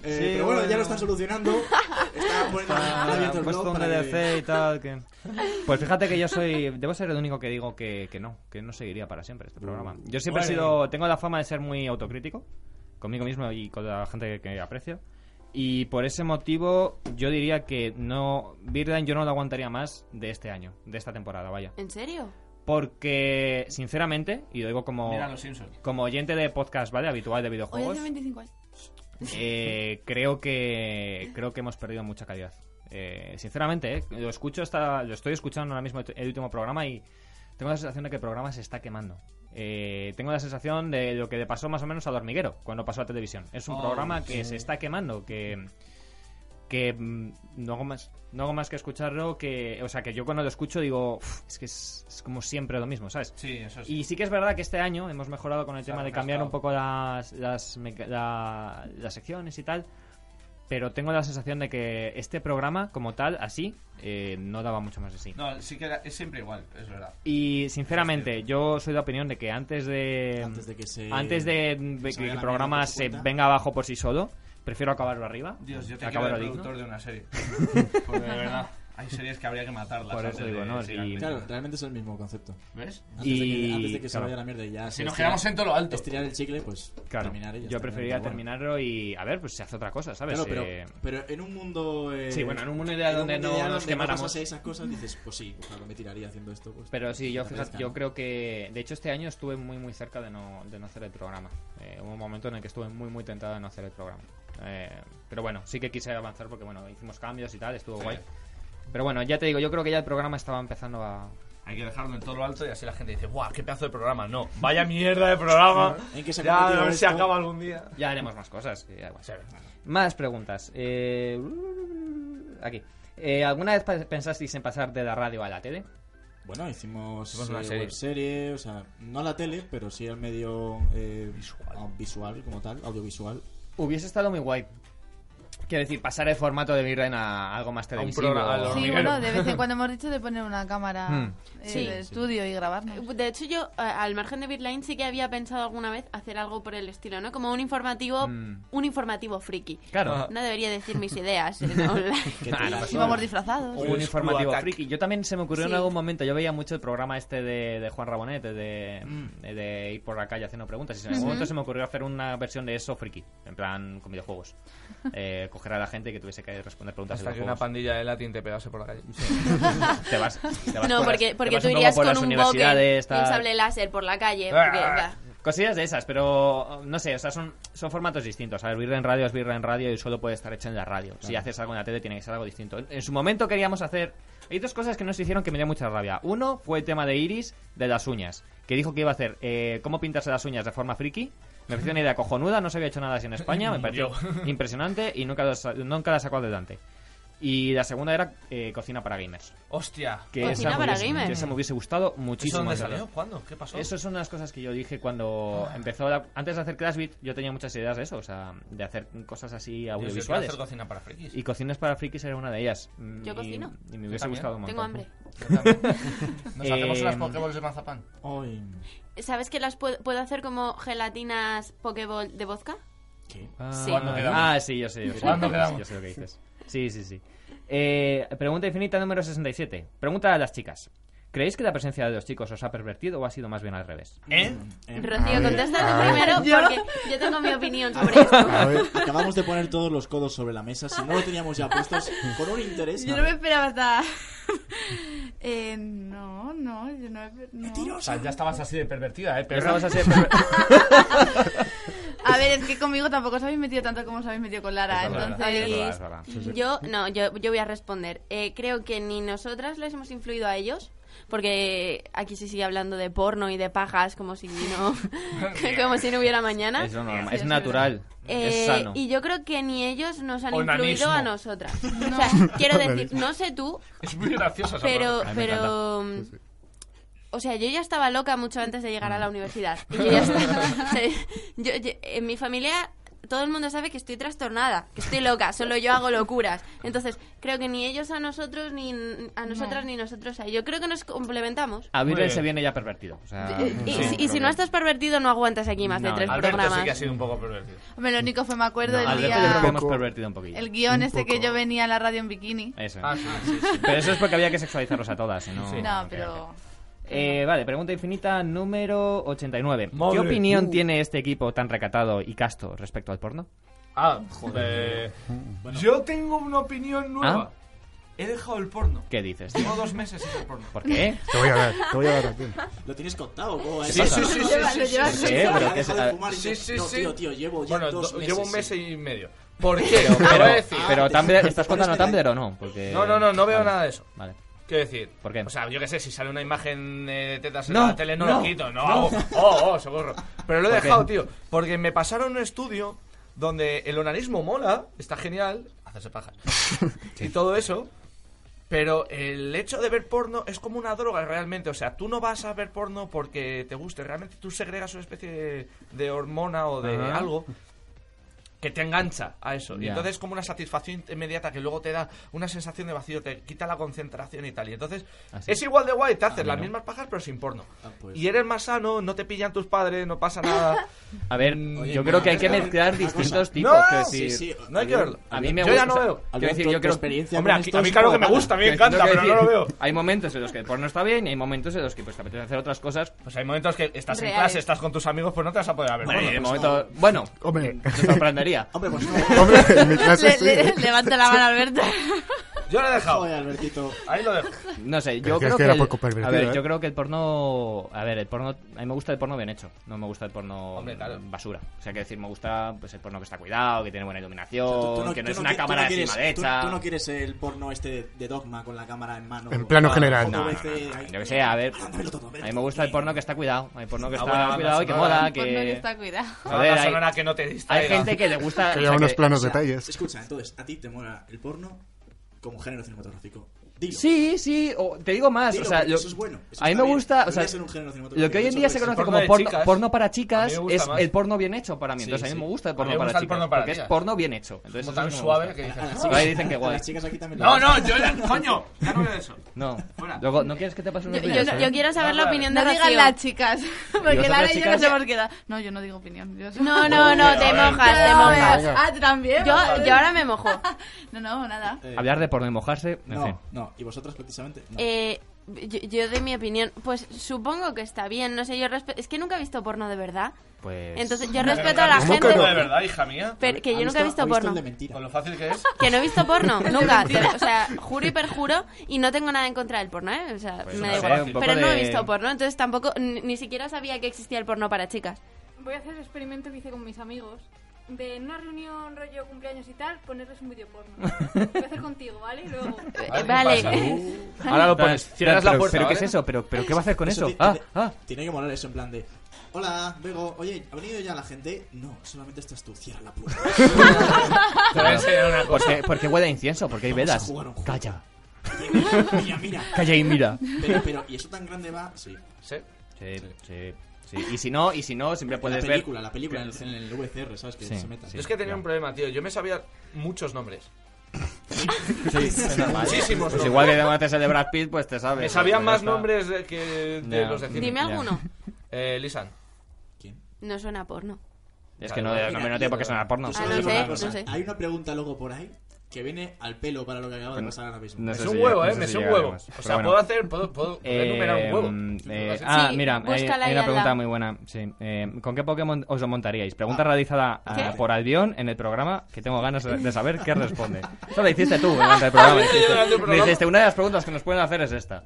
Speaker 5: Eh,
Speaker 1: Sí,
Speaker 5: pero bueno, ya
Speaker 1: bueno.
Speaker 5: lo están solucionando. Están poniendo
Speaker 1: Ah,
Speaker 5: abierto
Speaker 1: han
Speaker 5: el
Speaker 1: puesto
Speaker 5: blog
Speaker 1: un
Speaker 5: para que-
Speaker 1: DLC y tal. que- Pues fíjate que yo soy. Debo ser el único que digo que, que no, que no seguiría para siempre este programa.
Speaker 5: Mm.
Speaker 1: Yo siempre he sido. Tengo la fama de ser muy autocrítico conmigo mismo y con la gente que aprecio. Y por ese motivo, yo diría que no. Birdan, yo no lo aguantaría más de este año, de esta temporada, vaya.
Speaker 6: ¿En serio?
Speaker 1: Porque, sinceramente, y lo digo como.
Speaker 8: Mira los Simpsons.
Speaker 1: Como oyente de podcast, ¿vale? Habitual de
Speaker 2: Hoy
Speaker 1: videojuegos.
Speaker 2: hace 25 años.
Speaker 1: Eh, creo que creo que hemos perdido mucha calidad. Eh, sinceramente, eh, lo escucho hasta, lo estoy escuchando ahora mismo el último programa y tengo la sensación de que el programa se está quemando. Eh, tengo la sensación de lo que le pasó más o menos al hormiguero cuando pasó a televisión. Es un
Speaker 8: Oh,
Speaker 1: programa que
Speaker 8: sí.
Speaker 1: se está quemando, que que mm, no hago más no hago más que escucharlo que o sea que yo cuando lo escucho digo "Uf, es que es, es como siempre lo mismo sabes
Speaker 8: Sí, eso sí.
Speaker 1: y sí que es verdad que este año hemos mejorado con el tema de
Speaker 8: refrescado.
Speaker 1: cambiar un poco las, las, meca- la- las secciones y tal. Pero tengo la sensación de que este programa, como tal, así, eh, no daba mucho más de sí.
Speaker 8: No, sí que era- es siempre igual, es verdad.
Speaker 1: Y sinceramente, yo soy de opinión de que antes de.
Speaker 5: Este, Antes de que se-
Speaker 1: em, antes de- de
Speaker 5: que se
Speaker 1: que
Speaker 5: vaya
Speaker 1: el
Speaker 5: la
Speaker 1: programa
Speaker 5: mierda por su
Speaker 1: se
Speaker 5: cuenta.
Speaker 1: venga abajo por sí solo, prefiero acabarlo arriba.
Speaker 8: Dios, yo te quiero
Speaker 1: acabarlo
Speaker 8: de
Speaker 1: digno.
Speaker 8: productor de una serie. Porque de verdad, hay series que habría que matarlas.
Speaker 1: Por eso
Speaker 8: antes
Speaker 1: digo,
Speaker 8: de
Speaker 1: ¿no?
Speaker 8: seguir
Speaker 1: Y-
Speaker 8: adelante.
Speaker 5: Claro, realmente es el mismo concepto.
Speaker 8: ¿Ves?
Speaker 5: Antes, de
Speaker 1: Y-
Speaker 5: que, antes de que se
Speaker 1: claro.
Speaker 5: vaya a la mierda y ya.
Speaker 8: Si
Speaker 5: se
Speaker 8: nos
Speaker 5: estira-
Speaker 8: quedamos en todo lo alto.
Speaker 5: Estirar el chicle, pues
Speaker 1: Claro,
Speaker 5: terminar y ya
Speaker 1: yo
Speaker 5: está,
Speaker 1: preferiría
Speaker 5: pero bueno.
Speaker 1: terminarlo y a ver, pues se hace otra cosa, ¿sabes?
Speaker 5: Claro, pero,
Speaker 1: Eh,
Speaker 5: pero en un mundo. eh,
Speaker 1: Sí, bueno, en un mundo ideal
Speaker 5: en
Speaker 1: donde
Speaker 5: mundo
Speaker 1: no
Speaker 5: ideal
Speaker 1: nos
Speaker 5: donde
Speaker 1: quemáramos.
Speaker 5: No pasase esas cosas, dices, pues sí, pues claro, me tiraría haciendo esto. Pues,
Speaker 1: Pero sí, yo,
Speaker 5: que te
Speaker 1: fíjate,
Speaker 5: apetezca,
Speaker 1: yo
Speaker 5: ¿no?
Speaker 1: creo que. De hecho, este año estuve muy, muy cerca de no, de no hacer el programa. Eh, hubo un momento en el que estuve muy, muy tentado de no hacer el programa. Eh, pero bueno, sí que quise avanzar porque, bueno, hicimos cambios y tal, estuvo guay. Pero bueno, ya te digo, yo creo que ya el programa estaba empezando a.
Speaker 8: Hay que dejarlo en todo lo alto y así la gente dice, ¡guau, qué pedazo de programa! No, vaya mierda de programa.
Speaker 5: ¿En qué se ha
Speaker 8: ya a
Speaker 5: convertido
Speaker 8: ver si
Speaker 5: esto?
Speaker 8: acaba algún día.
Speaker 1: Ya haremos más cosas. que ya igual. Más preguntas. Eh, aquí. Eh, ¿Alguna vez pa- pensasteis en pasar de la radio a la tele?
Speaker 5: Bueno, hicimos,
Speaker 8: Hicimos una
Speaker 5: eh,
Speaker 8: serie.
Speaker 5: web serie, o sea, no la tele, pero sí el medio eh, visual. como tal, audiovisual.
Speaker 1: Hubiese estado muy guay Quiero decir, pasar el formato de Virren a algo más
Speaker 3: un
Speaker 1: televisivo.
Speaker 3: programa- a lo
Speaker 2: Sí,
Speaker 3: hormiguero.
Speaker 2: bueno, de vez en cuando hemos dicho de poner una cámara
Speaker 1: Mm.
Speaker 2: en
Speaker 6: Sí.
Speaker 2: el estudio y grabarnos.
Speaker 6: De hecho, yo, a- al margen de Bitline, sí que había pensado alguna vez hacer algo por el estilo, ¿no? Como un informativo,
Speaker 1: Mm.
Speaker 6: un informativo friki.
Speaker 1: Claro.
Speaker 6: No debería decir mis ideas en online.
Speaker 2: Y vamos disfrazados.
Speaker 1: Un
Speaker 3: Screw
Speaker 1: informativo
Speaker 3: Attack.
Speaker 1: friki. Yo también se me ocurrió en
Speaker 6: Sí.
Speaker 1: algún momento, yo veía mucho el programa este de, de Juan Rabonet, de,
Speaker 3: Mm.
Speaker 1: de ir por la calle haciendo preguntas. Y en algún momento se me ocurrió hacer una versión de eso friki, en plan con videojuegos. Eh, coger a la gente que tuviese que responder preguntas de
Speaker 3: Hasta que una
Speaker 1: videojuegos.
Speaker 3: pandilla de latín te pegase por la calle.
Speaker 1: Te vas, te vas
Speaker 6: No,
Speaker 1: por las-
Speaker 6: porque,
Speaker 1: te
Speaker 6: porque
Speaker 1: vas
Speaker 6: tú
Speaker 1: un poco
Speaker 6: irías
Speaker 1: por
Speaker 6: con
Speaker 1: las
Speaker 6: un bokeh y un
Speaker 1: universidades, tal.
Speaker 6: sable láser por la calle.
Speaker 1: Ah,
Speaker 6: Porque, va.
Speaker 1: Cosillas de esas, pero no sé, o sea, son, son formatos distintos. ¿sabes? Birra en radio es birra en radio y solo puede estar hecha en la radio. Si haces algo en la tele, tiene que ser algo distinto. En, en su momento queríamos hacer. Hay dos cosas que nos hicieron que me dio mucha rabia. Uno fue el tema de Iris de las uñas, que dijo que iba a hacer eh, cómo pintarse las uñas de forma friki. Me pareció una idea cojonuda, no se había hecho nada así en España, me pareció impresionante y nunca la, sa- nunca la sacó adelante. Y la segunda era eh, cocina para gamers.
Speaker 3: ¡Hostia!
Speaker 1: Que esa,
Speaker 6: Cocina
Speaker 1: me
Speaker 6: para
Speaker 1: hubiese-
Speaker 6: gamers.
Speaker 1: que esa me hubiese gustado
Speaker 3: ¿Eso
Speaker 1: muchísimo.
Speaker 3: dónde
Speaker 1: hacerla.
Speaker 3: salió? ¿Cuándo? ¿Qué pasó?
Speaker 1: Eso es una de las cosas que yo dije cuando
Speaker 3: Ah.
Speaker 1: empezó la- antes de hacer ClassBit, yo tenía muchas ideas de eso, o sea, de hacer cosas así
Speaker 3: Dios, yo quiero
Speaker 1: audiovisuales.
Speaker 3: hacer cocina para frikis.
Speaker 1: Y cocinas para frikis era una de ellas. Mm,
Speaker 6: Yo
Speaker 1: y-
Speaker 6: cocino.
Speaker 1: Y me hubiese
Speaker 3: también.
Speaker 1: gustado un montón.
Speaker 6: Tengo hambre.
Speaker 3: Yo también. Nos hacemos
Speaker 1: Eh,
Speaker 3: unas pokéballs de mazapán.
Speaker 5: Hoy.
Speaker 6: ¿Sabes que las puedo, puedo hacer como gelatinas Pokéball de vodka?
Speaker 5: ¿Qué?
Speaker 1: Ah,
Speaker 6: Sí. ¿Cuándo
Speaker 3: quedamos?
Speaker 1: ah, sí, yo sé, yo sé.
Speaker 3: ¿Cuándo
Speaker 1: Sí,
Speaker 3: quedamos?
Speaker 1: Yo sé lo que dices. Sí, sí, sí. Eh, pregunta infinita número 67. Pregunta a las chicas. ¿Creéis que la presencia de los chicos os ha pervertido o ha sido más bien al revés?
Speaker 3: ¿Eh?
Speaker 6: Rocío, contesta
Speaker 1: Ah.
Speaker 4: a
Speaker 6: tú
Speaker 4: ver.
Speaker 6: primero porque yo tengo mi opinión sobre esto.
Speaker 4: A ver,
Speaker 5: Ah, Acabamos de poner todos los codos sobre la mesa, si no lo teníamos ya puestos, con un interés.
Speaker 2: Yo no me esperaba hasta... eh, no, no, yo no me... no.
Speaker 3: O sea, ya estabas así de pervertida, ¿eh?
Speaker 1: Pero
Speaker 3: Pero
Speaker 1: estabas así de perver-
Speaker 2: A ver, es que conmigo tampoco os habéis metido tanto como os habéis metido con Lara,
Speaker 1: Es verdad,
Speaker 2: entonces...
Speaker 1: es verdad, es verdad.
Speaker 6: Yo, no, yo, yo voy a responder. Eh, creo que ni nosotras les hemos influido a ellos, porque aquí se sigue hablando de porno y de pajas como si no, como si no hubiera mañana.
Speaker 1: Es, lo normal,
Speaker 2: Sí,
Speaker 1: es
Speaker 2: es
Speaker 1: natural,
Speaker 6: Eh,
Speaker 1: es sano.
Speaker 6: Y yo creo que ni ellos nos han
Speaker 3: Onanismo.
Speaker 6: influido a nosotras. O sea, quiero decir, no sé tú,
Speaker 3: es muy graciosa esa
Speaker 6: pero...
Speaker 3: palabra.
Speaker 1: Pues, A mí me
Speaker 6: pero mm, o sea, yo ya estaba loca mucho antes de llegar a
Speaker 1: Mm.
Speaker 6: la universidad. Y yo ya estaba- o sea, yo- yo- en mi familia todo el mundo sabe que estoy trastornada, que estoy loca, solo yo hago locuras. Entonces, creo que ni ellos a nosotros, ni a nosotras,
Speaker 2: No.
Speaker 6: ni nosotros a ellos. Creo que nos complementamos.
Speaker 1: A
Speaker 3: Muy
Speaker 1: Virgen
Speaker 3: bien.
Speaker 1: se viene ya pervertido. o sea,
Speaker 6: Y, y
Speaker 1: sí,
Speaker 6: si- y si
Speaker 1: creo
Speaker 6: no
Speaker 1: que-
Speaker 6: estás pervertido, no aguantas aquí más de
Speaker 1: No,
Speaker 6: tres
Speaker 1: no.
Speaker 3: Alberto sí que ha
Speaker 6: programas.
Speaker 3: sido un poco pervertido.
Speaker 2: Hombre, lo único fue, me acuerdo,
Speaker 1: No,
Speaker 2: el
Speaker 1: Alberto yo creo que
Speaker 2: día...
Speaker 1: hemos
Speaker 4: Poco.
Speaker 1: pervertido un Eh, poquillo.
Speaker 2: El guión
Speaker 4: Un
Speaker 2: este que
Speaker 4: poco.
Speaker 2: yo venía a la radio en bikini.
Speaker 1: Eso.
Speaker 3: Ah, sí, sí, sí.
Speaker 1: Pero eso es porque había que sexualizarlos a todas. si No,
Speaker 2: No,
Speaker 1: Ok, ok.
Speaker 2: pero...
Speaker 1: Eh, vale, pregunta infinita número 89.
Speaker 3: Madre,
Speaker 1: ¿Qué opinión
Speaker 3: uh.
Speaker 1: tiene este equipo tan recatado y casto respecto al porno?
Speaker 3: Ah, joder.
Speaker 5: Bueno.
Speaker 3: Yo tengo una opinión
Speaker 1: Ah.
Speaker 3: nueva. He dejado el porno.
Speaker 1: ¿Qué dices? tío?
Speaker 3: Llevo dos meses sin el porno.
Speaker 1: ¿Por qué?
Speaker 4: te voy a dar, te voy a dar a ti.
Speaker 5: ¿Lo tienes contado? ¿Cómo?
Speaker 3: Sí, sí, sí, sí, sí, sí.
Speaker 1: No sé, Eh, pero
Speaker 5: Pero
Speaker 1: que
Speaker 5: que
Speaker 1: es-
Speaker 5: de fumar y
Speaker 3: Sí,
Speaker 5: dice,
Speaker 3: sí,
Speaker 5: no,
Speaker 3: sí.
Speaker 5: tío, tío, llevo ya
Speaker 3: Bueno,
Speaker 5: dos
Speaker 3: do-
Speaker 5: meses.
Speaker 3: llevo un mes
Speaker 5: sí".
Speaker 3: y medio. ¿Por qué? Te voy a
Speaker 1: Pero,
Speaker 3: decir.
Speaker 1: pero Tumblr, ¿estás contando
Speaker 5: Poneste
Speaker 1: Tumblr o no? Porque...
Speaker 3: No, no, no, no veo
Speaker 1: Vale,
Speaker 3: nada de eso.
Speaker 1: Vale.
Speaker 3: Quiero decir,
Speaker 1: ¿Por qué?
Speaker 3: O sea, yo qué sé, si sale una imagen eh, de tetas en
Speaker 1: No,
Speaker 3: la tele, no,
Speaker 1: no,
Speaker 3: lo quito, no, hago. Oh, oh, se borro. Pero lo he
Speaker 1: ¿Por qué?
Speaker 3: dejado, tío, porque me pasaron un estudio donde el onanismo mola, está genial, hacerse paja y todo eso. Pero el hecho de ver porno es como una droga realmente. O sea, tú no vas a ver porno porque te guste. Realmente tú segregas una especie de, de hormona o de
Speaker 1: Ajá.
Speaker 3: algo que te engancha a eso. Y
Speaker 1: Ya.
Speaker 3: entonces es como una satisfacción inmediata que luego te da una sensación de vacío, te quita la concentración y tal. Y entonces
Speaker 1: ¿Ah, sí?
Speaker 3: es igual de guay, te haces las
Speaker 1: no.
Speaker 3: mismas pajas pero sin porno.
Speaker 5: Ah, pues.
Speaker 3: Y eres más sano, no te pillan tus padres, no pasa nada.
Speaker 1: A ver,
Speaker 5: Oye,
Speaker 1: yo
Speaker 5: no,
Speaker 1: creo que hay
Speaker 5: no,
Speaker 1: que
Speaker 5: no,
Speaker 1: mezclar
Speaker 5: no,
Speaker 1: distintos
Speaker 5: cosa.
Speaker 1: tipos.
Speaker 3: No,
Speaker 1: quiero
Speaker 3: sí,
Speaker 1: decir,
Speaker 5: sí,
Speaker 3: no hay que verlo.
Speaker 1: A mí me
Speaker 3: Yo
Speaker 1: gusta-
Speaker 3: ya no veo.
Speaker 1: Quiero decir, yo
Speaker 5: tu
Speaker 1: creo-
Speaker 5: experiencia
Speaker 3: Hombre,
Speaker 5: con
Speaker 3: aquí-
Speaker 5: esto
Speaker 3: a mí
Speaker 5: es
Speaker 3: claro que me
Speaker 5: brutal.
Speaker 3: gusta, a mí me
Speaker 1: Quiero decir,
Speaker 3: encanta, pero no lo
Speaker 1: quiero
Speaker 3: veo.
Speaker 1: decir, Hay momentos en los que el porno está bien y hay momentos en los que pues, te apetece hacer otras cosas.
Speaker 3: Pues hay momentos que estás en
Speaker 6: Reales.
Speaker 3: clase, estás con tus amigos, pues no te vas a poder ver.
Speaker 1: Bueno, y de
Speaker 3: porno.
Speaker 1: momento, bueno,
Speaker 4: Hombre,
Speaker 1: te sorprendería.
Speaker 5: Hombre, pues no.
Speaker 4: hombre, en mi clase
Speaker 2: Le-
Speaker 4: sí.
Speaker 2: le- levanta la mano, Alberto.
Speaker 3: Yo lo he dejado.
Speaker 5: Joder, Albertito.
Speaker 3: Ahí lo dejo.
Speaker 1: No sé, yo
Speaker 4: es que
Speaker 1: creo que.
Speaker 4: era
Speaker 1: el-
Speaker 4: poco pervertido,
Speaker 1: a ver,
Speaker 4: ¿eh?
Speaker 1: yo creo que el porno. A ver, el porno. A mí me gusta el porno bien hecho. No me gusta el porno
Speaker 3: Hombre, claro.
Speaker 1: basura. O sea, que decir, me gusta pues el porno que está cuidado, que tiene buena iluminación,
Speaker 5: O sea, tú- tú
Speaker 1: que no
Speaker 5: tú
Speaker 1: es una
Speaker 5: qui- tú
Speaker 1: cámara
Speaker 5: quieres-
Speaker 1: encima de
Speaker 5: tú-
Speaker 1: hecha.
Speaker 5: Tú, no quieres el porno este de, de dogma con la cámara en mano.
Speaker 4: En plano
Speaker 5: Ah,
Speaker 4: general.
Speaker 5: foto
Speaker 1: No, no, no,
Speaker 5: BC,
Speaker 1: no,
Speaker 5: ahí.
Speaker 1: yo que sé, a ver.
Speaker 5: Dámelo todo, dámelo
Speaker 1: A mí me gusta el
Speaker 5: todo.
Speaker 1: porno que está cuidado. Hay porno que
Speaker 3: Ah,
Speaker 1: está
Speaker 3: bueno,
Speaker 1: cuidado y que
Speaker 3: no,
Speaker 1: mola.
Speaker 3: no,
Speaker 1: que...
Speaker 2: Por no que está cuidado.
Speaker 1: Joder,
Speaker 3: Una
Speaker 1: hay,
Speaker 3: persona que no te
Speaker 1: hay
Speaker 3: distraiga.
Speaker 1: gente que le gusta.
Speaker 4: Que
Speaker 1: o
Speaker 4: lleva
Speaker 1: sea,
Speaker 4: unos
Speaker 1: que-
Speaker 4: planos
Speaker 5: O sea,
Speaker 4: detalles.
Speaker 5: Escucha, entonces, a ti te mola el porno como género cinematográfico. Dilo.
Speaker 1: Sí, sí, o- te digo más.
Speaker 5: Dilo,
Speaker 1: o sea,
Speaker 5: porque
Speaker 1: lo-
Speaker 5: eso es bueno, eso
Speaker 1: a mí
Speaker 5: está
Speaker 1: me
Speaker 5: bien.
Speaker 1: gusta. O
Speaker 5: Debería
Speaker 1: sea,
Speaker 5: ser un género cinematográfico,
Speaker 1: lo que hoy en
Speaker 5: eso
Speaker 1: día
Speaker 5: lo
Speaker 1: se
Speaker 5: es.
Speaker 1: conoce
Speaker 3: El porno
Speaker 1: como
Speaker 3: de
Speaker 1: porno,
Speaker 3: chicas.
Speaker 1: porno para
Speaker 3: A
Speaker 1: chicas
Speaker 3: mí me gusta
Speaker 1: es
Speaker 3: más.
Speaker 1: el porno bien hecho para mí.
Speaker 3: Sí,
Speaker 1: Entonces a mí
Speaker 3: sí.
Speaker 1: me gusta el
Speaker 3: A mí
Speaker 1: porno
Speaker 3: me
Speaker 1: para
Speaker 3: gusta el
Speaker 1: chicas.
Speaker 3: porno para
Speaker 1: porque es
Speaker 3: tías.
Speaker 1: porno bien hecho. Entonces,
Speaker 3: Como
Speaker 1: eso
Speaker 3: tan
Speaker 1: sí me
Speaker 3: suave
Speaker 1: gusta.
Speaker 3: que
Speaker 5: A
Speaker 3: dices.
Speaker 5: las
Speaker 1: Ahí
Speaker 5: chicas-
Speaker 1: dicen que
Speaker 5: a
Speaker 1: guay.
Speaker 5: las chicas aquí también le
Speaker 3: No,
Speaker 5: gusta.
Speaker 3: no, yo coño, ya no veo eso.
Speaker 1: No.
Speaker 3: Fuera.
Speaker 1: Luego, ¿no quieres que te pase
Speaker 6: Yo,
Speaker 1: unos
Speaker 6: yo
Speaker 1: días?
Speaker 6: no-
Speaker 1: eh?
Speaker 6: yo quiero saber la
Speaker 3: vale.
Speaker 6: opinión de
Speaker 2: No digan
Speaker 6: Rocío.
Speaker 2: las chicas, porque
Speaker 1: vosotras,
Speaker 2: Lara y yo no
Speaker 1: chicas?
Speaker 2: sé por qué da. No, yo no digo opinión. Yo soy-
Speaker 6: No, no, no, te
Speaker 3: Venga,
Speaker 6: mojas, te
Speaker 2: No,
Speaker 6: mojas.
Speaker 4: venga.
Speaker 2: Ah, ¿tú también.
Speaker 6: Yo, yo ahora me mojo.
Speaker 2: No, no, nada.
Speaker 5: Eh,
Speaker 1: Hablar de porno y mojarse, en fin.
Speaker 5: No, no. Y vosotras precisamente. No.
Speaker 6: Eh, yo, yo doy mi opinión. Pues supongo que está bien, no sé, yo respeto... Es que nunca he visto porno de verdad.
Speaker 1: Pues.
Speaker 6: Entonces yo
Speaker 3: Pero
Speaker 6: respeto a la
Speaker 4: ¿Cómo que
Speaker 6: gente...
Speaker 4: no?
Speaker 3: De verdad, hija mía.
Speaker 6: pero que
Speaker 5: ¿Ha
Speaker 6: yo nunca he visto
Speaker 5: ha
Speaker 6: porno.
Speaker 5: el de mentira.
Speaker 3: Con lo fácil que es.
Speaker 6: Que no he visto porno, nunca. te lo- O sea, juro y perjuro y no tengo nada en contra del porno, ¿eh? O sea,
Speaker 3: Pues no
Speaker 6: me da
Speaker 3: sé,
Speaker 6: igual.
Speaker 3: un
Speaker 1: poco
Speaker 6: Pero no he
Speaker 1: de-
Speaker 6: visto porno, entonces tampoco, ni ni siquiera sabía que existía el porno para chicas.
Speaker 9: Voy a hacer el experimento que hice con mis amigos. De en una reunión rollo cumpleaños y tal, ponerles un vídeo porno. Lo voy a hacer contigo, ¿vale? Y luego...
Speaker 6: Eh,
Speaker 3: Ay, ¿qué pasa?
Speaker 6: vale.
Speaker 3: Uh.
Speaker 1: Ahora lo pones.
Speaker 3: Pero- cierras la
Speaker 1: pero-
Speaker 3: puerta,
Speaker 1: ¿Pero qué es
Speaker 3: ¿vale?
Speaker 1: eso? ¿Pero, pero qué va a hacer con eso?
Speaker 5: ti-
Speaker 1: Ah,
Speaker 5: tiene-
Speaker 1: ah.
Speaker 5: Tiene que molar eso en plan de. Hola, Bego. Oye, ¿ha venido ya la gente? No, solamente estás tú. Cierra la puerta.
Speaker 3: Te voy a enseñar una cosa.
Speaker 1: Porque, porque huele a incienso, porque hay
Speaker 5: Vamos a
Speaker 1: velas.
Speaker 5: jugar un juego.
Speaker 1: Calla,
Speaker 5: mira, mira.
Speaker 1: calla y mira.
Speaker 5: Pero, pero, ¿y eso tan grande va? Sí.
Speaker 3: Sí.
Speaker 1: Sí, sí, sí. Y si no, y si no, siempre
Speaker 5: La
Speaker 1: puedes ver.
Speaker 5: película, la película en el, en el VCR, ¿sabes? Que
Speaker 1: Sí,
Speaker 5: se meta.
Speaker 1: sí.
Speaker 3: Yo es que tenía
Speaker 1: ya.
Speaker 3: un problema, tío. Yo me sabía muchos nombres.
Speaker 1: Sí, es normal.
Speaker 3: Muchísimos
Speaker 1: Pues
Speaker 3: nombres.
Speaker 1: igual que te ese de Brad Pitt, pues te sabes.
Speaker 3: Me sabía
Speaker 1: Pues ya
Speaker 3: más
Speaker 1: está.
Speaker 3: nombres de- que de
Speaker 1: Ya.
Speaker 3: los de cine.
Speaker 6: Dime
Speaker 1: Ya.
Speaker 6: alguno.
Speaker 3: Eh, Lisan.
Speaker 5: ¿Quién?
Speaker 6: No suena a porno.
Speaker 1: Es que no, no, no tiene por qué sonar porno.
Speaker 5: Yo solo
Speaker 6: Ah, no
Speaker 5: digo
Speaker 6: sé,
Speaker 5: una cosa.
Speaker 6: no sé.
Speaker 5: pues, Hay una pregunta luego por ahí que viene al pelo para lo que acaba de pasar ahora mismo.
Speaker 1: No
Speaker 3: Es
Speaker 1: sé
Speaker 3: un
Speaker 1: si
Speaker 3: huevo,
Speaker 1: llega-
Speaker 3: eh.
Speaker 1: no sé
Speaker 3: me
Speaker 1: si
Speaker 3: sé un
Speaker 1: llegaremos.
Speaker 3: huevo. O
Speaker 1: Pero
Speaker 3: sea,
Speaker 1: bueno.
Speaker 3: puedo hacer. Puedo, puedo puedo
Speaker 1: Eh,
Speaker 3: enumerar un
Speaker 1: mm,
Speaker 3: huevo.
Speaker 1: eh,
Speaker 3: Sí.
Speaker 1: ah,
Speaker 6: Sí,
Speaker 1: mira, hay,
Speaker 6: búscala
Speaker 1: hay
Speaker 6: y
Speaker 1: una pregunta
Speaker 6: hazla.
Speaker 1: muy buena. Sí. Eh, ¿Con qué Pokémon os lo montaríais? Pregunta realizada ah,
Speaker 6: ¿Qué?
Speaker 1: por Albión en el programa que tengo ganas de de saber qué responde. Eso lo hiciste tú durante el programa.
Speaker 3: Lo hice yo
Speaker 1: dijiste-
Speaker 3: durante el programa.
Speaker 1: dijiste, una de las preguntas que nos pueden hacer es esta.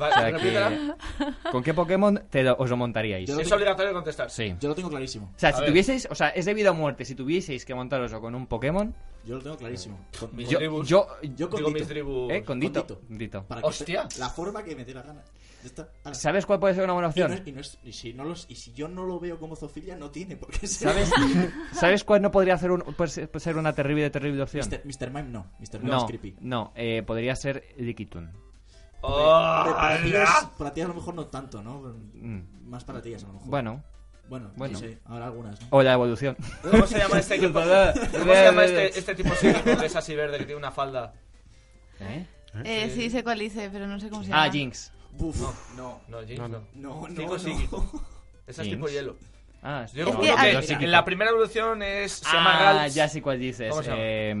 Speaker 3: Va,
Speaker 1: O sea,
Speaker 3: repítela.
Speaker 1: que- ¿Con qué Pokémon te lo- os lo montaríais?
Speaker 5: Yo-
Speaker 3: Es obligatorio contestar.
Speaker 1: Sí.
Speaker 5: Yo lo tengo clarísimo.
Speaker 1: O sea,
Speaker 3: A
Speaker 1: si
Speaker 3: ver.
Speaker 1: tuvieseis, o sea, es de vida o muerte, si tuvieseis que montaros con un Pokémon,
Speaker 5: Yo lo tengo clarísimo. Con-
Speaker 3: Mis
Speaker 1: yo,
Speaker 3: tribus.
Speaker 1: yo,
Speaker 5: Yo con
Speaker 3: Digo
Speaker 5: Dito.
Speaker 3: mis tribus.
Speaker 1: eh, con Dito,
Speaker 5: Dito.
Speaker 1: Dito.
Speaker 5: Para que
Speaker 3: Hostia.
Speaker 5: te- La forma que me dé la gana. Ya está. Ahora.
Speaker 1: ¿Sabes cuál puede ser una buena
Speaker 5: Y, no
Speaker 1: opción?
Speaker 5: es- y no es- y si no los, y si yo no lo veo como zoofilia, no tiene por qué ser.
Speaker 1: ¿Sabes, ¿Sabes cuál no podría ser, un- puede ser- puede ser una terrible, terrible opción?
Speaker 5: Mr. Mr. Mime no. Mr. Mime es
Speaker 1: No,
Speaker 5: creepy.
Speaker 1: no, eh, podría ser Liquitun.
Speaker 3: Oh,
Speaker 5: Hombre, para, tías,
Speaker 3: la-
Speaker 5: para tías a lo mejor no tanto, ¿no?
Speaker 1: Mm.
Speaker 5: Más para tías a lo mejor.
Speaker 1: Bueno,
Speaker 5: Bueno, no
Speaker 1: Bueno.
Speaker 5: sé, habrá algunas, ¿no?
Speaker 1: o la evolución.
Speaker 3: ¿Cómo se llama este equipo? ¿Cómo se llama este, este tipo psíquico que es así verde, que tiene una falda?
Speaker 1: ¿Eh?
Speaker 2: Eh, sí, sé cuál hice, pero no sé cómo se llama.
Speaker 1: Ah, Jinx.
Speaker 5: Buf, no.
Speaker 3: No, James, no.
Speaker 5: No, no,
Speaker 3: Chico
Speaker 5: no.
Speaker 3: psíquico. Ese es
Speaker 1: James.
Speaker 3: tipo hielo.
Speaker 1: Ah, sí.
Speaker 3: Yo
Speaker 2: Es
Speaker 3: como
Speaker 2: que
Speaker 3: lo
Speaker 2: hay-
Speaker 3: que en la primera evolución es. Se llama
Speaker 1: Ah,
Speaker 3: Galtz.
Speaker 1: ya sé cuál dices.
Speaker 3: ¿Cómo se llama?
Speaker 1: Eh,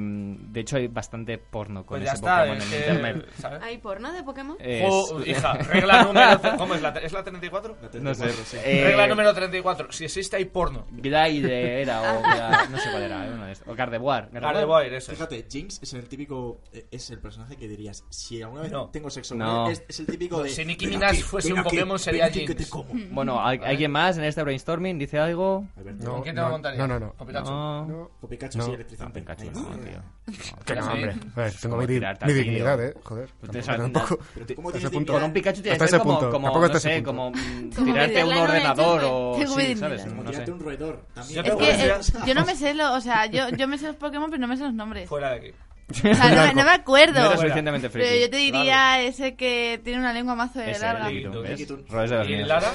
Speaker 1: de hecho, hay bastante porno con
Speaker 3: Pues ya
Speaker 1: ese
Speaker 3: está,
Speaker 1: Pokémon
Speaker 3: es
Speaker 1: en
Speaker 3: que-
Speaker 1: internet.
Speaker 3: ¿sabes?
Speaker 6: ¿Hay porno de Pokémon?
Speaker 1: Es-
Speaker 3: Oh, hija, regla número. ce- ¿Cómo es la, es la 34?
Speaker 5: La
Speaker 1: no sé.
Speaker 5: 34, sí.
Speaker 1: eh,
Speaker 3: Regla número 34. Si existe, hay porno.
Speaker 1: Glide era o Gla- no sé cuál era, eh, uno de estos. O Gardevoir.
Speaker 3: Gardevoir, eso. es.
Speaker 5: Fíjate, Jinx es el típico. eh, Es el personaje que dirías. Si alguna vez
Speaker 3: No.
Speaker 5: tengo sexo
Speaker 1: No.
Speaker 5: con él, es, es el típico de.
Speaker 3: Si Nicki
Speaker 5: "Ven
Speaker 3: Minaj
Speaker 5: aquí,
Speaker 3: fuese
Speaker 5: ven
Speaker 3: un
Speaker 5: aquí,
Speaker 3: Pokémon,
Speaker 5: ven
Speaker 3: sería
Speaker 5: aquí que
Speaker 3: Jinx".
Speaker 5: te como.
Speaker 1: Bueno, ¿al- ¿alguien más en este brainstorming dice algo?
Speaker 5: Alberto,
Speaker 4: No,
Speaker 3: ¿Con quién te
Speaker 4: no,
Speaker 3: lo montarías?
Speaker 4: no, no, no.
Speaker 3: Con Pikachu.
Speaker 1: No.
Speaker 4: No,
Speaker 5: Con Pikachu
Speaker 4: No.
Speaker 5: sí
Speaker 1: No,
Speaker 5: electrizante.
Speaker 1: Pikachu,
Speaker 5: Ahí.
Speaker 1: no, tío.
Speaker 4: que no,
Speaker 3: Sí.
Speaker 4: hombre. A ver, tengo
Speaker 1: como
Speaker 4: mi, di-
Speaker 1: tirarte
Speaker 4: mi
Speaker 1: al
Speaker 4: dignidad,
Speaker 1: tío.
Speaker 4: eh. Joder.
Speaker 1: Tú te
Speaker 4: Tampoco,
Speaker 1: sabes-
Speaker 4: tampoco-
Speaker 5: Pero tú cómo
Speaker 4: hasta
Speaker 5: tienes
Speaker 4: ese punto.
Speaker 5: dignidad.
Speaker 1: Con Pikachu tienes
Speaker 4: Hasta
Speaker 1: que ser
Speaker 4: ese
Speaker 1: como,
Speaker 4: punto,
Speaker 1: como
Speaker 4: tampoco hasta
Speaker 1: no
Speaker 4: ese
Speaker 1: sé,
Speaker 4: punto.
Speaker 1: como mm,
Speaker 6: Como
Speaker 1: tirarte a un
Speaker 6: meterla en una
Speaker 1: ordenador
Speaker 6: chumba.
Speaker 1: o...
Speaker 2: Tengo
Speaker 1: Sí,
Speaker 2: dignidad.
Speaker 1: ¿sabes?
Speaker 5: Como
Speaker 1: No
Speaker 5: tirarte
Speaker 1: sé.
Speaker 5: un roedor. También.
Speaker 3: Yo
Speaker 2: Es
Speaker 3: tengo
Speaker 2: que eh,
Speaker 3: Gracias.
Speaker 2: yo no me sé lo, o sea, yo, yo me sé los Pokémon, pero no me sé los nombres. O
Speaker 3: Fuera de aquí.
Speaker 2: sea, no, me- no me
Speaker 1: No
Speaker 2: acuerdo.
Speaker 1: eres suficientemente friki.
Speaker 2: Pero yo te diría ese que tiene una lengua mazo de
Speaker 1: Ese,
Speaker 2: larga.
Speaker 1: Liquidum, ¿ves?
Speaker 5: Liquidum.
Speaker 1: Roles de los
Speaker 3: ¿Y
Speaker 1: niños.
Speaker 3: Lara?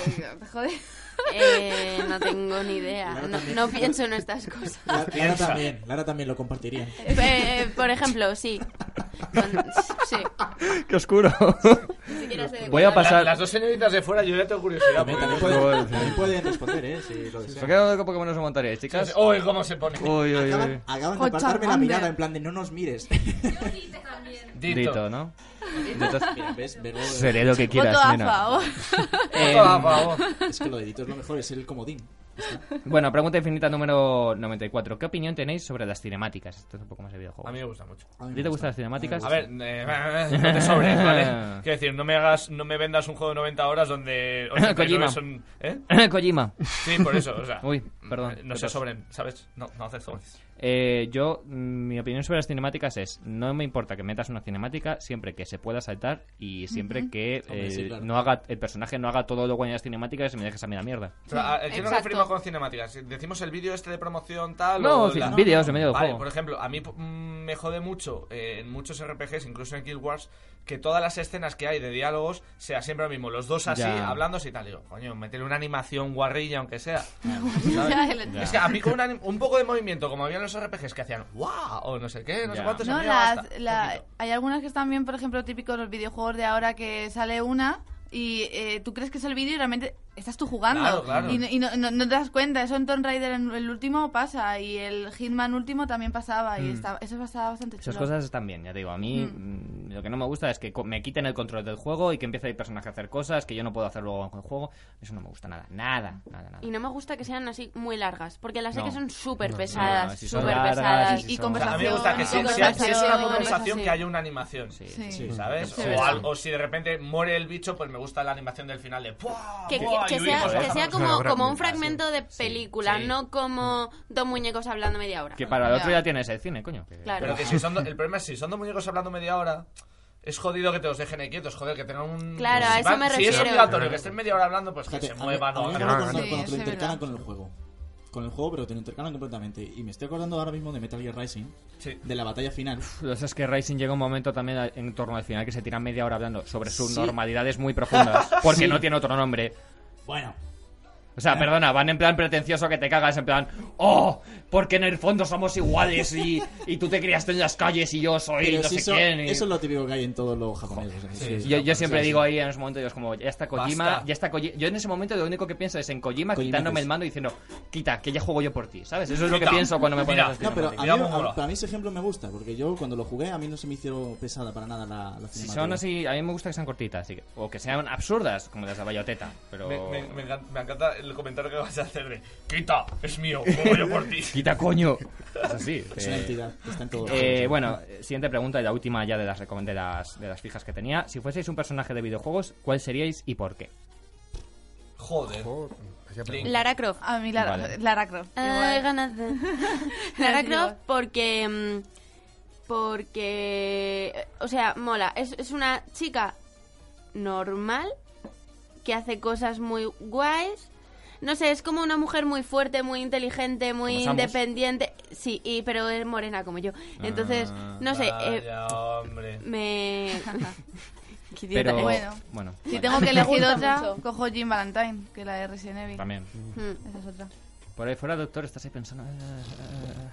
Speaker 2: Joder.
Speaker 6: Eh, no tengo ni idea. No, no pienso en estas cosas.
Speaker 5: La- Lara también. Lara también lo compartiría.
Speaker 6: Eh, por ejemplo, sí. Con- sí. eh,
Speaker 1: ¡Qué oscuro!
Speaker 6: Ni siquiera sé de
Speaker 1: Voy a
Speaker 6: cuál.
Speaker 1: pasar...
Speaker 3: Las dos señoritas de fuera, yo ya tengo curiosidad.
Speaker 5: También,
Speaker 3: porque-
Speaker 5: también,
Speaker 1: Joder.
Speaker 5: pueden, también pueden responder, ¿eh? Si lo
Speaker 1: ¿Por
Speaker 5: desean.
Speaker 1: qué no digo Pokémon no se montaría, chicas?
Speaker 3: Uy, cómo se pone.
Speaker 1: Uy, uy, uy.
Speaker 5: Acaban, acaban de
Speaker 2: Con
Speaker 5: apartarme la
Speaker 2: Charmander.
Speaker 5: mirada en plan de no nos mires.
Speaker 3: Dito.
Speaker 1: Dito, ¿no? Dito,
Speaker 5: Mira, ¿ves? Verbo-
Speaker 1: seré lo que quieras,
Speaker 2: Voto a
Speaker 1: nena.
Speaker 2: favor.
Speaker 1: Eh,
Speaker 3: Voto a favor.
Speaker 5: Es que lo de Dito es lo mejor, es el comodín.
Speaker 1: Bueno, pregunta infinita número 94. ¿Qué opinión tenéis sobre las cinemáticas? Esto es un poco más de videojuego.
Speaker 3: A mí me gusta mucho.
Speaker 5: A
Speaker 1: ¿A
Speaker 5: mí me
Speaker 1: ti te gustan las cinemáticas?
Speaker 3: A ver, eh, no te sobres, ¿vale? Quiero decir, no me hagas, no me vendas un juego de 90 horas donde 89
Speaker 1: Kojima.
Speaker 3: son... ¿Eh?
Speaker 1: Kojima.
Speaker 3: Sí, por eso, o sea...
Speaker 1: Uy, perdón.
Speaker 3: No se sobren, ¿sabes? No, no haces sobres.
Speaker 1: Eh, yo, mm, mi opinión sobre las cinemáticas es: no me importa que metas una cinemática siempre que se pueda saltar y siempre que
Speaker 5: Hombre,
Speaker 1: eh,
Speaker 5: sí, claro.
Speaker 1: no haga, el personaje no haga todo lo bueno en las cinemáticas y me dejes a mí la mierda.
Speaker 3: O sea, ¿A qué nos
Speaker 6: exacto.
Speaker 3: referimos con cinemáticas? ¿Decimos el vídeo este de promoción tal
Speaker 1: No,
Speaker 3: o
Speaker 1: sí,
Speaker 3: la-
Speaker 1: vídeos de medio
Speaker 3: Vale,
Speaker 1: juego.
Speaker 3: por ejemplo, a mí mm, me jode mucho eh, en muchos RPGs, incluso en Guild Wars, que todas las escenas que hay de diálogos sea siempre lo mismo, los dos así,
Speaker 1: Ya.
Speaker 3: hablándose y tal. Y Digo, coño, meterle una animación guarrilla, aunque sea.
Speaker 2: no,
Speaker 3: Es que a mí con una anim- un poco de movimiento, como había en los RPGs que hacían ¡guau! o no sé qué, no sé
Speaker 1: Ya.
Speaker 3: cuántos. a mí me
Speaker 2: las-
Speaker 3: basta,
Speaker 2: la-
Speaker 3: poquito.
Speaker 2: hay algunas que están bien, por ejemplo, típicos los videojuegos de ahora que sale una y eh, tú crees que es el vídeo y realmente estás tú jugando.
Speaker 3: Claro, claro.
Speaker 2: Y, no- y no, no- no te das cuenta. Eso en Tomb Raider en el último pasa y el Hitman último también pasaba y está- eso pasaba bastante chulo.
Speaker 1: Esas cosas están bien, ya te digo. A mí mm, lo que no me gusta es que co- me quiten el control del juego y que empiece el personaje a hacer cosas que yo no puedo hacer luego en el juego. Eso no me gusta nada, nada, nada, nada.
Speaker 6: Y no me gusta que sean así muy largas, porque las sé
Speaker 1: No.
Speaker 6: que son súper
Speaker 1: No,
Speaker 6: pesadas,
Speaker 1: si son
Speaker 6: súper
Speaker 1: largas,
Speaker 6: pesadas.
Speaker 1: si
Speaker 2: y
Speaker 1: son-
Speaker 3: O sea, a mí me
Speaker 2: conversación,
Speaker 3: gusta que si, si-
Speaker 2: conversación,
Speaker 3: si es una
Speaker 6: sí.
Speaker 3: conversación
Speaker 6: Sí.
Speaker 3: que haya una animación.
Speaker 1: Sí,
Speaker 2: Sí.
Speaker 1: sí.
Speaker 3: ¿Sabes?
Speaker 2: Sí,
Speaker 3: o,
Speaker 2: sí.
Speaker 3: al- o si de repente muere el bicho, pues me gusta la animación del final de ¡pua!
Speaker 6: Que, que-
Speaker 3: ¡pua!
Speaker 6: que
Speaker 3: y
Speaker 6: sea,
Speaker 3: huimos,
Speaker 6: que
Speaker 3: ¿no?
Speaker 6: sea
Speaker 4: Una
Speaker 6: como,
Speaker 4: obra
Speaker 6: como un
Speaker 4: completa,
Speaker 6: fragmento de película,
Speaker 3: sí.
Speaker 6: no como dos muñecos hablando media hora.
Speaker 1: Que para el otro
Speaker 2: Ya.
Speaker 1: ya tienes el cine, coño. que-
Speaker 6: Claro.
Speaker 3: Pero que si son do- el problema es si son dos muñecos hablando media hora, es jodido que te los dejen ahí quietos, joder, que tengan un...
Speaker 6: Claro, a
Speaker 3: si
Speaker 6: eso
Speaker 3: van-
Speaker 6: me
Speaker 3: Si es
Speaker 6: refiero.
Speaker 3: obligatorio que estén media hora hablando, pues que
Speaker 5: Fíjate,
Speaker 3: se
Speaker 5: a mí-
Speaker 3: muevan
Speaker 5: a
Speaker 3: o
Speaker 5: mí me
Speaker 3: hagan
Speaker 5: acuerdo
Speaker 3: algo.
Speaker 5: cuando,
Speaker 2: Sí,
Speaker 5: cuando te
Speaker 2: eso
Speaker 5: lo
Speaker 2: es
Speaker 5: intercalan
Speaker 2: verdad.
Speaker 5: con el juego. Con el juego, pero te lo intercalan completamente. Y me estoy acordando ahora mismo de Metal Gear Rising,
Speaker 3: Sí.
Speaker 5: de la batalla final.
Speaker 1: Lo que pasa Pues es que Rising llega un momento también a- en torno al final que se tira media hora hablando sobre sus normalidades muy profundas, porque
Speaker 5: Sí.
Speaker 1: no tiene otro nombre.
Speaker 5: Bueno,
Speaker 1: O sea, perdona, van en plan pretencioso que te cagas, en plan, oh, porque en el fondo somos iguales y, y tú te criaste en las calles y yo soy
Speaker 5: pero
Speaker 1: no
Speaker 5: si
Speaker 1: sé
Speaker 5: eso,
Speaker 1: quién. y-
Speaker 5: eso es lo típico que hay en todos los japoneses. ¿eh?
Speaker 3: sí,
Speaker 1: Yo, yo siempre
Speaker 5: Sí,
Speaker 1: digo
Speaker 5: sí.
Speaker 1: ahí en los momentos, yo es como, ya está Kojima,
Speaker 3: Basta.
Speaker 1: ya está Kojima. Yo en ese momento lo único que pienso es en Kojima,
Speaker 5: Kojima,
Speaker 1: quitándome
Speaker 5: pues.
Speaker 1: el mando y diciendo, quita, que ya juego yo por ti, ¿sabes? Eso es lo que
Speaker 3: Quita.
Speaker 1: pienso cuando me ponen
Speaker 3: Mira.
Speaker 1: esas
Speaker 5: No, pero a
Speaker 1: cinemáticas.
Speaker 5: mí,
Speaker 3: Digamos,
Speaker 5: a-
Speaker 3: mola.
Speaker 5: para mí ese ejemplo me gusta, porque yo cuando lo jugué a mí no se me hizo pesada para nada la, la
Speaker 1: Si
Speaker 5: cinemática.
Speaker 1: son así, a mí me gusta que sean cortitas, así que- o que sean absurdas, como las de Bayoteta, pero...
Speaker 3: Me, me- me encan- me encanta el comentario que vas a hacer de ¡Quita! ¡Es mío! ¡Juego yo por ti!
Speaker 1: ¡Quita, coño! Es así.
Speaker 5: Es una
Speaker 1: eh,
Speaker 5: entidad que está en todo.
Speaker 1: eh, bueno, eh, siguiente pregunta y la última ya de las, recom- de las de las fijas que tenía. Si fueseis un personaje de videojuegos, ¿cuál seríais y por qué?
Speaker 3: Joder.
Speaker 4: Joder, vaya pregunta.
Speaker 6: Lara Croft.
Speaker 2: A mí Lara,
Speaker 1: Vale.
Speaker 2: Lara Croft.
Speaker 6: Ay,
Speaker 2: igual.
Speaker 6: ganas de- Lara Croft porque... mm, Porque... eh, O sea, mola. Es, es una chica normal que hace cosas muy guays. No sé, es como una mujer muy fuerte, muy inteligente, muy
Speaker 1: Como Samus.
Speaker 6: independiente. Sí, y, pero es morena como yo. Entonces, no sé... eh,
Speaker 3: Vaya, hombre.
Speaker 6: me... Qué idiota
Speaker 1: Pero,
Speaker 6: eres.
Speaker 2: Bueno.
Speaker 1: bueno,
Speaker 2: Si
Speaker 1: vale,
Speaker 2: tengo que elegir
Speaker 10: gusta
Speaker 2: otra,
Speaker 10: mucho.
Speaker 2: cojo Jim Valentine, que la de Resident Evil.
Speaker 1: también.
Speaker 6: Mm.
Speaker 2: Esa es otra.
Speaker 1: Por ahí fuera, doctor, estás ahí pensando... eh, eh, eh.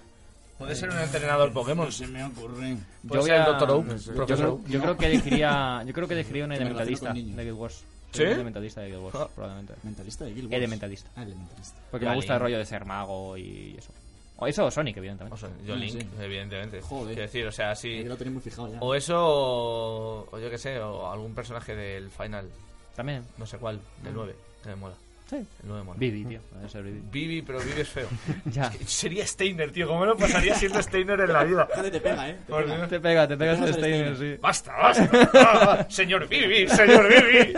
Speaker 3: Puede ser un entrenador Pokémon.
Speaker 5: No se me ocurre.
Speaker 3: Puede ser el Dr.
Speaker 1: yo
Speaker 3: Oak,
Speaker 1: creo-
Speaker 3: profesor
Speaker 1: Yo, creo que elegiría, yo creo que elegiría un
Speaker 5: Que me relaciono
Speaker 1: elementalista
Speaker 5: con
Speaker 1: de
Speaker 5: niños.
Speaker 1: Guild Wars.
Speaker 3: ¿Sí? Ah.
Speaker 1: Un elementalista de Guild Wars, probablemente.
Speaker 5: Mentalista de Guild Wars.
Speaker 1: Elementalista.
Speaker 5: Ah, elementalista.
Speaker 1: Porque
Speaker 3: Vale.
Speaker 1: me gusta el rollo de ser mago y eso. O eso o Sonic, evidentemente.
Speaker 3: O sea, yo
Speaker 5: Sí,
Speaker 3: Link,
Speaker 5: sí.
Speaker 3: evidentemente.
Speaker 5: Joder.
Speaker 3: Quiero decir, o sea, sí.
Speaker 5: Eh, Yo lo tenía muy fijado ya.
Speaker 3: O eso, o, o yo qué sé, o algún personaje del final,
Speaker 1: También.
Speaker 3: no sé cuál, del 9, que me mola.
Speaker 1: Sí.
Speaker 3: El 9 mola.
Speaker 1: Vivi, tío.
Speaker 5: Mm.
Speaker 1: Puede ser Vivi.
Speaker 3: Vivi, pero Vivi es feo.
Speaker 1: Ya.
Speaker 3: Sería Steiner, tío, ¿cómo no pasaría siendo Steiner en la vida?
Speaker 5: Fíjate, te pega, eh. Te
Speaker 3: Por
Speaker 5: pega.
Speaker 3: Dios.
Speaker 1: Te pega, te pegas
Speaker 5: Te
Speaker 1: el
Speaker 5: pegas el
Speaker 1: Steiner, sí.
Speaker 3: ¡Basta, basta! ¡Ah! ¡Señor Vivi, señor Vivi!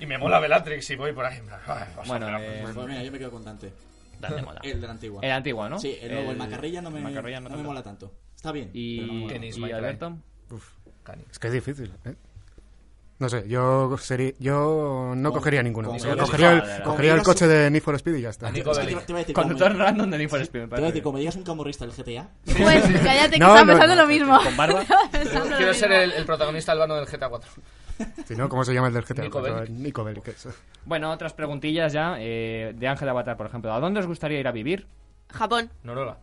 Speaker 3: Y me mola Bellatrix y voy por ahí. en plan, "Ay, vas a
Speaker 1: Bueno,
Speaker 3: operar".
Speaker 1: eh,
Speaker 5: Pues mira, yo me quedo con Dante.
Speaker 1: dale mola.
Speaker 5: El de la antigua.
Speaker 1: El antiguo, ¿no?
Speaker 5: Sí, el nuevo, el, Macarrilla no me,
Speaker 1: el Macarrilla no
Speaker 5: no me
Speaker 1: tanto.
Speaker 5: mola tanto. Está bien. pero no me
Speaker 1: Y,
Speaker 5: mola.
Speaker 3: Kenny
Speaker 1: y
Speaker 3: Smith,
Speaker 1: Alberto.
Speaker 4: Es que es difícil, ¿eh? No sé, yo sería, yo no
Speaker 5: Con-
Speaker 4: cogería ninguno.
Speaker 5: con-
Speaker 4: O sea,
Speaker 3: con-
Speaker 4: cogería
Speaker 1: con-
Speaker 4: el,
Speaker 1: con-
Speaker 4: cogería el
Speaker 5: con-
Speaker 4: coche de Need for Speed y ya está.
Speaker 3: Nico
Speaker 5: Es que te,
Speaker 3: Bellic.
Speaker 5: iba- te iba a decir, como,
Speaker 1: Conductor
Speaker 5: te
Speaker 1: random de Need for Speed, me
Speaker 5: iba a
Speaker 1: parece.
Speaker 5: decir, como digas un camorrista del GTA,
Speaker 2: Pues cállate, que
Speaker 4: No,
Speaker 2: estaba
Speaker 4: no,
Speaker 2: pensando
Speaker 4: no.
Speaker 2: lo mismo.
Speaker 1: Con barba.
Speaker 2: Estaba pensando lo
Speaker 3: Quiero ser
Speaker 2: mismo.
Speaker 3: el, el protagonista albano del GTA 4.
Speaker 4: Si no, ¿cómo se llama el del GTA?
Speaker 3: Nico Bellic.
Speaker 4: Nico Bellic, eso.
Speaker 1: Bueno, otras preguntillas ya. eh, de Ángel Avatar, por ejemplo. ¿A dónde os gustaría ir a vivir?
Speaker 6: Japón,
Speaker 3: Noruega.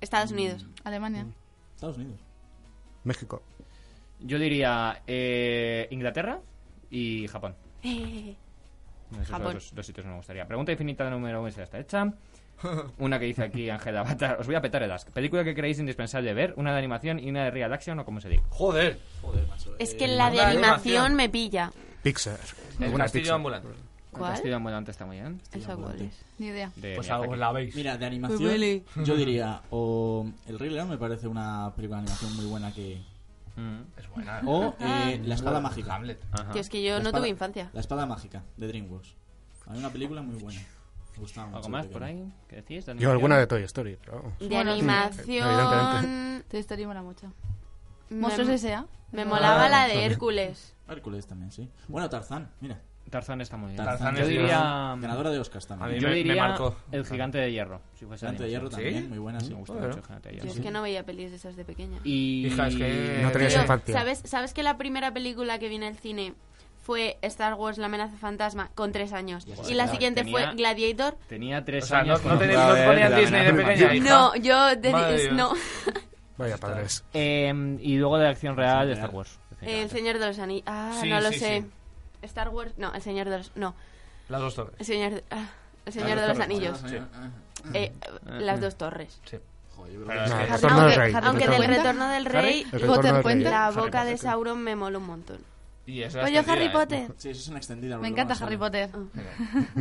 Speaker 6: Estados Unidos.
Speaker 2: Alemania.
Speaker 5: Estados Unidos.
Speaker 4: México.
Speaker 1: Yo diría eh, Inglaterra y Japón. Esos son
Speaker 6: Japón.
Speaker 1: los dos sitios que me gustaría. Pregunta infinita número uno, esa está hecha. Una que dice aquí Ángel Avatar. Os voy a petar el ask. Película que creéis indispensable ver, una de animación y una de real action o como se diga.
Speaker 3: Joder,
Speaker 5: Joder, macho.
Speaker 6: Es
Speaker 5: eh,
Speaker 6: que la de
Speaker 3: manda
Speaker 6: animación
Speaker 3: animación.
Speaker 6: me pilla.
Speaker 4: Pixar.
Speaker 3: el
Speaker 4: Alguna
Speaker 3: castillo
Speaker 4: Pixar.
Speaker 3: ambulante.
Speaker 1: Eh,
Speaker 6: ¿Cuál?
Speaker 1: Castillo Ambulante está muy bien.
Speaker 6: ¿Esa cuál es?
Speaker 2: Ni idea.
Speaker 1: De
Speaker 3: Pues
Speaker 1: Miyazaki.
Speaker 3: algo la veis.
Speaker 5: Mira, de animación,
Speaker 6: Willy.
Speaker 5: yo diría o El Rey León me parece una película de animación muy buena que...
Speaker 1: Mm.
Speaker 3: Es buena.
Speaker 5: O eh, La Espada Mágica.
Speaker 3: Hamlet.
Speaker 1: Ajá.
Speaker 6: Tío, es que
Speaker 5: La
Speaker 6: yo no
Speaker 5: espada-
Speaker 6: tuve infancia.
Speaker 5: La Espada Mágica, de DreamWorks. Hay una película muy buena. Me gustaba mucho.
Speaker 1: ¿Algo
Speaker 5: de
Speaker 1: más
Speaker 5: pequeño.
Speaker 1: por ahí? ¿Qué decís? ¿De
Speaker 4: Yo
Speaker 1: animación?
Speaker 4: alguna de Toy Story, pero vamos.
Speaker 6: De
Speaker 2: Bueno, sí.
Speaker 6: animación...
Speaker 2: Te historia mola mucho.
Speaker 6: me-
Speaker 2: Monstruos S.A.
Speaker 6: Ah, Me molaba la de Hércules.
Speaker 5: Hércules también, sí. Bueno, Tarzán, mira.
Speaker 1: Eh, Tarzán está muy bien.
Speaker 5: Tarzán
Speaker 1: yo
Speaker 5: es
Speaker 1: diría,
Speaker 5: Ganadora de Oscars
Speaker 3: A mí
Speaker 5: también.
Speaker 1: yo
Speaker 3: me- me
Speaker 1: diría
Speaker 3: marcó.
Speaker 1: El Gigante de Hierro. Si fuese
Speaker 5: Gigante de Hierro
Speaker 1: animación.
Speaker 5: también,
Speaker 3: ¿Sí?
Speaker 5: muy buena, sí.
Speaker 1: Me gusta
Speaker 3: Joder.
Speaker 1: mucho el Gigante de
Speaker 6: Yo
Speaker 1: Hierro.
Speaker 6: es que no veía pelis de esas de pequeña.
Speaker 1: Y...
Speaker 3: Hija, es que-
Speaker 4: No tenías
Speaker 6: Tío,
Speaker 4: infancia.
Speaker 6: ¿sabes, ¿Sabes que la primera película que vi en el cine fue Star Wars, la amenaza fantasma, con tres años?
Speaker 5: Joder,
Speaker 6: y la siguiente
Speaker 1: tenía-
Speaker 6: fue Gladiator.
Speaker 1: Tenía tres
Speaker 3: O sea, no,
Speaker 1: años.
Speaker 3: no,
Speaker 1: cuando-
Speaker 3: tenéis- no os ponían Disney de pequeña, hija.
Speaker 6: No, yo de-
Speaker 3: Madre de Dios.
Speaker 6: no.
Speaker 4: Vaya padres.
Speaker 1: Eh, y luego de acción real de Star Wars.
Speaker 6: Eh, El Señor de los Anillos. Ah,
Speaker 3: Sí,
Speaker 6: no lo
Speaker 3: sí,
Speaker 6: sé.
Speaker 3: sí.
Speaker 6: Star Wars, no, el Señor de los no,
Speaker 3: Las dos torres.
Speaker 6: el Señor de, ah, el Señor de los Anillos. Eh, las dos torres.
Speaker 5: Joder,
Speaker 3: Pero
Speaker 5: yo creo
Speaker 3: es
Speaker 5: que-
Speaker 4: No,
Speaker 3: que-
Speaker 4: el retorno del
Speaker 6: aunque
Speaker 4: rey. el
Speaker 6: aunque del
Speaker 4: retorno-
Speaker 6: retorno del rey
Speaker 4: el
Speaker 2: Potter
Speaker 4: retorno del rey.
Speaker 2: cuenta.
Speaker 6: la
Speaker 3: Harry
Speaker 6: boca de
Speaker 3: Potter.
Speaker 6: Sauron me mola un montón.
Speaker 3: Y
Speaker 1: Pues
Speaker 3: es la
Speaker 6: Rollo
Speaker 3: extendida,
Speaker 6: Harry
Speaker 3: ¿eh?
Speaker 6: Potter. Ah,
Speaker 5: Sí, eso es una extendida.
Speaker 2: Me
Speaker 5: porque
Speaker 2: encanta
Speaker 5: no
Speaker 2: Harry
Speaker 5: sale.
Speaker 2: Potter.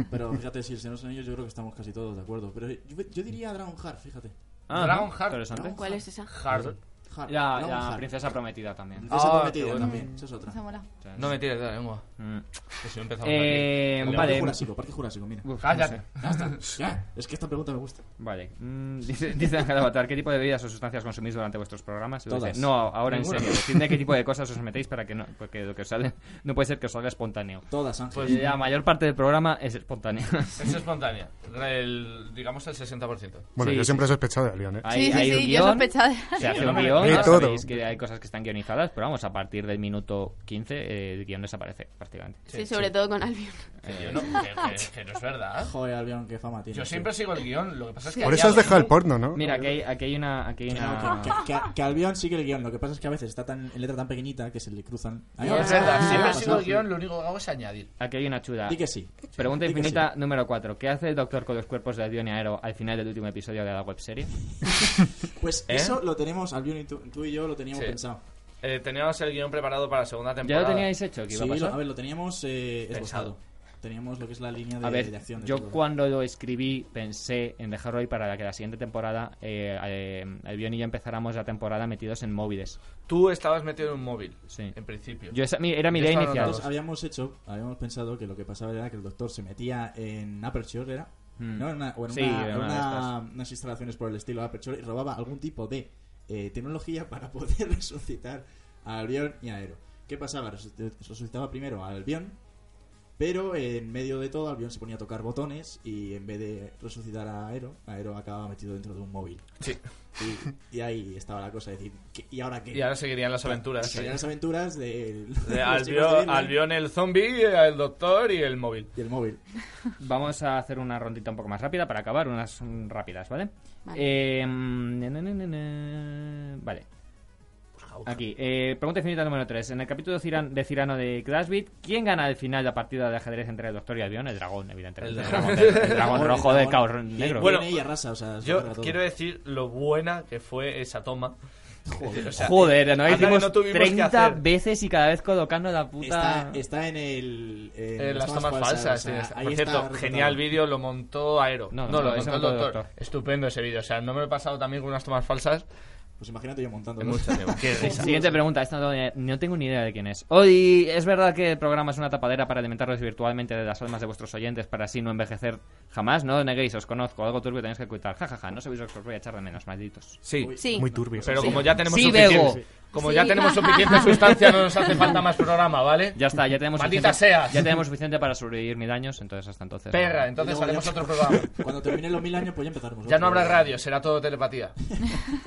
Speaker 5: Pero fíjate, si el Señor de los Anillos yo creo que estamos casi todos de acuerdo. Pero yo, yo diría Dragonheart, fíjate.
Speaker 3: Dragonheart.
Speaker 1: Ah, Interesante.
Speaker 6: ¿Cuál es esa?
Speaker 3: Hard.
Speaker 5: Heart,
Speaker 1: La, la
Speaker 5: Dragonheart.
Speaker 1: princesa prometida también.
Speaker 5: Princesa
Speaker 3: Ah,
Speaker 5: prometida
Speaker 3: qué bueno.
Speaker 5: también, esa es otra.
Speaker 2: Esa mola.
Speaker 1: O sea, es-
Speaker 3: No me tires de la lengua.
Speaker 1: Mm.
Speaker 3: Que si no empezamos
Speaker 1: Eh,
Speaker 3: aquí.
Speaker 5: Parque
Speaker 1: vale.
Speaker 5: Jurásico, Parque Jurásico, mira.
Speaker 1: Uf,
Speaker 3: Cállate.
Speaker 5: Ya está, ya. Es que esta pregunta me gusta.
Speaker 1: Vale. Mm, dice, dice Ángel Avatar, ¿qué tipo de bebidas o sustancias consumís durante vuestros programas? Y dice,
Speaker 5: Todas.
Speaker 1: no, ahora en
Speaker 5: Ninguna.
Speaker 1: serio. Decidme qué tipo de cosas os metéis para que no, porque lo que os sale no puede ser que os salga espontáneo.
Speaker 5: Todas, Ángel.
Speaker 1: Pues la mayor parte del programa es espontáneo.
Speaker 3: Es espontánea. El, digamos el 60%.
Speaker 4: Bueno,
Speaker 1: Sí,
Speaker 4: yo
Speaker 1: sí,
Speaker 4: siempre he sospechado de León, ¿eh?
Speaker 1: Hay,
Speaker 2: sí, sí,
Speaker 1: hay un
Speaker 2: sí, yo
Speaker 1: guión,
Speaker 2: sospechaba.
Speaker 1: se hace
Speaker 3: yo no
Speaker 1: un
Speaker 3: me-
Speaker 1: guión,
Speaker 4: De
Speaker 1: ya
Speaker 4: todo.
Speaker 1: sabéis que hay cosas que están guionizadas, pero vamos, a partir del minuto 15 eh, el guión desaparece prácticamente.
Speaker 6: Sí, sobre todo con Albion.
Speaker 3: Que yo no- que, que- que no es verdad.
Speaker 5: Joder, Albión, qué fama tiene.
Speaker 3: Yo siempre sigo el guión. Lo que pasa es que.
Speaker 4: Por eso has
Speaker 3: añado-
Speaker 4: dejado el porno, ¿no?
Speaker 1: Mira, aquí hay, aquí hay una... Aquí hay
Speaker 5: Que, no,
Speaker 1: una...
Speaker 5: que, que- que- que Albión sigue el guión. Lo que pasa es que a veces está tan, en letra tan pequeñita que se le cruzan. Ahí
Speaker 3: No,
Speaker 5: va.
Speaker 3: es verdad.
Speaker 5: Ah,
Speaker 3: Siempre
Speaker 5: sí.
Speaker 3: sigo el guión. Lo único que hago es añadir.
Speaker 1: Aquí hay una chuda.
Speaker 5: Di que sí.
Speaker 1: Pregunta
Speaker 5: Di que
Speaker 1: infinita número 4. ¿Qué hace el doctor con los cuerpos de Dion y Aero al final del último episodio de la webserie?
Speaker 5: sí. Pues
Speaker 3: ¿Eh?
Speaker 5: eso lo tenemos, Albión, y tú, tú y yo lo teníamos
Speaker 3: Sí.
Speaker 5: pensado.
Speaker 3: Eh, teníamos el guión preparado para la segunda
Speaker 1: ¿Ya
Speaker 3: temporada.
Speaker 1: lo teníais hecho? ¿Qué iba
Speaker 5: Ah, Sí,
Speaker 1: a
Speaker 5: lo-
Speaker 1: pasar?
Speaker 5: a ver, lo teníamos eh,
Speaker 3: Pensado.
Speaker 5: esbozado. Teníamos lo que es la línea de,
Speaker 1: A ver,
Speaker 5: de acción. de
Speaker 1: yo
Speaker 5: todo.
Speaker 1: cuando lo escribí pensé en dejarlo ahí para que la siguiente temporada eh, eh, el guión y yo empezáramos la temporada metidos en móviles.
Speaker 3: Tú estabas metido en un móvil.
Speaker 1: Sí.
Speaker 5: Em,
Speaker 3: En principio.
Speaker 1: Yo esa mi- era mi
Speaker 3: Yo
Speaker 1: idea
Speaker 3: estaba
Speaker 1: inicial.
Speaker 5: Entonces habíamos hecho, habíamos pensado que lo que pasaba era que el doctor se metía en Aperture, ¿era?
Speaker 1: Hmm.
Speaker 5: ¿No? En una- o en
Speaker 1: Sí,
Speaker 5: una-
Speaker 1: en
Speaker 5: en
Speaker 1: una de
Speaker 5: una- unas instalaciones por el estilo Aperture y robaba algún tipo de eh, tecnología para poder resucitar a Albion y a Aero. ¿Qué pasaba? Resucit- Resucitaba primero a Albion, pero en medio de todo Albion se ponía a tocar botones y en vez de resucitar a Aero, Aero acababa metido dentro de un móvil.
Speaker 3: Sí.
Speaker 5: Y, y ahí estaba la cosa, es decir, ¿qué- ¿y ahora qué?
Speaker 3: Y ahora seguirían las aventuras.
Speaker 5: Serían las aventuras
Speaker 3: De
Speaker 5: de, los chicos de
Speaker 3: Albión,
Speaker 5: Birman
Speaker 3: Albión el zombie, el doctor y el móvil.
Speaker 5: y el móvil.
Speaker 1: Vamos a hacer una rondita un poco más rápida para acabar, unas mm, rápidas, ¿vale?
Speaker 6: Vale.
Speaker 1: Eh, mm, na, na, na, na, na. vale. Aquí, eh, pregunta infinita número 3. En el capítulo Ciran- de Cirano de Clashbit, ¿quién gana al final la partida de ajedrez entre el doctor y Albión? El dragón, evidentemente.
Speaker 3: El
Speaker 1: El
Speaker 3: dragón.
Speaker 1: dragón, del- el dragón
Speaker 5: Ahora,
Speaker 1: rojo de
Speaker 5: ahora,
Speaker 1: caos
Speaker 5: viene-
Speaker 1: negro.
Speaker 3: Bueno,
Speaker 5: viene y arrasa, o sea, se carga
Speaker 3: Yo
Speaker 5: todo.
Speaker 3: quiero decir lo buena que fue esa toma.
Speaker 5: Joder.
Speaker 3: O sea,
Speaker 1: Joder, no
Speaker 3: anda que
Speaker 1: hicimos
Speaker 3: no tuvimos que
Speaker 1: 30
Speaker 3: hacer.
Speaker 1: veces y cada vez colocando la puta.
Speaker 5: Está, está en el. En,
Speaker 3: Eh, las tomas falsas.
Speaker 5: o sea,
Speaker 3: sí,
Speaker 5: ahí
Speaker 3: Por
Speaker 5: está
Speaker 3: cierto,
Speaker 5: retratado.
Speaker 3: genial vídeo, lo montó Aero.
Speaker 1: No,
Speaker 3: No,
Speaker 1: no,
Speaker 3: lo
Speaker 1: ese
Speaker 3: montó el
Speaker 1: montó el
Speaker 3: doctor.
Speaker 1: doctor.
Speaker 3: Estupendo ese vídeo. O sea, no me lo he pasado también con unas tomas falsas
Speaker 5: Pues imagínate yo montando.
Speaker 3: en mucho tiempo. Qué risa.
Speaker 1: Siguiente pregunta, esta no, eh, no tengo ni idea de quién es. Hoy, ¿es verdad que el programa es una tapadera para alimentarlos virtualmente de las almas de vuestros oyentes para así no envejecer jamás? No os neguéis, os conozco, algo turbio tenéis que ocultar. Ja, ja, ja, no sabéis lo que os voy a echar de menos, malditos.
Speaker 3: Sí,
Speaker 6: Sí.
Speaker 4: Muy turbio.
Speaker 3: pero
Speaker 5: Sí.
Speaker 3: como ya tenemos
Speaker 1: Sí,
Speaker 3: suficiente,
Speaker 1: Bego.
Speaker 3: como
Speaker 6: Sí.
Speaker 3: ya tenemos suficiente sustancia, no nos hace falta más programa, ¿vale?
Speaker 1: Ya está, ya tenemos
Speaker 3: Maldita
Speaker 1: suficiente,
Speaker 3: seas.
Speaker 1: ya tenemos suficiente para sobrevivir mil años, entonces hasta entonces.
Speaker 3: Perra,
Speaker 1: no.
Speaker 3: entonces
Speaker 5: Luego
Speaker 3: haremos
Speaker 5: ya-
Speaker 3: otro programa.
Speaker 5: Cuando termine los mil años, pues ya empezaremos.
Speaker 3: Ya
Speaker 5: otro.
Speaker 3: no habrá radio, será todo telepatía.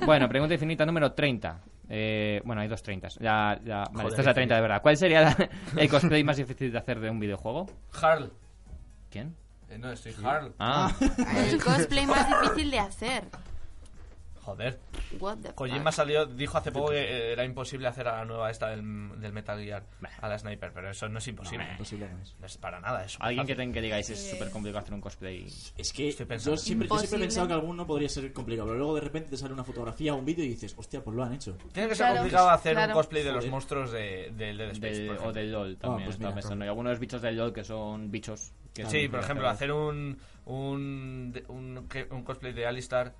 Speaker 1: Bueno, pregunta infinita número 30. Eh, bueno, hay dos 30. Ya, ya, vale,
Speaker 3: Joder,
Speaker 1: esta es la 30 de verdad. ¿Cuál sería la- el cosplay más difícil de hacer de un videojuego?
Speaker 3: Harl.
Speaker 1: ¿Quién?
Speaker 3: Eh, no, estoy Harl.
Speaker 1: Ah,
Speaker 6: El cosplay más difícil de hacer.
Speaker 3: Joder.
Speaker 6: What the
Speaker 3: Kojima
Speaker 6: fuck.
Speaker 3: salió, dijo hace poco que eh, era imposible hacer a la nueva esta del, del Metal Gear a la Sniper, pero eso no es imposible.
Speaker 5: Imposible no es.
Speaker 3: No es para nada eso.
Speaker 1: alguien que, ten- que digáis es súper complicado hacer un cosplay.
Speaker 5: Es que
Speaker 3: Estoy pensando.
Speaker 5: yo siempre, yo siempre
Speaker 6: Imposible.
Speaker 5: he pensado que alguno podría ser complicado, pero luego de repente te sale una fotografía o un vídeo y dices, hostia, pues lo han hecho.
Speaker 3: Tiene que ser
Speaker 2: Claro.
Speaker 3: complicado hacer
Speaker 2: Claro.
Speaker 3: un cosplay de los
Speaker 5: Joder.
Speaker 3: monstruos de, de Dead Space.
Speaker 1: Del-
Speaker 3: por ejemplo.
Speaker 1: o del LOL también,
Speaker 5: pues
Speaker 1: estaba
Speaker 5: mira.
Speaker 1: pensando. Y algunos bichos del LOL que son bichos. que
Speaker 3: Sí,
Speaker 1: son-
Speaker 3: por ejemplo, hacer un un, de- un, que- un cosplay de Alistar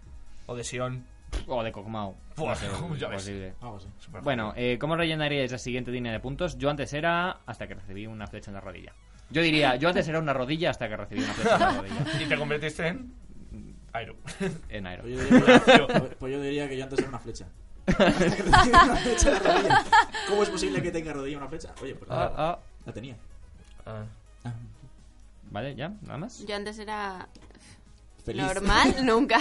Speaker 3: o de Sion.
Speaker 1: O de Cogmao.
Speaker 3: Buah,
Speaker 1: No sé,
Speaker 3: ya ves.
Speaker 1: posible.
Speaker 5: Algo así.
Speaker 3: Super
Speaker 1: Bueno, eh, ¿cómo rellenaríais la siguiente línea de puntos? Yo antes era hasta que recibí una flecha en la rodilla. Yo diría, yo antes era una rodilla hasta que recibí una flecha en la rodilla.
Speaker 3: Y te convertiste en. Airo.
Speaker 1: En aero.
Speaker 5: Pues yo, diría, pues- pues yo diría que yo antes era una flecha. Hasta que recibí una flecha en la rodilla. ¿Cómo es posible que tenga rodilla una flecha? Oye, pues
Speaker 3: Ah,
Speaker 5: la,
Speaker 3: ah,
Speaker 5: la tenía.
Speaker 3: ah.
Speaker 5: Ah,
Speaker 1: ¿Vale? ¿Ya? ¿Nada más?
Speaker 6: Yo antes era
Speaker 5: feliz.
Speaker 6: normal, nunca.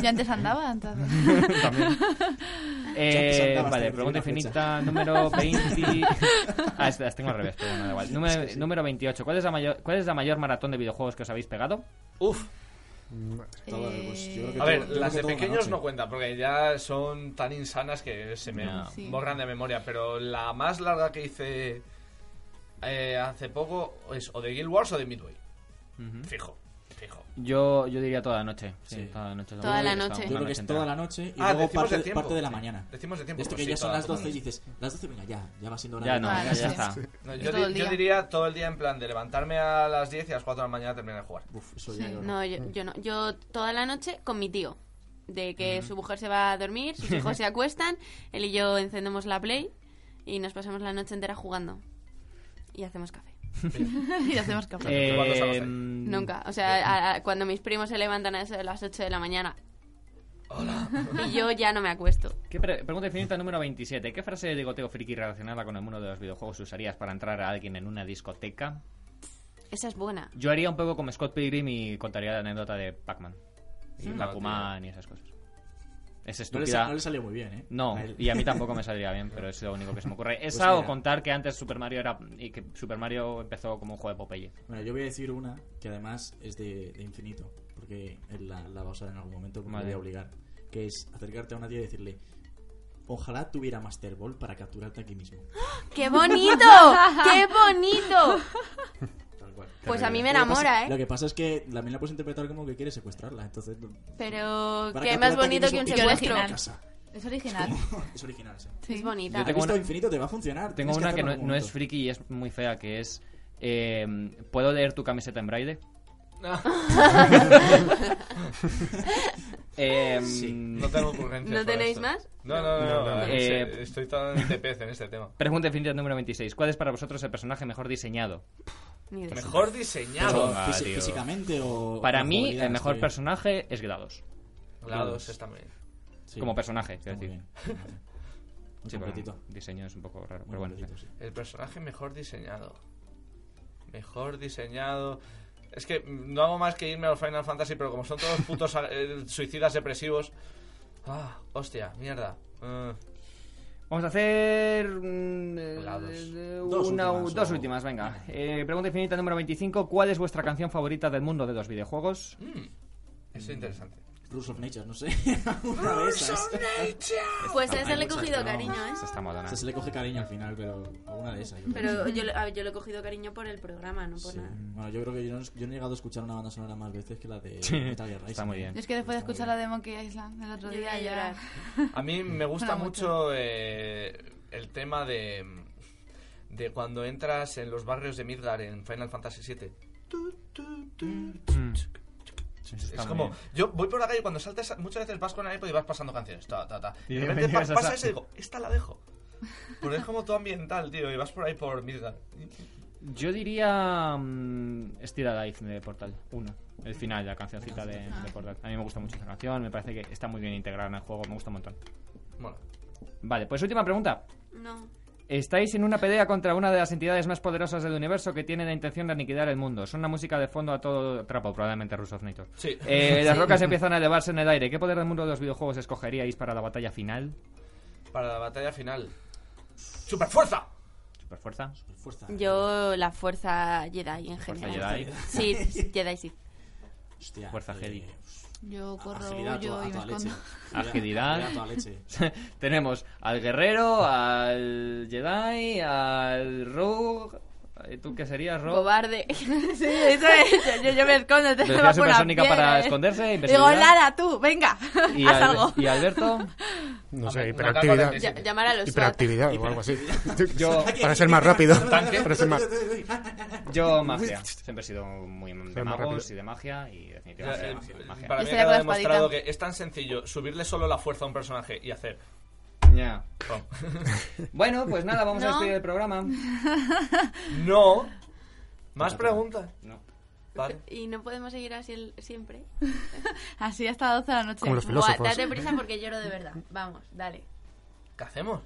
Speaker 2: Yo antes andaba, entonces.
Speaker 1: También.
Speaker 5: Ya te
Speaker 1: Eh,
Speaker 5: saltabas,
Speaker 1: vale,
Speaker 5: te perdí
Speaker 1: pregunta
Speaker 5: una
Speaker 1: infinita número 20. ah, es- las tengo al revés, pero bueno, da igual. Número, número 28. ¿Cuál es, la mayor, ¿Cuál es la mayor maratón de videojuegos que os habéis pegado?
Speaker 3: Uf,
Speaker 4: Mm,
Speaker 5: Todo, pues, yo
Speaker 2: eh,
Speaker 5: creo que
Speaker 3: a
Speaker 5: todo-
Speaker 3: ver,
Speaker 5: yo creo
Speaker 3: las
Speaker 5: que
Speaker 3: de
Speaker 5: toda una
Speaker 3: pequeños
Speaker 5: noche.
Speaker 3: no cuentan porque ya son tan insanas que se me
Speaker 1: Ya.
Speaker 2: Sí.
Speaker 3: borran de memoria. Pero la más larga que hice eh, hace poco es o de Guild Wars o de Midway. Fijo, fijo.
Speaker 1: Yo, yo diría toda la noche. Sí,
Speaker 5: Sí.
Speaker 1: toda la noche.
Speaker 6: Toda la
Speaker 1: Una
Speaker 6: noche.
Speaker 5: Yo creo que es
Speaker 1: entera.
Speaker 5: toda la noche y
Speaker 3: Ah,
Speaker 5: luego
Speaker 3: decimos
Speaker 5: parte
Speaker 3: de
Speaker 5: de,
Speaker 3: tiempo.
Speaker 5: parte de la
Speaker 3: Sí.
Speaker 5: mañana.
Speaker 3: Decimos de tiempo.
Speaker 5: Esto
Speaker 3: pues
Speaker 5: que
Speaker 3: sí,
Speaker 5: ya son
Speaker 3: toda
Speaker 5: las
Speaker 3: la
Speaker 5: 12 y
Speaker 3: noche.
Speaker 5: dices, las 12, venga, ya, ya va siendo hora
Speaker 1: Ya
Speaker 5: de
Speaker 1: no,
Speaker 2: Vale,
Speaker 1: ya, ya
Speaker 2: sí.
Speaker 1: está.
Speaker 3: No,
Speaker 2: Todo
Speaker 3: yo, di-
Speaker 2: el
Speaker 3: yo
Speaker 2: día.
Speaker 3: diría todo el día en plan de levantarme a las 10 y a las 4 de la mañana terminar de jugar.
Speaker 5: Uf, eso ya
Speaker 2: Sí,
Speaker 5: yo
Speaker 6: No, yo, yo no. Yo toda la noche con mi tío. De que su mujer se va a dormir, sus hijos se acuestan, él y yo encendemos la Play y nos pasamos la noche entera jugando. Y hacemos café.
Speaker 2: y hacemos café.
Speaker 1: Eh,
Speaker 3: ¿Cuándo os acordáis?
Speaker 6: Nunca. O sea, a- a- cuando mis primos se levantan a eso de las 8 de la mañana. Y yo ya no me acuesto.
Speaker 1: ¿qué pre- pregunta infinita número 27. ¿Qué frase de ligoteo friki relacionada con el mundo de los videojuegos usarías para entrar a alguien en una discoteca?
Speaker 6: Esa es buena.
Speaker 1: Yo haría un poco como Scott Pilgrim y contaría la anécdota de Pac-Man. Y Pac-Man y esas cosas. Es
Speaker 5: No le,
Speaker 1: estúpida.
Speaker 5: sa- no le salió muy bien, ¿eh?
Speaker 1: No,
Speaker 5: A él.
Speaker 1: y a mí tampoco me saldría bien, pero es lo único que se me ocurre. Esa o
Speaker 5: Pues mira.
Speaker 1: contar que antes Super Mario era y que Super Mario empezó como un juego de Popeye.
Speaker 5: Bueno, yo voy a decir una que además es de, de infinito, porque él la, la va a usar en algún momento, porque
Speaker 1: Vale.
Speaker 5: le voy a obligar. Que es acercarte a una tía y decirle: Ojalá tuviera Master Ball para capturarte aquí mismo.
Speaker 6: ¡Qué bonito! ¡Qué bonito!
Speaker 5: Tal cual.
Speaker 6: Pues a mí me
Speaker 5: Lo que pasa-
Speaker 6: enamora,
Speaker 5: Lo
Speaker 6: ¿eh?
Speaker 5: que pasa es que también la puedes interpretar como que quiere secuestrarla, entonces. no-
Speaker 6: Pero
Speaker 5: Para capturarte
Speaker 6: qué más
Speaker 5: aquí
Speaker 6: bonito que
Speaker 5: mismo
Speaker 6: un
Speaker 5: y
Speaker 6: secuestro.
Speaker 5: llevarte a casa.
Speaker 2: Es original.
Speaker 5: Es original, sí.
Speaker 2: Sí.
Speaker 6: Es
Speaker 1: Yo
Speaker 6: bonita.
Speaker 5: Aquí
Speaker 1: tengo
Speaker 5: está
Speaker 1: una-
Speaker 5: infinito, te va a funcionar.
Speaker 1: Tengo
Speaker 5: tienes que
Speaker 1: una que
Speaker 5: hacerlo
Speaker 1: no,
Speaker 5: en algún
Speaker 1: no es
Speaker 5: momento.
Speaker 1: friki y es muy fea, que es... eh, ¿Puedo leer tu camiseta en braille? Eh,
Speaker 5: Sí.
Speaker 3: No tengo ocurrencias.
Speaker 6: ¿No
Speaker 3: para
Speaker 6: tenéis
Speaker 3: esto.
Speaker 6: más?
Speaker 3: No, no, no. no,
Speaker 4: No, no,
Speaker 1: no.
Speaker 3: eh,
Speaker 1: Eh,
Speaker 3: Estoy tan de pez en este tema.
Speaker 1: Pregunta infinita número 26. ¿Cuál es para vosotros el personaje mejor diseñado?
Speaker 6: Ni idea.
Speaker 3: Mejor
Speaker 5: Pero,
Speaker 3: diseñado.
Speaker 1: Ah,
Speaker 5: fisi-
Speaker 1: tío.
Speaker 5: físicamente o.
Speaker 1: Para
Speaker 5: o
Speaker 1: mí,
Speaker 5: jugabilidad,
Speaker 1: el mejor
Speaker 5: Oh, estoy-
Speaker 1: personaje es Glados.
Speaker 3: Lados está muy bien.
Speaker 5: sí.
Speaker 1: Como personaje, quiero
Speaker 5: Está muy
Speaker 1: decir.
Speaker 5: bien. Muy
Speaker 1: Sí, pero
Speaker 5: completito.
Speaker 1: el diseño es un poco raro.
Speaker 5: Muy
Speaker 1: Pero bueno,
Speaker 5: completito, sí.
Speaker 3: El personaje mejor diseñado. Mejor diseñado. Es que no hago más que irme a los Final Fantasy, pero como son todos putos eh, suicidas depresivos. Ah, hostia, mierda. Eh,
Speaker 1: Vamos a hacer. mm, eh,
Speaker 3: Hola, dos.
Speaker 1: eh,
Speaker 5: Dos
Speaker 1: una-
Speaker 5: últimas,
Speaker 1: dos
Speaker 5: o-
Speaker 1: últimas, venga. Eh, pregunta infinita número 25. ¿Cuál es vuestra canción favorita del mundo de los videojuegos?
Speaker 5: Mm.
Speaker 3: eso es interesante.
Speaker 5: Rules of Nature, no sé. Una de esas.
Speaker 6: Pues a ese
Speaker 1: Hay
Speaker 6: le he
Speaker 1: muchas
Speaker 6: cogido
Speaker 1: que no.
Speaker 6: cariño, ¿eh?
Speaker 1: Esa está
Speaker 5: O
Speaker 1: modona.
Speaker 5: sea, se le coge cariño al final, pero alguna de esas. yo creo.
Speaker 6: Pero yo, le- a- yo le he cogido cariño por el programa, no por
Speaker 5: Sí.
Speaker 6: nada.
Speaker 5: Bueno, yo creo que yo no, yo no he llegado a escuchar una banda sonora más veces que la de Metal Gear Rising. ¿eh?
Speaker 1: Está muy bien.
Speaker 2: Yo es que después de escuchar la de Monkey Island el otro
Speaker 6: Yo voy
Speaker 2: día
Speaker 6: a
Speaker 2: ya...
Speaker 6: llorar.
Speaker 3: A mí me gusta
Speaker 2: Mola mucho.
Speaker 3: mucho eh, el tema de, de cuando entras en los barrios de Midgar en Final Fantasy VII.
Speaker 1: Mm.
Speaker 3: es como, yo voy por la calle y cuando saltas, muchas veces vas con el iPod y vas pasando canciones. Ta, ta, ta.
Speaker 1: Y
Speaker 3: Y de
Speaker 1: de
Speaker 3: repente
Speaker 1: repente
Speaker 3: pa-
Speaker 1: llegas a
Speaker 3: pasa
Speaker 1: esa-
Speaker 3: esa y digo, esta la dejo. Porque es como todo ambiental, tío, y vas por ahí por Midgar.
Speaker 1: Yo diría. mm, Still Alive de Portal 1. El final, la cancioncita de, de Portal. A mí me gusta mucho esa canción. Me parece que está muy bien integrada en el juego. Me gusta un montón.
Speaker 3: Mola.
Speaker 1: Vale, pues última pregunta.
Speaker 6: No.
Speaker 1: Estáis en una pelea contra una de las entidades más poderosas del universo que tiene la intención de aniquilar el mundo. Son una música de fondo a todo trapo, probablemente Rules of Nature.
Speaker 3: Sí.
Speaker 1: Eh, las rocas empiezan a elevarse en el aire. ¿Qué poder del mundo de los videojuegos escogeríais para la batalla final?
Speaker 3: Para la batalla final. ¡Super fuerza!
Speaker 1: Superfuerza.
Speaker 5: Fuerza.
Speaker 6: Yo la fuerza Jedi en
Speaker 1: Fuerza
Speaker 6: general.
Speaker 1: Jedi.
Speaker 6: Sí, Jedi sí.
Speaker 5: Hostia, eh,
Speaker 1: Fuerza Jedi.
Speaker 2: Yo corro,
Speaker 5: Agilidad a
Speaker 2: huyo
Speaker 5: Ah, toda-
Speaker 2: y
Speaker 5: a
Speaker 2: me
Speaker 5: toda
Speaker 2: escondo.
Speaker 5: leche.
Speaker 1: Agilidad.
Speaker 5: a toda leche.
Speaker 1: Tenemos al guerrero, al Jedi, al Rogue. Eh, ¿Tú qué serías, Rogue?
Speaker 6: Cobarde. sí, eso es. Yo, yo me escondo. Te
Speaker 1: Velocidad
Speaker 6: me pongo una
Speaker 1: supersónica
Speaker 6: piedra,
Speaker 1: para
Speaker 6: eh.
Speaker 1: esconderse,
Speaker 6: Digo,
Speaker 1: invisibilidad.
Speaker 6: Lara, tú, venga.
Speaker 1: Y,
Speaker 6: haz
Speaker 1: al-
Speaker 6: algo.
Speaker 1: y Alberto,
Speaker 4: No
Speaker 3: A
Speaker 4: sé,
Speaker 3: ver, una
Speaker 4: hiperactividad.
Speaker 3: caca de-
Speaker 6: Ya- llamar a los SWAT.
Speaker 4: Hiperactividad o algo así.
Speaker 1: yo,
Speaker 4: Para ser más rápido. Para ser más...
Speaker 1: yo magia. Siempre he sido muy de
Speaker 4: Soy más
Speaker 1: magos
Speaker 4: rápido.
Speaker 1: y de magia y
Speaker 3: Ya,
Speaker 1: definitivamente
Speaker 3: eh,
Speaker 1: magia, magia.
Speaker 3: Para
Speaker 2: Yo
Speaker 3: mí
Speaker 2: estoy
Speaker 3: queda
Speaker 2: con la
Speaker 3: demostrado
Speaker 2: espadita.
Speaker 3: que es tan sencillo subirle solo la fuerza a un personaje y hacer.
Speaker 1: Ya.
Speaker 3: pum.
Speaker 1: Bueno, pues nada, vamos a
Speaker 6: No.
Speaker 1: despedir el programa.
Speaker 3: No. Más preguntas.
Speaker 1: No.
Speaker 3: Vale.
Speaker 6: Y no podemos seguir así el- siempre.
Speaker 2: Así hasta 12 de la noche.
Speaker 4: Como los
Speaker 6: Buah,
Speaker 4: filósofos.
Speaker 6: date prisa porque lloro de verdad. Vamos, dale.
Speaker 3: ¿Qué hacemos?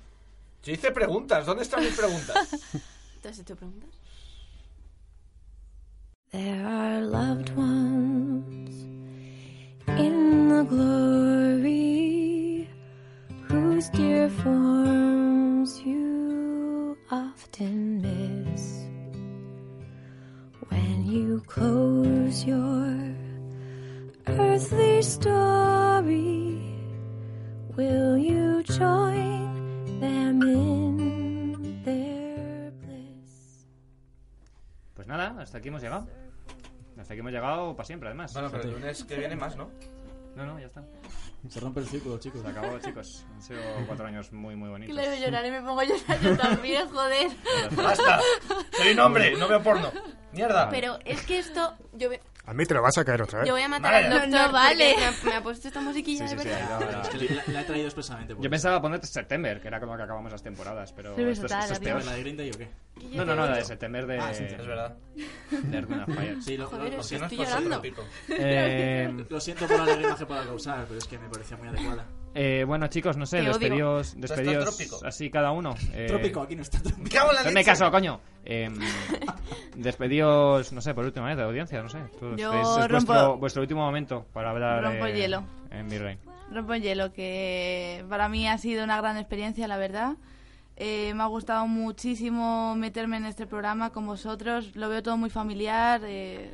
Speaker 3: Yo hice preguntas. ¿Dónde están mis preguntas?
Speaker 6: ¿Te has hecho preguntas?
Speaker 11: There are loved ones in the glory whose dear forms you often miss. When you close your earthly story, will you join them in their bliss?
Speaker 1: Pues nada, hasta aquí hemos llegado. Hasta aquí hemos llegado para siempre, además.
Speaker 8: Bueno, pero el lunes que viene más, ¿no?
Speaker 1: No, no, ya está.
Speaker 5: Se rompe el círculo, chicos.
Speaker 1: Se acabó, chicos. Han sido cuatro años muy, muy bonitos.
Speaker 6: Claro, lloraré, me pongo a llorar yo también, joder.
Speaker 8: ¡Basta! Soy un hombre, no veo porno. ¡Mierda!
Speaker 6: Pero es que esto, yo, ve-
Speaker 4: A mí te lo vas a caer otra vez.
Speaker 6: yo voy a matar
Speaker 8: Vale.
Speaker 6: al
Speaker 8: No,
Speaker 6: doctor.
Speaker 2: no, vale.
Speaker 6: porque Me ha, me ha puesto esta musiquilla
Speaker 1: Sí, sí,
Speaker 6: de
Speaker 1: sí,
Speaker 6: verdad.
Speaker 1: ahí va, ahí va.
Speaker 5: Es que la, la he traído expresamente. porque-
Speaker 1: Yo pensaba poner septiembre, que era con lo que acabamos las temporadas, pero
Speaker 2: Pero
Speaker 1: esto, es-
Speaker 2: total,
Speaker 1: esto es
Speaker 2: adiós.
Speaker 1: peor.
Speaker 5: ¿La de Green Day o qué?
Speaker 1: No, no, no,
Speaker 6: eh.
Speaker 1: la de septiembre de,
Speaker 5: Ah, sí,
Speaker 8: Es verdad.
Speaker 1: de Earth, Wind and Fire.
Speaker 5: Sí, lo,
Speaker 6: Joder,
Speaker 5: lo- lo
Speaker 6: es que
Speaker 5: siento,
Speaker 6: estoy
Speaker 8: Pues otro
Speaker 6: llorando.
Speaker 8: pico.
Speaker 1: Eh,
Speaker 5: lo siento por la lágrima que pueda causar, pero es que me parecía muy adecuada.
Speaker 1: eh, bueno, chicos, no sé,
Speaker 6: Te odio.
Speaker 1: despedidos, despedidos
Speaker 8: trópico.
Speaker 1: así cada uno. Eh,
Speaker 5: Trópico, aquí no está
Speaker 8: ¡Me
Speaker 5: trópico.
Speaker 8: cago en la
Speaker 1: Hazme
Speaker 8: leche!
Speaker 1: caso, coño. Eh, despedidos, no sé, por última vez de la audiencia, no sé. Tú, este
Speaker 2: Yo
Speaker 1: es- es
Speaker 2: rompo-
Speaker 1: vuestro, vuestro último momento para hablar
Speaker 2: Rompo
Speaker 1: eh,
Speaker 2: el hielo.
Speaker 1: en Virrey.
Speaker 2: Rompo el hielo, que para mí ha sido una gran experiencia, la verdad. Eh, me ha gustado muchísimo meterme en este programa con vosotros. Lo veo todo muy familiar. eh,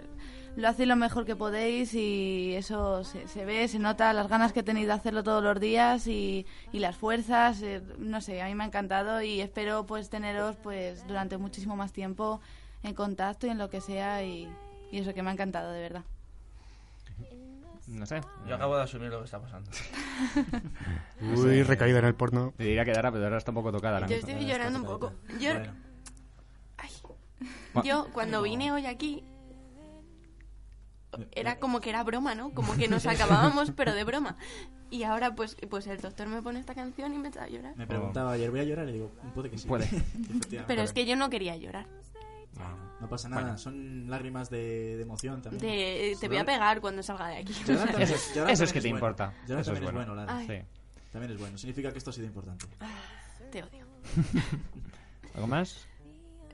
Speaker 2: lo hacéis lo mejor que podéis y eso se, se ve, se nota las ganas que tenéis de hacerlo todos los días y, y las fuerzas. eh, no sé, a mí me ha encantado y espero pues teneros pues durante muchísimo más tiempo en contacto y en lo que sea y, y eso que me ha encantado de verdad.
Speaker 1: No sé.
Speaker 8: Yo acabo de asumir lo que está pasando.
Speaker 4: Uy, recaída en el porno.
Speaker 1: Te diría que Dara, pero Dara está un poco tocada. La
Speaker 6: Yo
Speaker 1: misma.
Speaker 6: estoy llorando un poco. Yo,
Speaker 5: Bueno,
Speaker 1: Bueno.
Speaker 6: yo cuando vine hoy aquí, era como que era broma, ¿no? Como que nos acabábamos, pero de broma. Y ahora, pues, pues el doctor me pone esta canción y me está a llorar.
Speaker 5: me preguntaba ayer, ¿voy a llorar? Y digo, puede que sí.
Speaker 1: Puede.
Speaker 5: Efectivamente.
Speaker 6: Pero es que yo no quería llorar.
Speaker 5: Bueno, no pasa nada, son lágrimas de, de emoción también.
Speaker 6: De- eh, te voy a pegar cuando salga de aquí.
Speaker 5: Llorar también
Speaker 1: Eso-
Speaker 5: llorar
Speaker 1: eso es que
Speaker 5: también
Speaker 1: te
Speaker 5: bueno.
Speaker 1: importa. Eso
Speaker 5: Llorar
Speaker 1: es
Speaker 5: también es
Speaker 1: bueno.
Speaker 5: bueno, Lara.
Speaker 6: Ay.
Speaker 1: Sí.
Speaker 5: También es bueno, significa que esto ha sido importante.
Speaker 6: Ah. Te odio.
Speaker 1: ¿Algo más?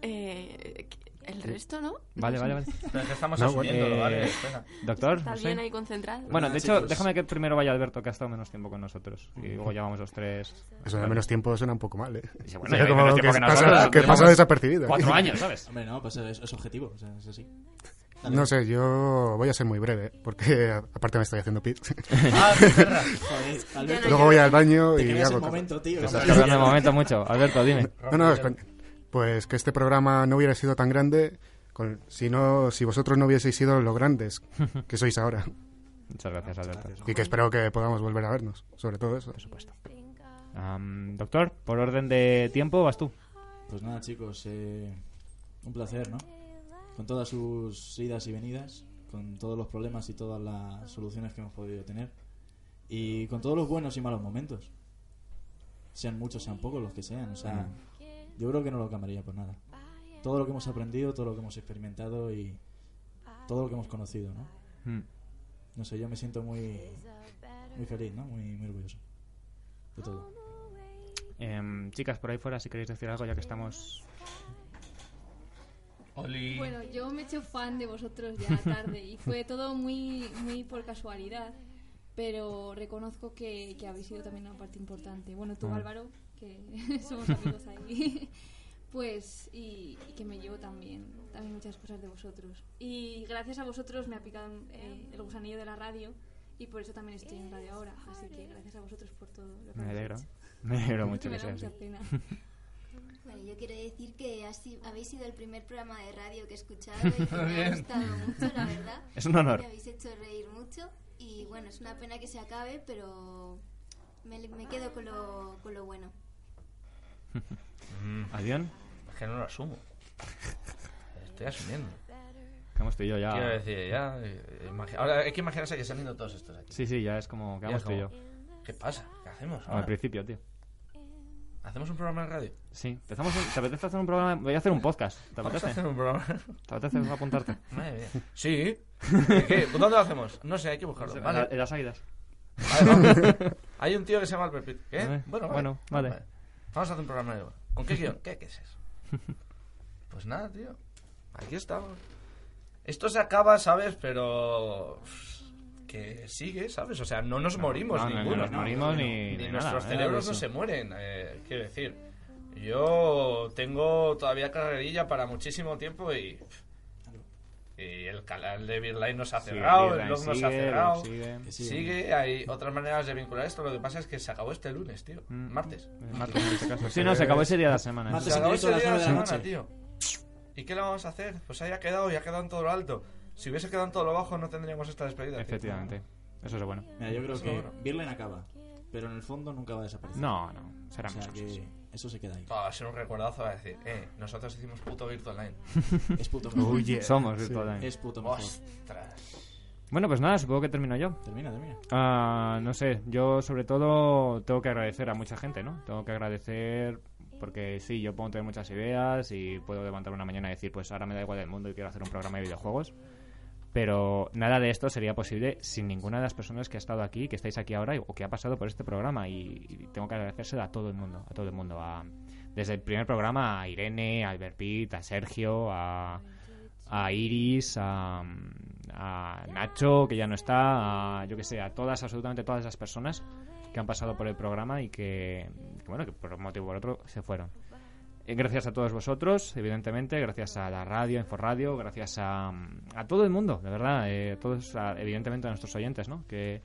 Speaker 6: Eh, el resto, ¿no?
Speaker 1: Vale, vale, vale.
Speaker 8: Pero es que estamos
Speaker 4: No, bueno.
Speaker 8: asumiéndolo, ¿vale?
Speaker 1: Eh,
Speaker 8: Espera.
Speaker 1: Doctor, no
Speaker 6: ¿Estás
Speaker 1: sé.
Speaker 6: bien ahí concentrado?
Speaker 1: Bueno, de
Speaker 5: Nada,
Speaker 1: hecho,
Speaker 5: chicos.
Speaker 1: déjame que primero vaya Alberto, que ha estado menos tiempo con nosotros. Y luego ya vamos los tres.
Speaker 4: Eso de menos tiempo suena un poco mal, ¿eh?
Speaker 1: Dice,
Speaker 4: O
Speaker 1: bueno,
Speaker 4: sea,
Speaker 1: lleváis
Speaker 4: como
Speaker 1: menos
Speaker 4: que
Speaker 1: tiempo que
Speaker 4: pasa-
Speaker 1: nosotros,
Speaker 4: que
Speaker 1: llevamos
Speaker 4: pasa desapercibido.
Speaker 1: Cuatro años, ¿sabes?
Speaker 5: Hombre, no, pues es, es objetivo, o sea, es así.
Speaker 4: No sé, yo voy a ser muy breve, ¿eh? porque a- aparte me estoy haciendo pit.
Speaker 8: Ah, es verdad.
Speaker 5: Joder, Alberto,
Speaker 4: Luego voy al baño
Speaker 5: te
Speaker 4: y
Speaker 5: creas el
Speaker 4: hago... cosas.
Speaker 5: momento, tío.
Speaker 1: Te estás tardando el momento mucho. Alberto, dime.
Speaker 4: No, no, espa- pues que este programa no hubiera sido tan grande con- si, no, si vosotros no hubieseis sido lo grandes que sois ahora.
Speaker 1: Muchas gracias, Alberto.
Speaker 4: Y que espero que podamos volver a vernos, sobre todo eso.
Speaker 1: Por supuesto. Am, doctor, por orden de tiempo, vas tú.
Speaker 5: Pues nada, chicos, eh, un placer, ¿no? Con todas sus idas y venidas, con todos los problemas y todas las soluciones que hemos podido tener, y con todos los buenos y malos momentos. Sean muchos, sean pocos, los que sean. O sea, yo creo que no lo cambiaría por nada. Todo lo que hemos aprendido, todo lo que hemos experimentado y todo lo que hemos conocido, ¿no?
Speaker 1: Mm.
Speaker 5: No sé, yo me siento muy, muy feliz, ¿no? Muy, muy orgulloso de todo.
Speaker 1: Em, chicas, por ahí fuera, si queréis decir algo, ya que estamos.
Speaker 8: Oli.
Speaker 7: Bueno, yo me he hecho fan de vosotros ya tarde y fue todo muy, muy por casualidad, pero reconozco que, que habéis sido también una parte importante. Bueno,
Speaker 1: Mm.
Speaker 7: tú Álvaro, que somos amigos ahí, pues y, y que me llevo también, también muchas cosas de vosotros. Y gracias a vosotros me ha picado eh, el gusanillo de la radio y por eso también estoy en radio ahora. Así que gracias a vosotros por todo. Lo que habéis
Speaker 1: Me alegro.
Speaker 7: hecho.
Speaker 1: Me alegro mucho
Speaker 7: Me
Speaker 1: que
Speaker 7: da
Speaker 1: sea así.
Speaker 7: mucha pena.
Speaker 12: Bueno, yo quiero decir que ha si- habéis sido el primer programa de radio que he escuchado y que me ha
Speaker 8: Bien.
Speaker 12: gustado mucho, la verdad.
Speaker 1: Es un honor.
Speaker 12: Me habéis hecho reír mucho y bueno, es una pena que se acabe, pero me, me quedo con lo, con lo bueno.
Speaker 1: Adión,
Speaker 8: Mm, Es que no lo asumo. Estoy asumiendo.
Speaker 1: que hemos tú y yo ya.
Speaker 8: Quiero decir, ya. eh, imagi- Ahora hay que imaginarse que están viendo todos estos aquí.
Speaker 1: Sí, sí, ya es como que hemos tú y yo.
Speaker 8: como- ¿Qué pasa? ¿Qué hacemos?
Speaker 1: Al
Speaker 8: ahora?
Speaker 1: principio, tío.
Speaker 8: ¿Hacemos un programa en radio?
Speaker 1: Sí, empezamos un- ¿te apetece hacer un programa? Voy a hacer un podcast. ¿Te
Speaker 8: Vamos a
Speaker 1: apetece?
Speaker 8: hacer un programa.
Speaker 1: ¿Te apetece apuntarte?
Speaker 8: Madre mía. Sí. ¿De ¿Qué? ¿Dónde lo hacemos? No sé, hay que buscarlo.
Speaker 1: En la-
Speaker 8: Vale.
Speaker 1: en las águilas.
Speaker 8: Vale, vamos. Hay un tío que se llama Albert Pitt. ¿Qué?
Speaker 1: Eh,
Speaker 8: Bueno, vale.
Speaker 1: bueno, vale.
Speaker 8: Vamos a hacer un programa nuevo. ¿Con qué guión? ¿Qué, qué es eso? Pues nada, tío. Aquí estamos. Esto se acaba, ¿sabes? Pero. pff, Que sigue, ¿sabes? O sea, no nos morimos
Speaker 1: no, no,
Speaker 8: ninguno.
Speaker 1: no nos morimos ni-
Speaker 8: Ni
Speaker 1: ni
Speaker 8: nuestros
Speaker 1: nada, ¿eh?
Speaker 8: cerebros no
Speaker 1: Eso.
Speaker 8: se mueren, eh, quiero decir. Yo tengo todavía carrerilla para muchísimo tiempo y. Y el canal de Birline nos ha
Speaker 1: Sí,
Speaker 8: cerrado,
Speaker 1: Beer
Speaker 8: el
Speaker 1: Line
Speaker 8: blog nos ha
Speaker 1: sigue, el
Speaker 8: cerrado.
Speaker 1: blog sigue.
Speaker 5: Que sigue.
Speaker 8: Sigue, hay otras maneras de vincular esto. Lo que pasa es que se acabó este lunes, tío.
Speaker 1: Mm.
Speaker 8: Martes.
Speaker 1: Martes, en este caso. Sí, no, se acabó ese día de la semana.
Speaker 5: Martes
Speaker 8: Se acabó
Speaker 5: en directo
Speaker 8: ese
Speaker 5: a las
Speaker 8: día
Speaker 5: nueve de la
Speaker 8: semana,
Speaker 5: noche.
Speaker 8: tío. ¿Y qué le vamos a hacer? Pues ahí ha quedado y ha quedado en todo lo alto. Si hubiese quedado en todo lo bajo, no tendríamos esta despedida. tío.
Speaker 1: Efectivamente. Eso es lo bueno.
Speaker 5: Mira, yo creo
Speaker 8: Eso
Speaker 5: que
Speaker 8: bueno.
Speaker 5: Birlen acaba, pero en el fondo nunca va a desaparecer.
Speaker 1: No, no.
Speaker 5: O
Speaker 1: Serán
Speaker 5: sea
Speaker 1: muchas cosas.
Speaker 5: que eso se queda ahí.
Speaker 8: Ah, Va a ser un recuerdazo a decir, eh, nosotros hicimos puto Virtual Line.
Speaker 5: Es puto mejor.
Speaker 1: Somos Virtual Line.
Speaker 5: Es puto mejor.
Speaker 8: Ostras.
Speaker 1: Bueno, pues nada, supongo que termino yo.
Speaker 5: Termina, termina.
Speaker 1: Ah, no sé, yo sobre todo tengo que agradecer a mucha gente, ¿no? Tengo que agradecer porque sí, yo puedo tener muchas ideas y puedo levantar una mañana y decir, pues ahora me da igual el mundo y quiero hacer un programa de videojuegos. Pero nada de esto sería posible sin ninguna de las personas que ha estado aquí, que estáis aquí ahora y- o que ha pasado por este programa. Y, y tengo que agradecerse a todo el mundo, a todo el mundo. A, desde el primer programa a Irene, a Albert Pitt, a Sergio, a, a Iris, a, a Nacho, que ya no está, a, yo que sé, a todas, absolutamente todas las personas que han pasado por el programa y que, que, bueno, que por un motivo o por otro se fueron. Eh, Gracias a todos vosotros, evidentemente, gracias a la radio, Inforradio, gracias a, a todo el mundo, de verdad, eh, a todos, a- evidentemente a nuestros oyentes, ¿no? Que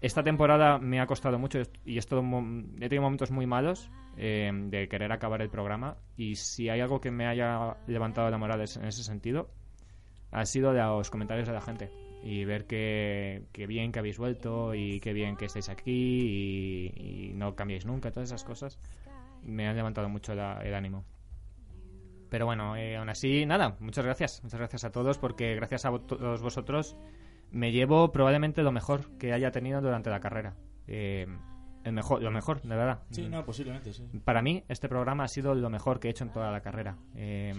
Speaker 1: esta temporada me ha costado mucho y he, estado mo- he tenido momentos muy malos eh, de querer acabar el programa y si hay algo que me haya levantado la moral es- en ese sentido ha sido de los comentarios de la gente y ver que, que bien que habéis vuelto y qué bien que estáis aquí y, y no cambiáis nunca, todas esas cosas me han levantado mucho la- el ánimo. Pero bueno, eh, aún así, nada, muchas gracias, muchas gracias a todos porque gracias a vo- todos vosotros me llevo probablemente lo mejor que haya tenido durante la carrera. Eh, el mejor, lo mejor, de verdad.
Speaker 5: Sí, no, posiblemente, sí.
Speaker 1: Para mí, este programa ha sido lo mejor que he hecho en toda la carrera. Eh,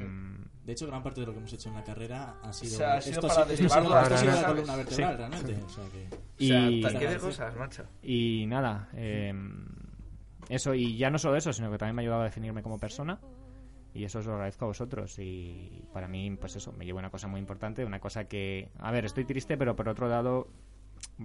Speaker 5: De hecho, gran parte de lo que hemos hecho en la carrera ha sido.
Speaker 8: O sea, ha sido
Speaker 5: esto
Speaker 8: para
Speaker 5: ha sido, esto ha
Speaker 8: derivarlo
Speaker 5: sido- esto ha
Speaker 8: a
Speaker 5: sido
Speaker 8: la
Speaker 5: la
Speaker 8: carrera,
Speaker 5: columna
Speaker 8: ¿sabes?
Speaker 5: vertebral, realmente. O sea que.
Speaker 8: O sea,
Speaker 1: y-
Speaker 8: tal- ¿qué de cosas, macho?
Speaker 1: Y nada, eh, eso, y ya no solo eso, sino que también me ha ayudado a definirme como persona. Y eso os lo agradezco a vosotros. Y para mí, pues eso, me lleva una cosa muy importante, una cosa que, a ver, estoy triste, pero por otro lado,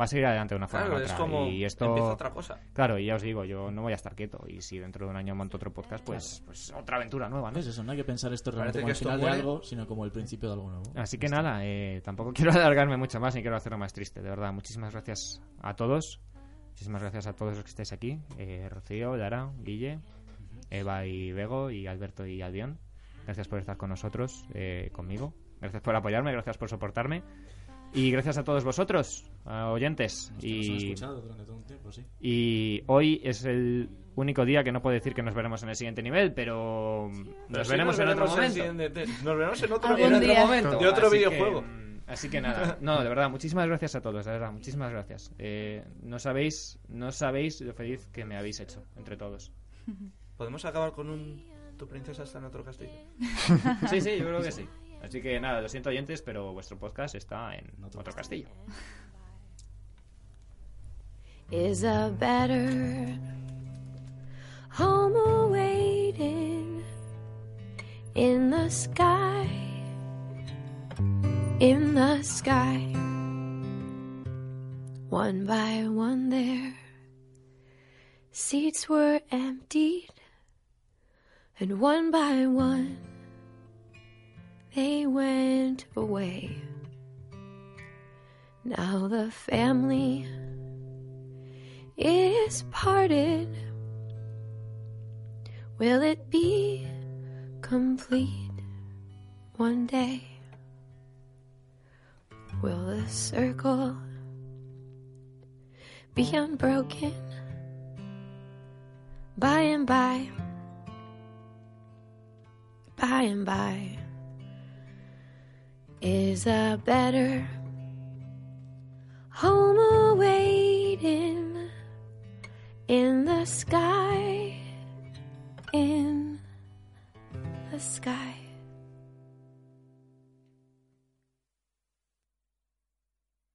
Speaker 1: va a seguir adelante de una forma u
Speaker 8: Claro, es
Speaker 1: otra.
Speaker 8: como
Speaker 1: y esto,
Speaker 8: empieza otra cosa.
Speaker 1: claro, y ya os digo, yo no voy a estar quieto. Y si dentro de un año monto otro podcast, pues, pues otra aventura nueva,
Speaker 5: No
Speaker 1: ¿no?
Speaker 5: es eso, no hay que pensar esto
Speaker 8: Parece
Speaker 5: realmente como
Speaker 8: que
Speaker 5: el
Speaker 8: esto
Speaker 5: final de
Speaker 8: muere.
Speaker 5: algo, sino como el principio de algo nuevo.
Speaker 1: Así que nada, eh, tampoco quiero alargarme mucho más ni quiero hacerlo más triste. De verdad, muchísimas gracias a todos. Muchísimas gracias a todos los que estáis aquí. Eh, Rocío, Lara, Guille, Eva y Bego y Alberto y Albion. Gracias por estar con nosotros, eh, conmigo. Gracias por apoyarme, gracias por soportarme. Y gracias a todos vosotros, a oyentes.
Speaker 5: Nos hemos
Speaker 1: Y,
Speaker 5: escuchado durante todo un tiempo, sí.
Speaker 1: y hoy es el único día que no puedo decir que nos veremos en el siguiente nivel, pero mm,
Speaker 8: Pero
Speaker 1: nos
Speaker 8: sí
Speaker 1: veremos en otro
Speaker 8: el
Speaker 1: momento
Speaker 8: siguiente- Nos veremos en otro,
Speaker 2: Algún
Speaker 8: en otro
Speaker 2: día.
Speaker 8: momento. De otro
Speaker 1: así
Speaker 8: videojuego.
Speaker 1: que, mm, así que nada, no, de verdad, muchísimas gracias a todos, de verdad, muchísimas gracias. Eh, no sabéis, no sabéis lo feliz que me habéis hecho entre todos.
Speaker 8: ¿Podemos acabar con un... Tu princesa está en otro castillo?
Speaker 1: Sí, sí, yo creo que sí. Así que nada, lo siento oyentes, pero vuestro podcast está en
Speaker 5: Otro
Speaker 1: otro castillo.
Speaker 11: is a better home awaiting in the sky, in the sky. One by one, their seats were emptied, and one by one, they went away. Now the family is parted, will it be complete one day? Will the circle be unbroken by and by? By and by is a better home awaiting in the sky, in the sky.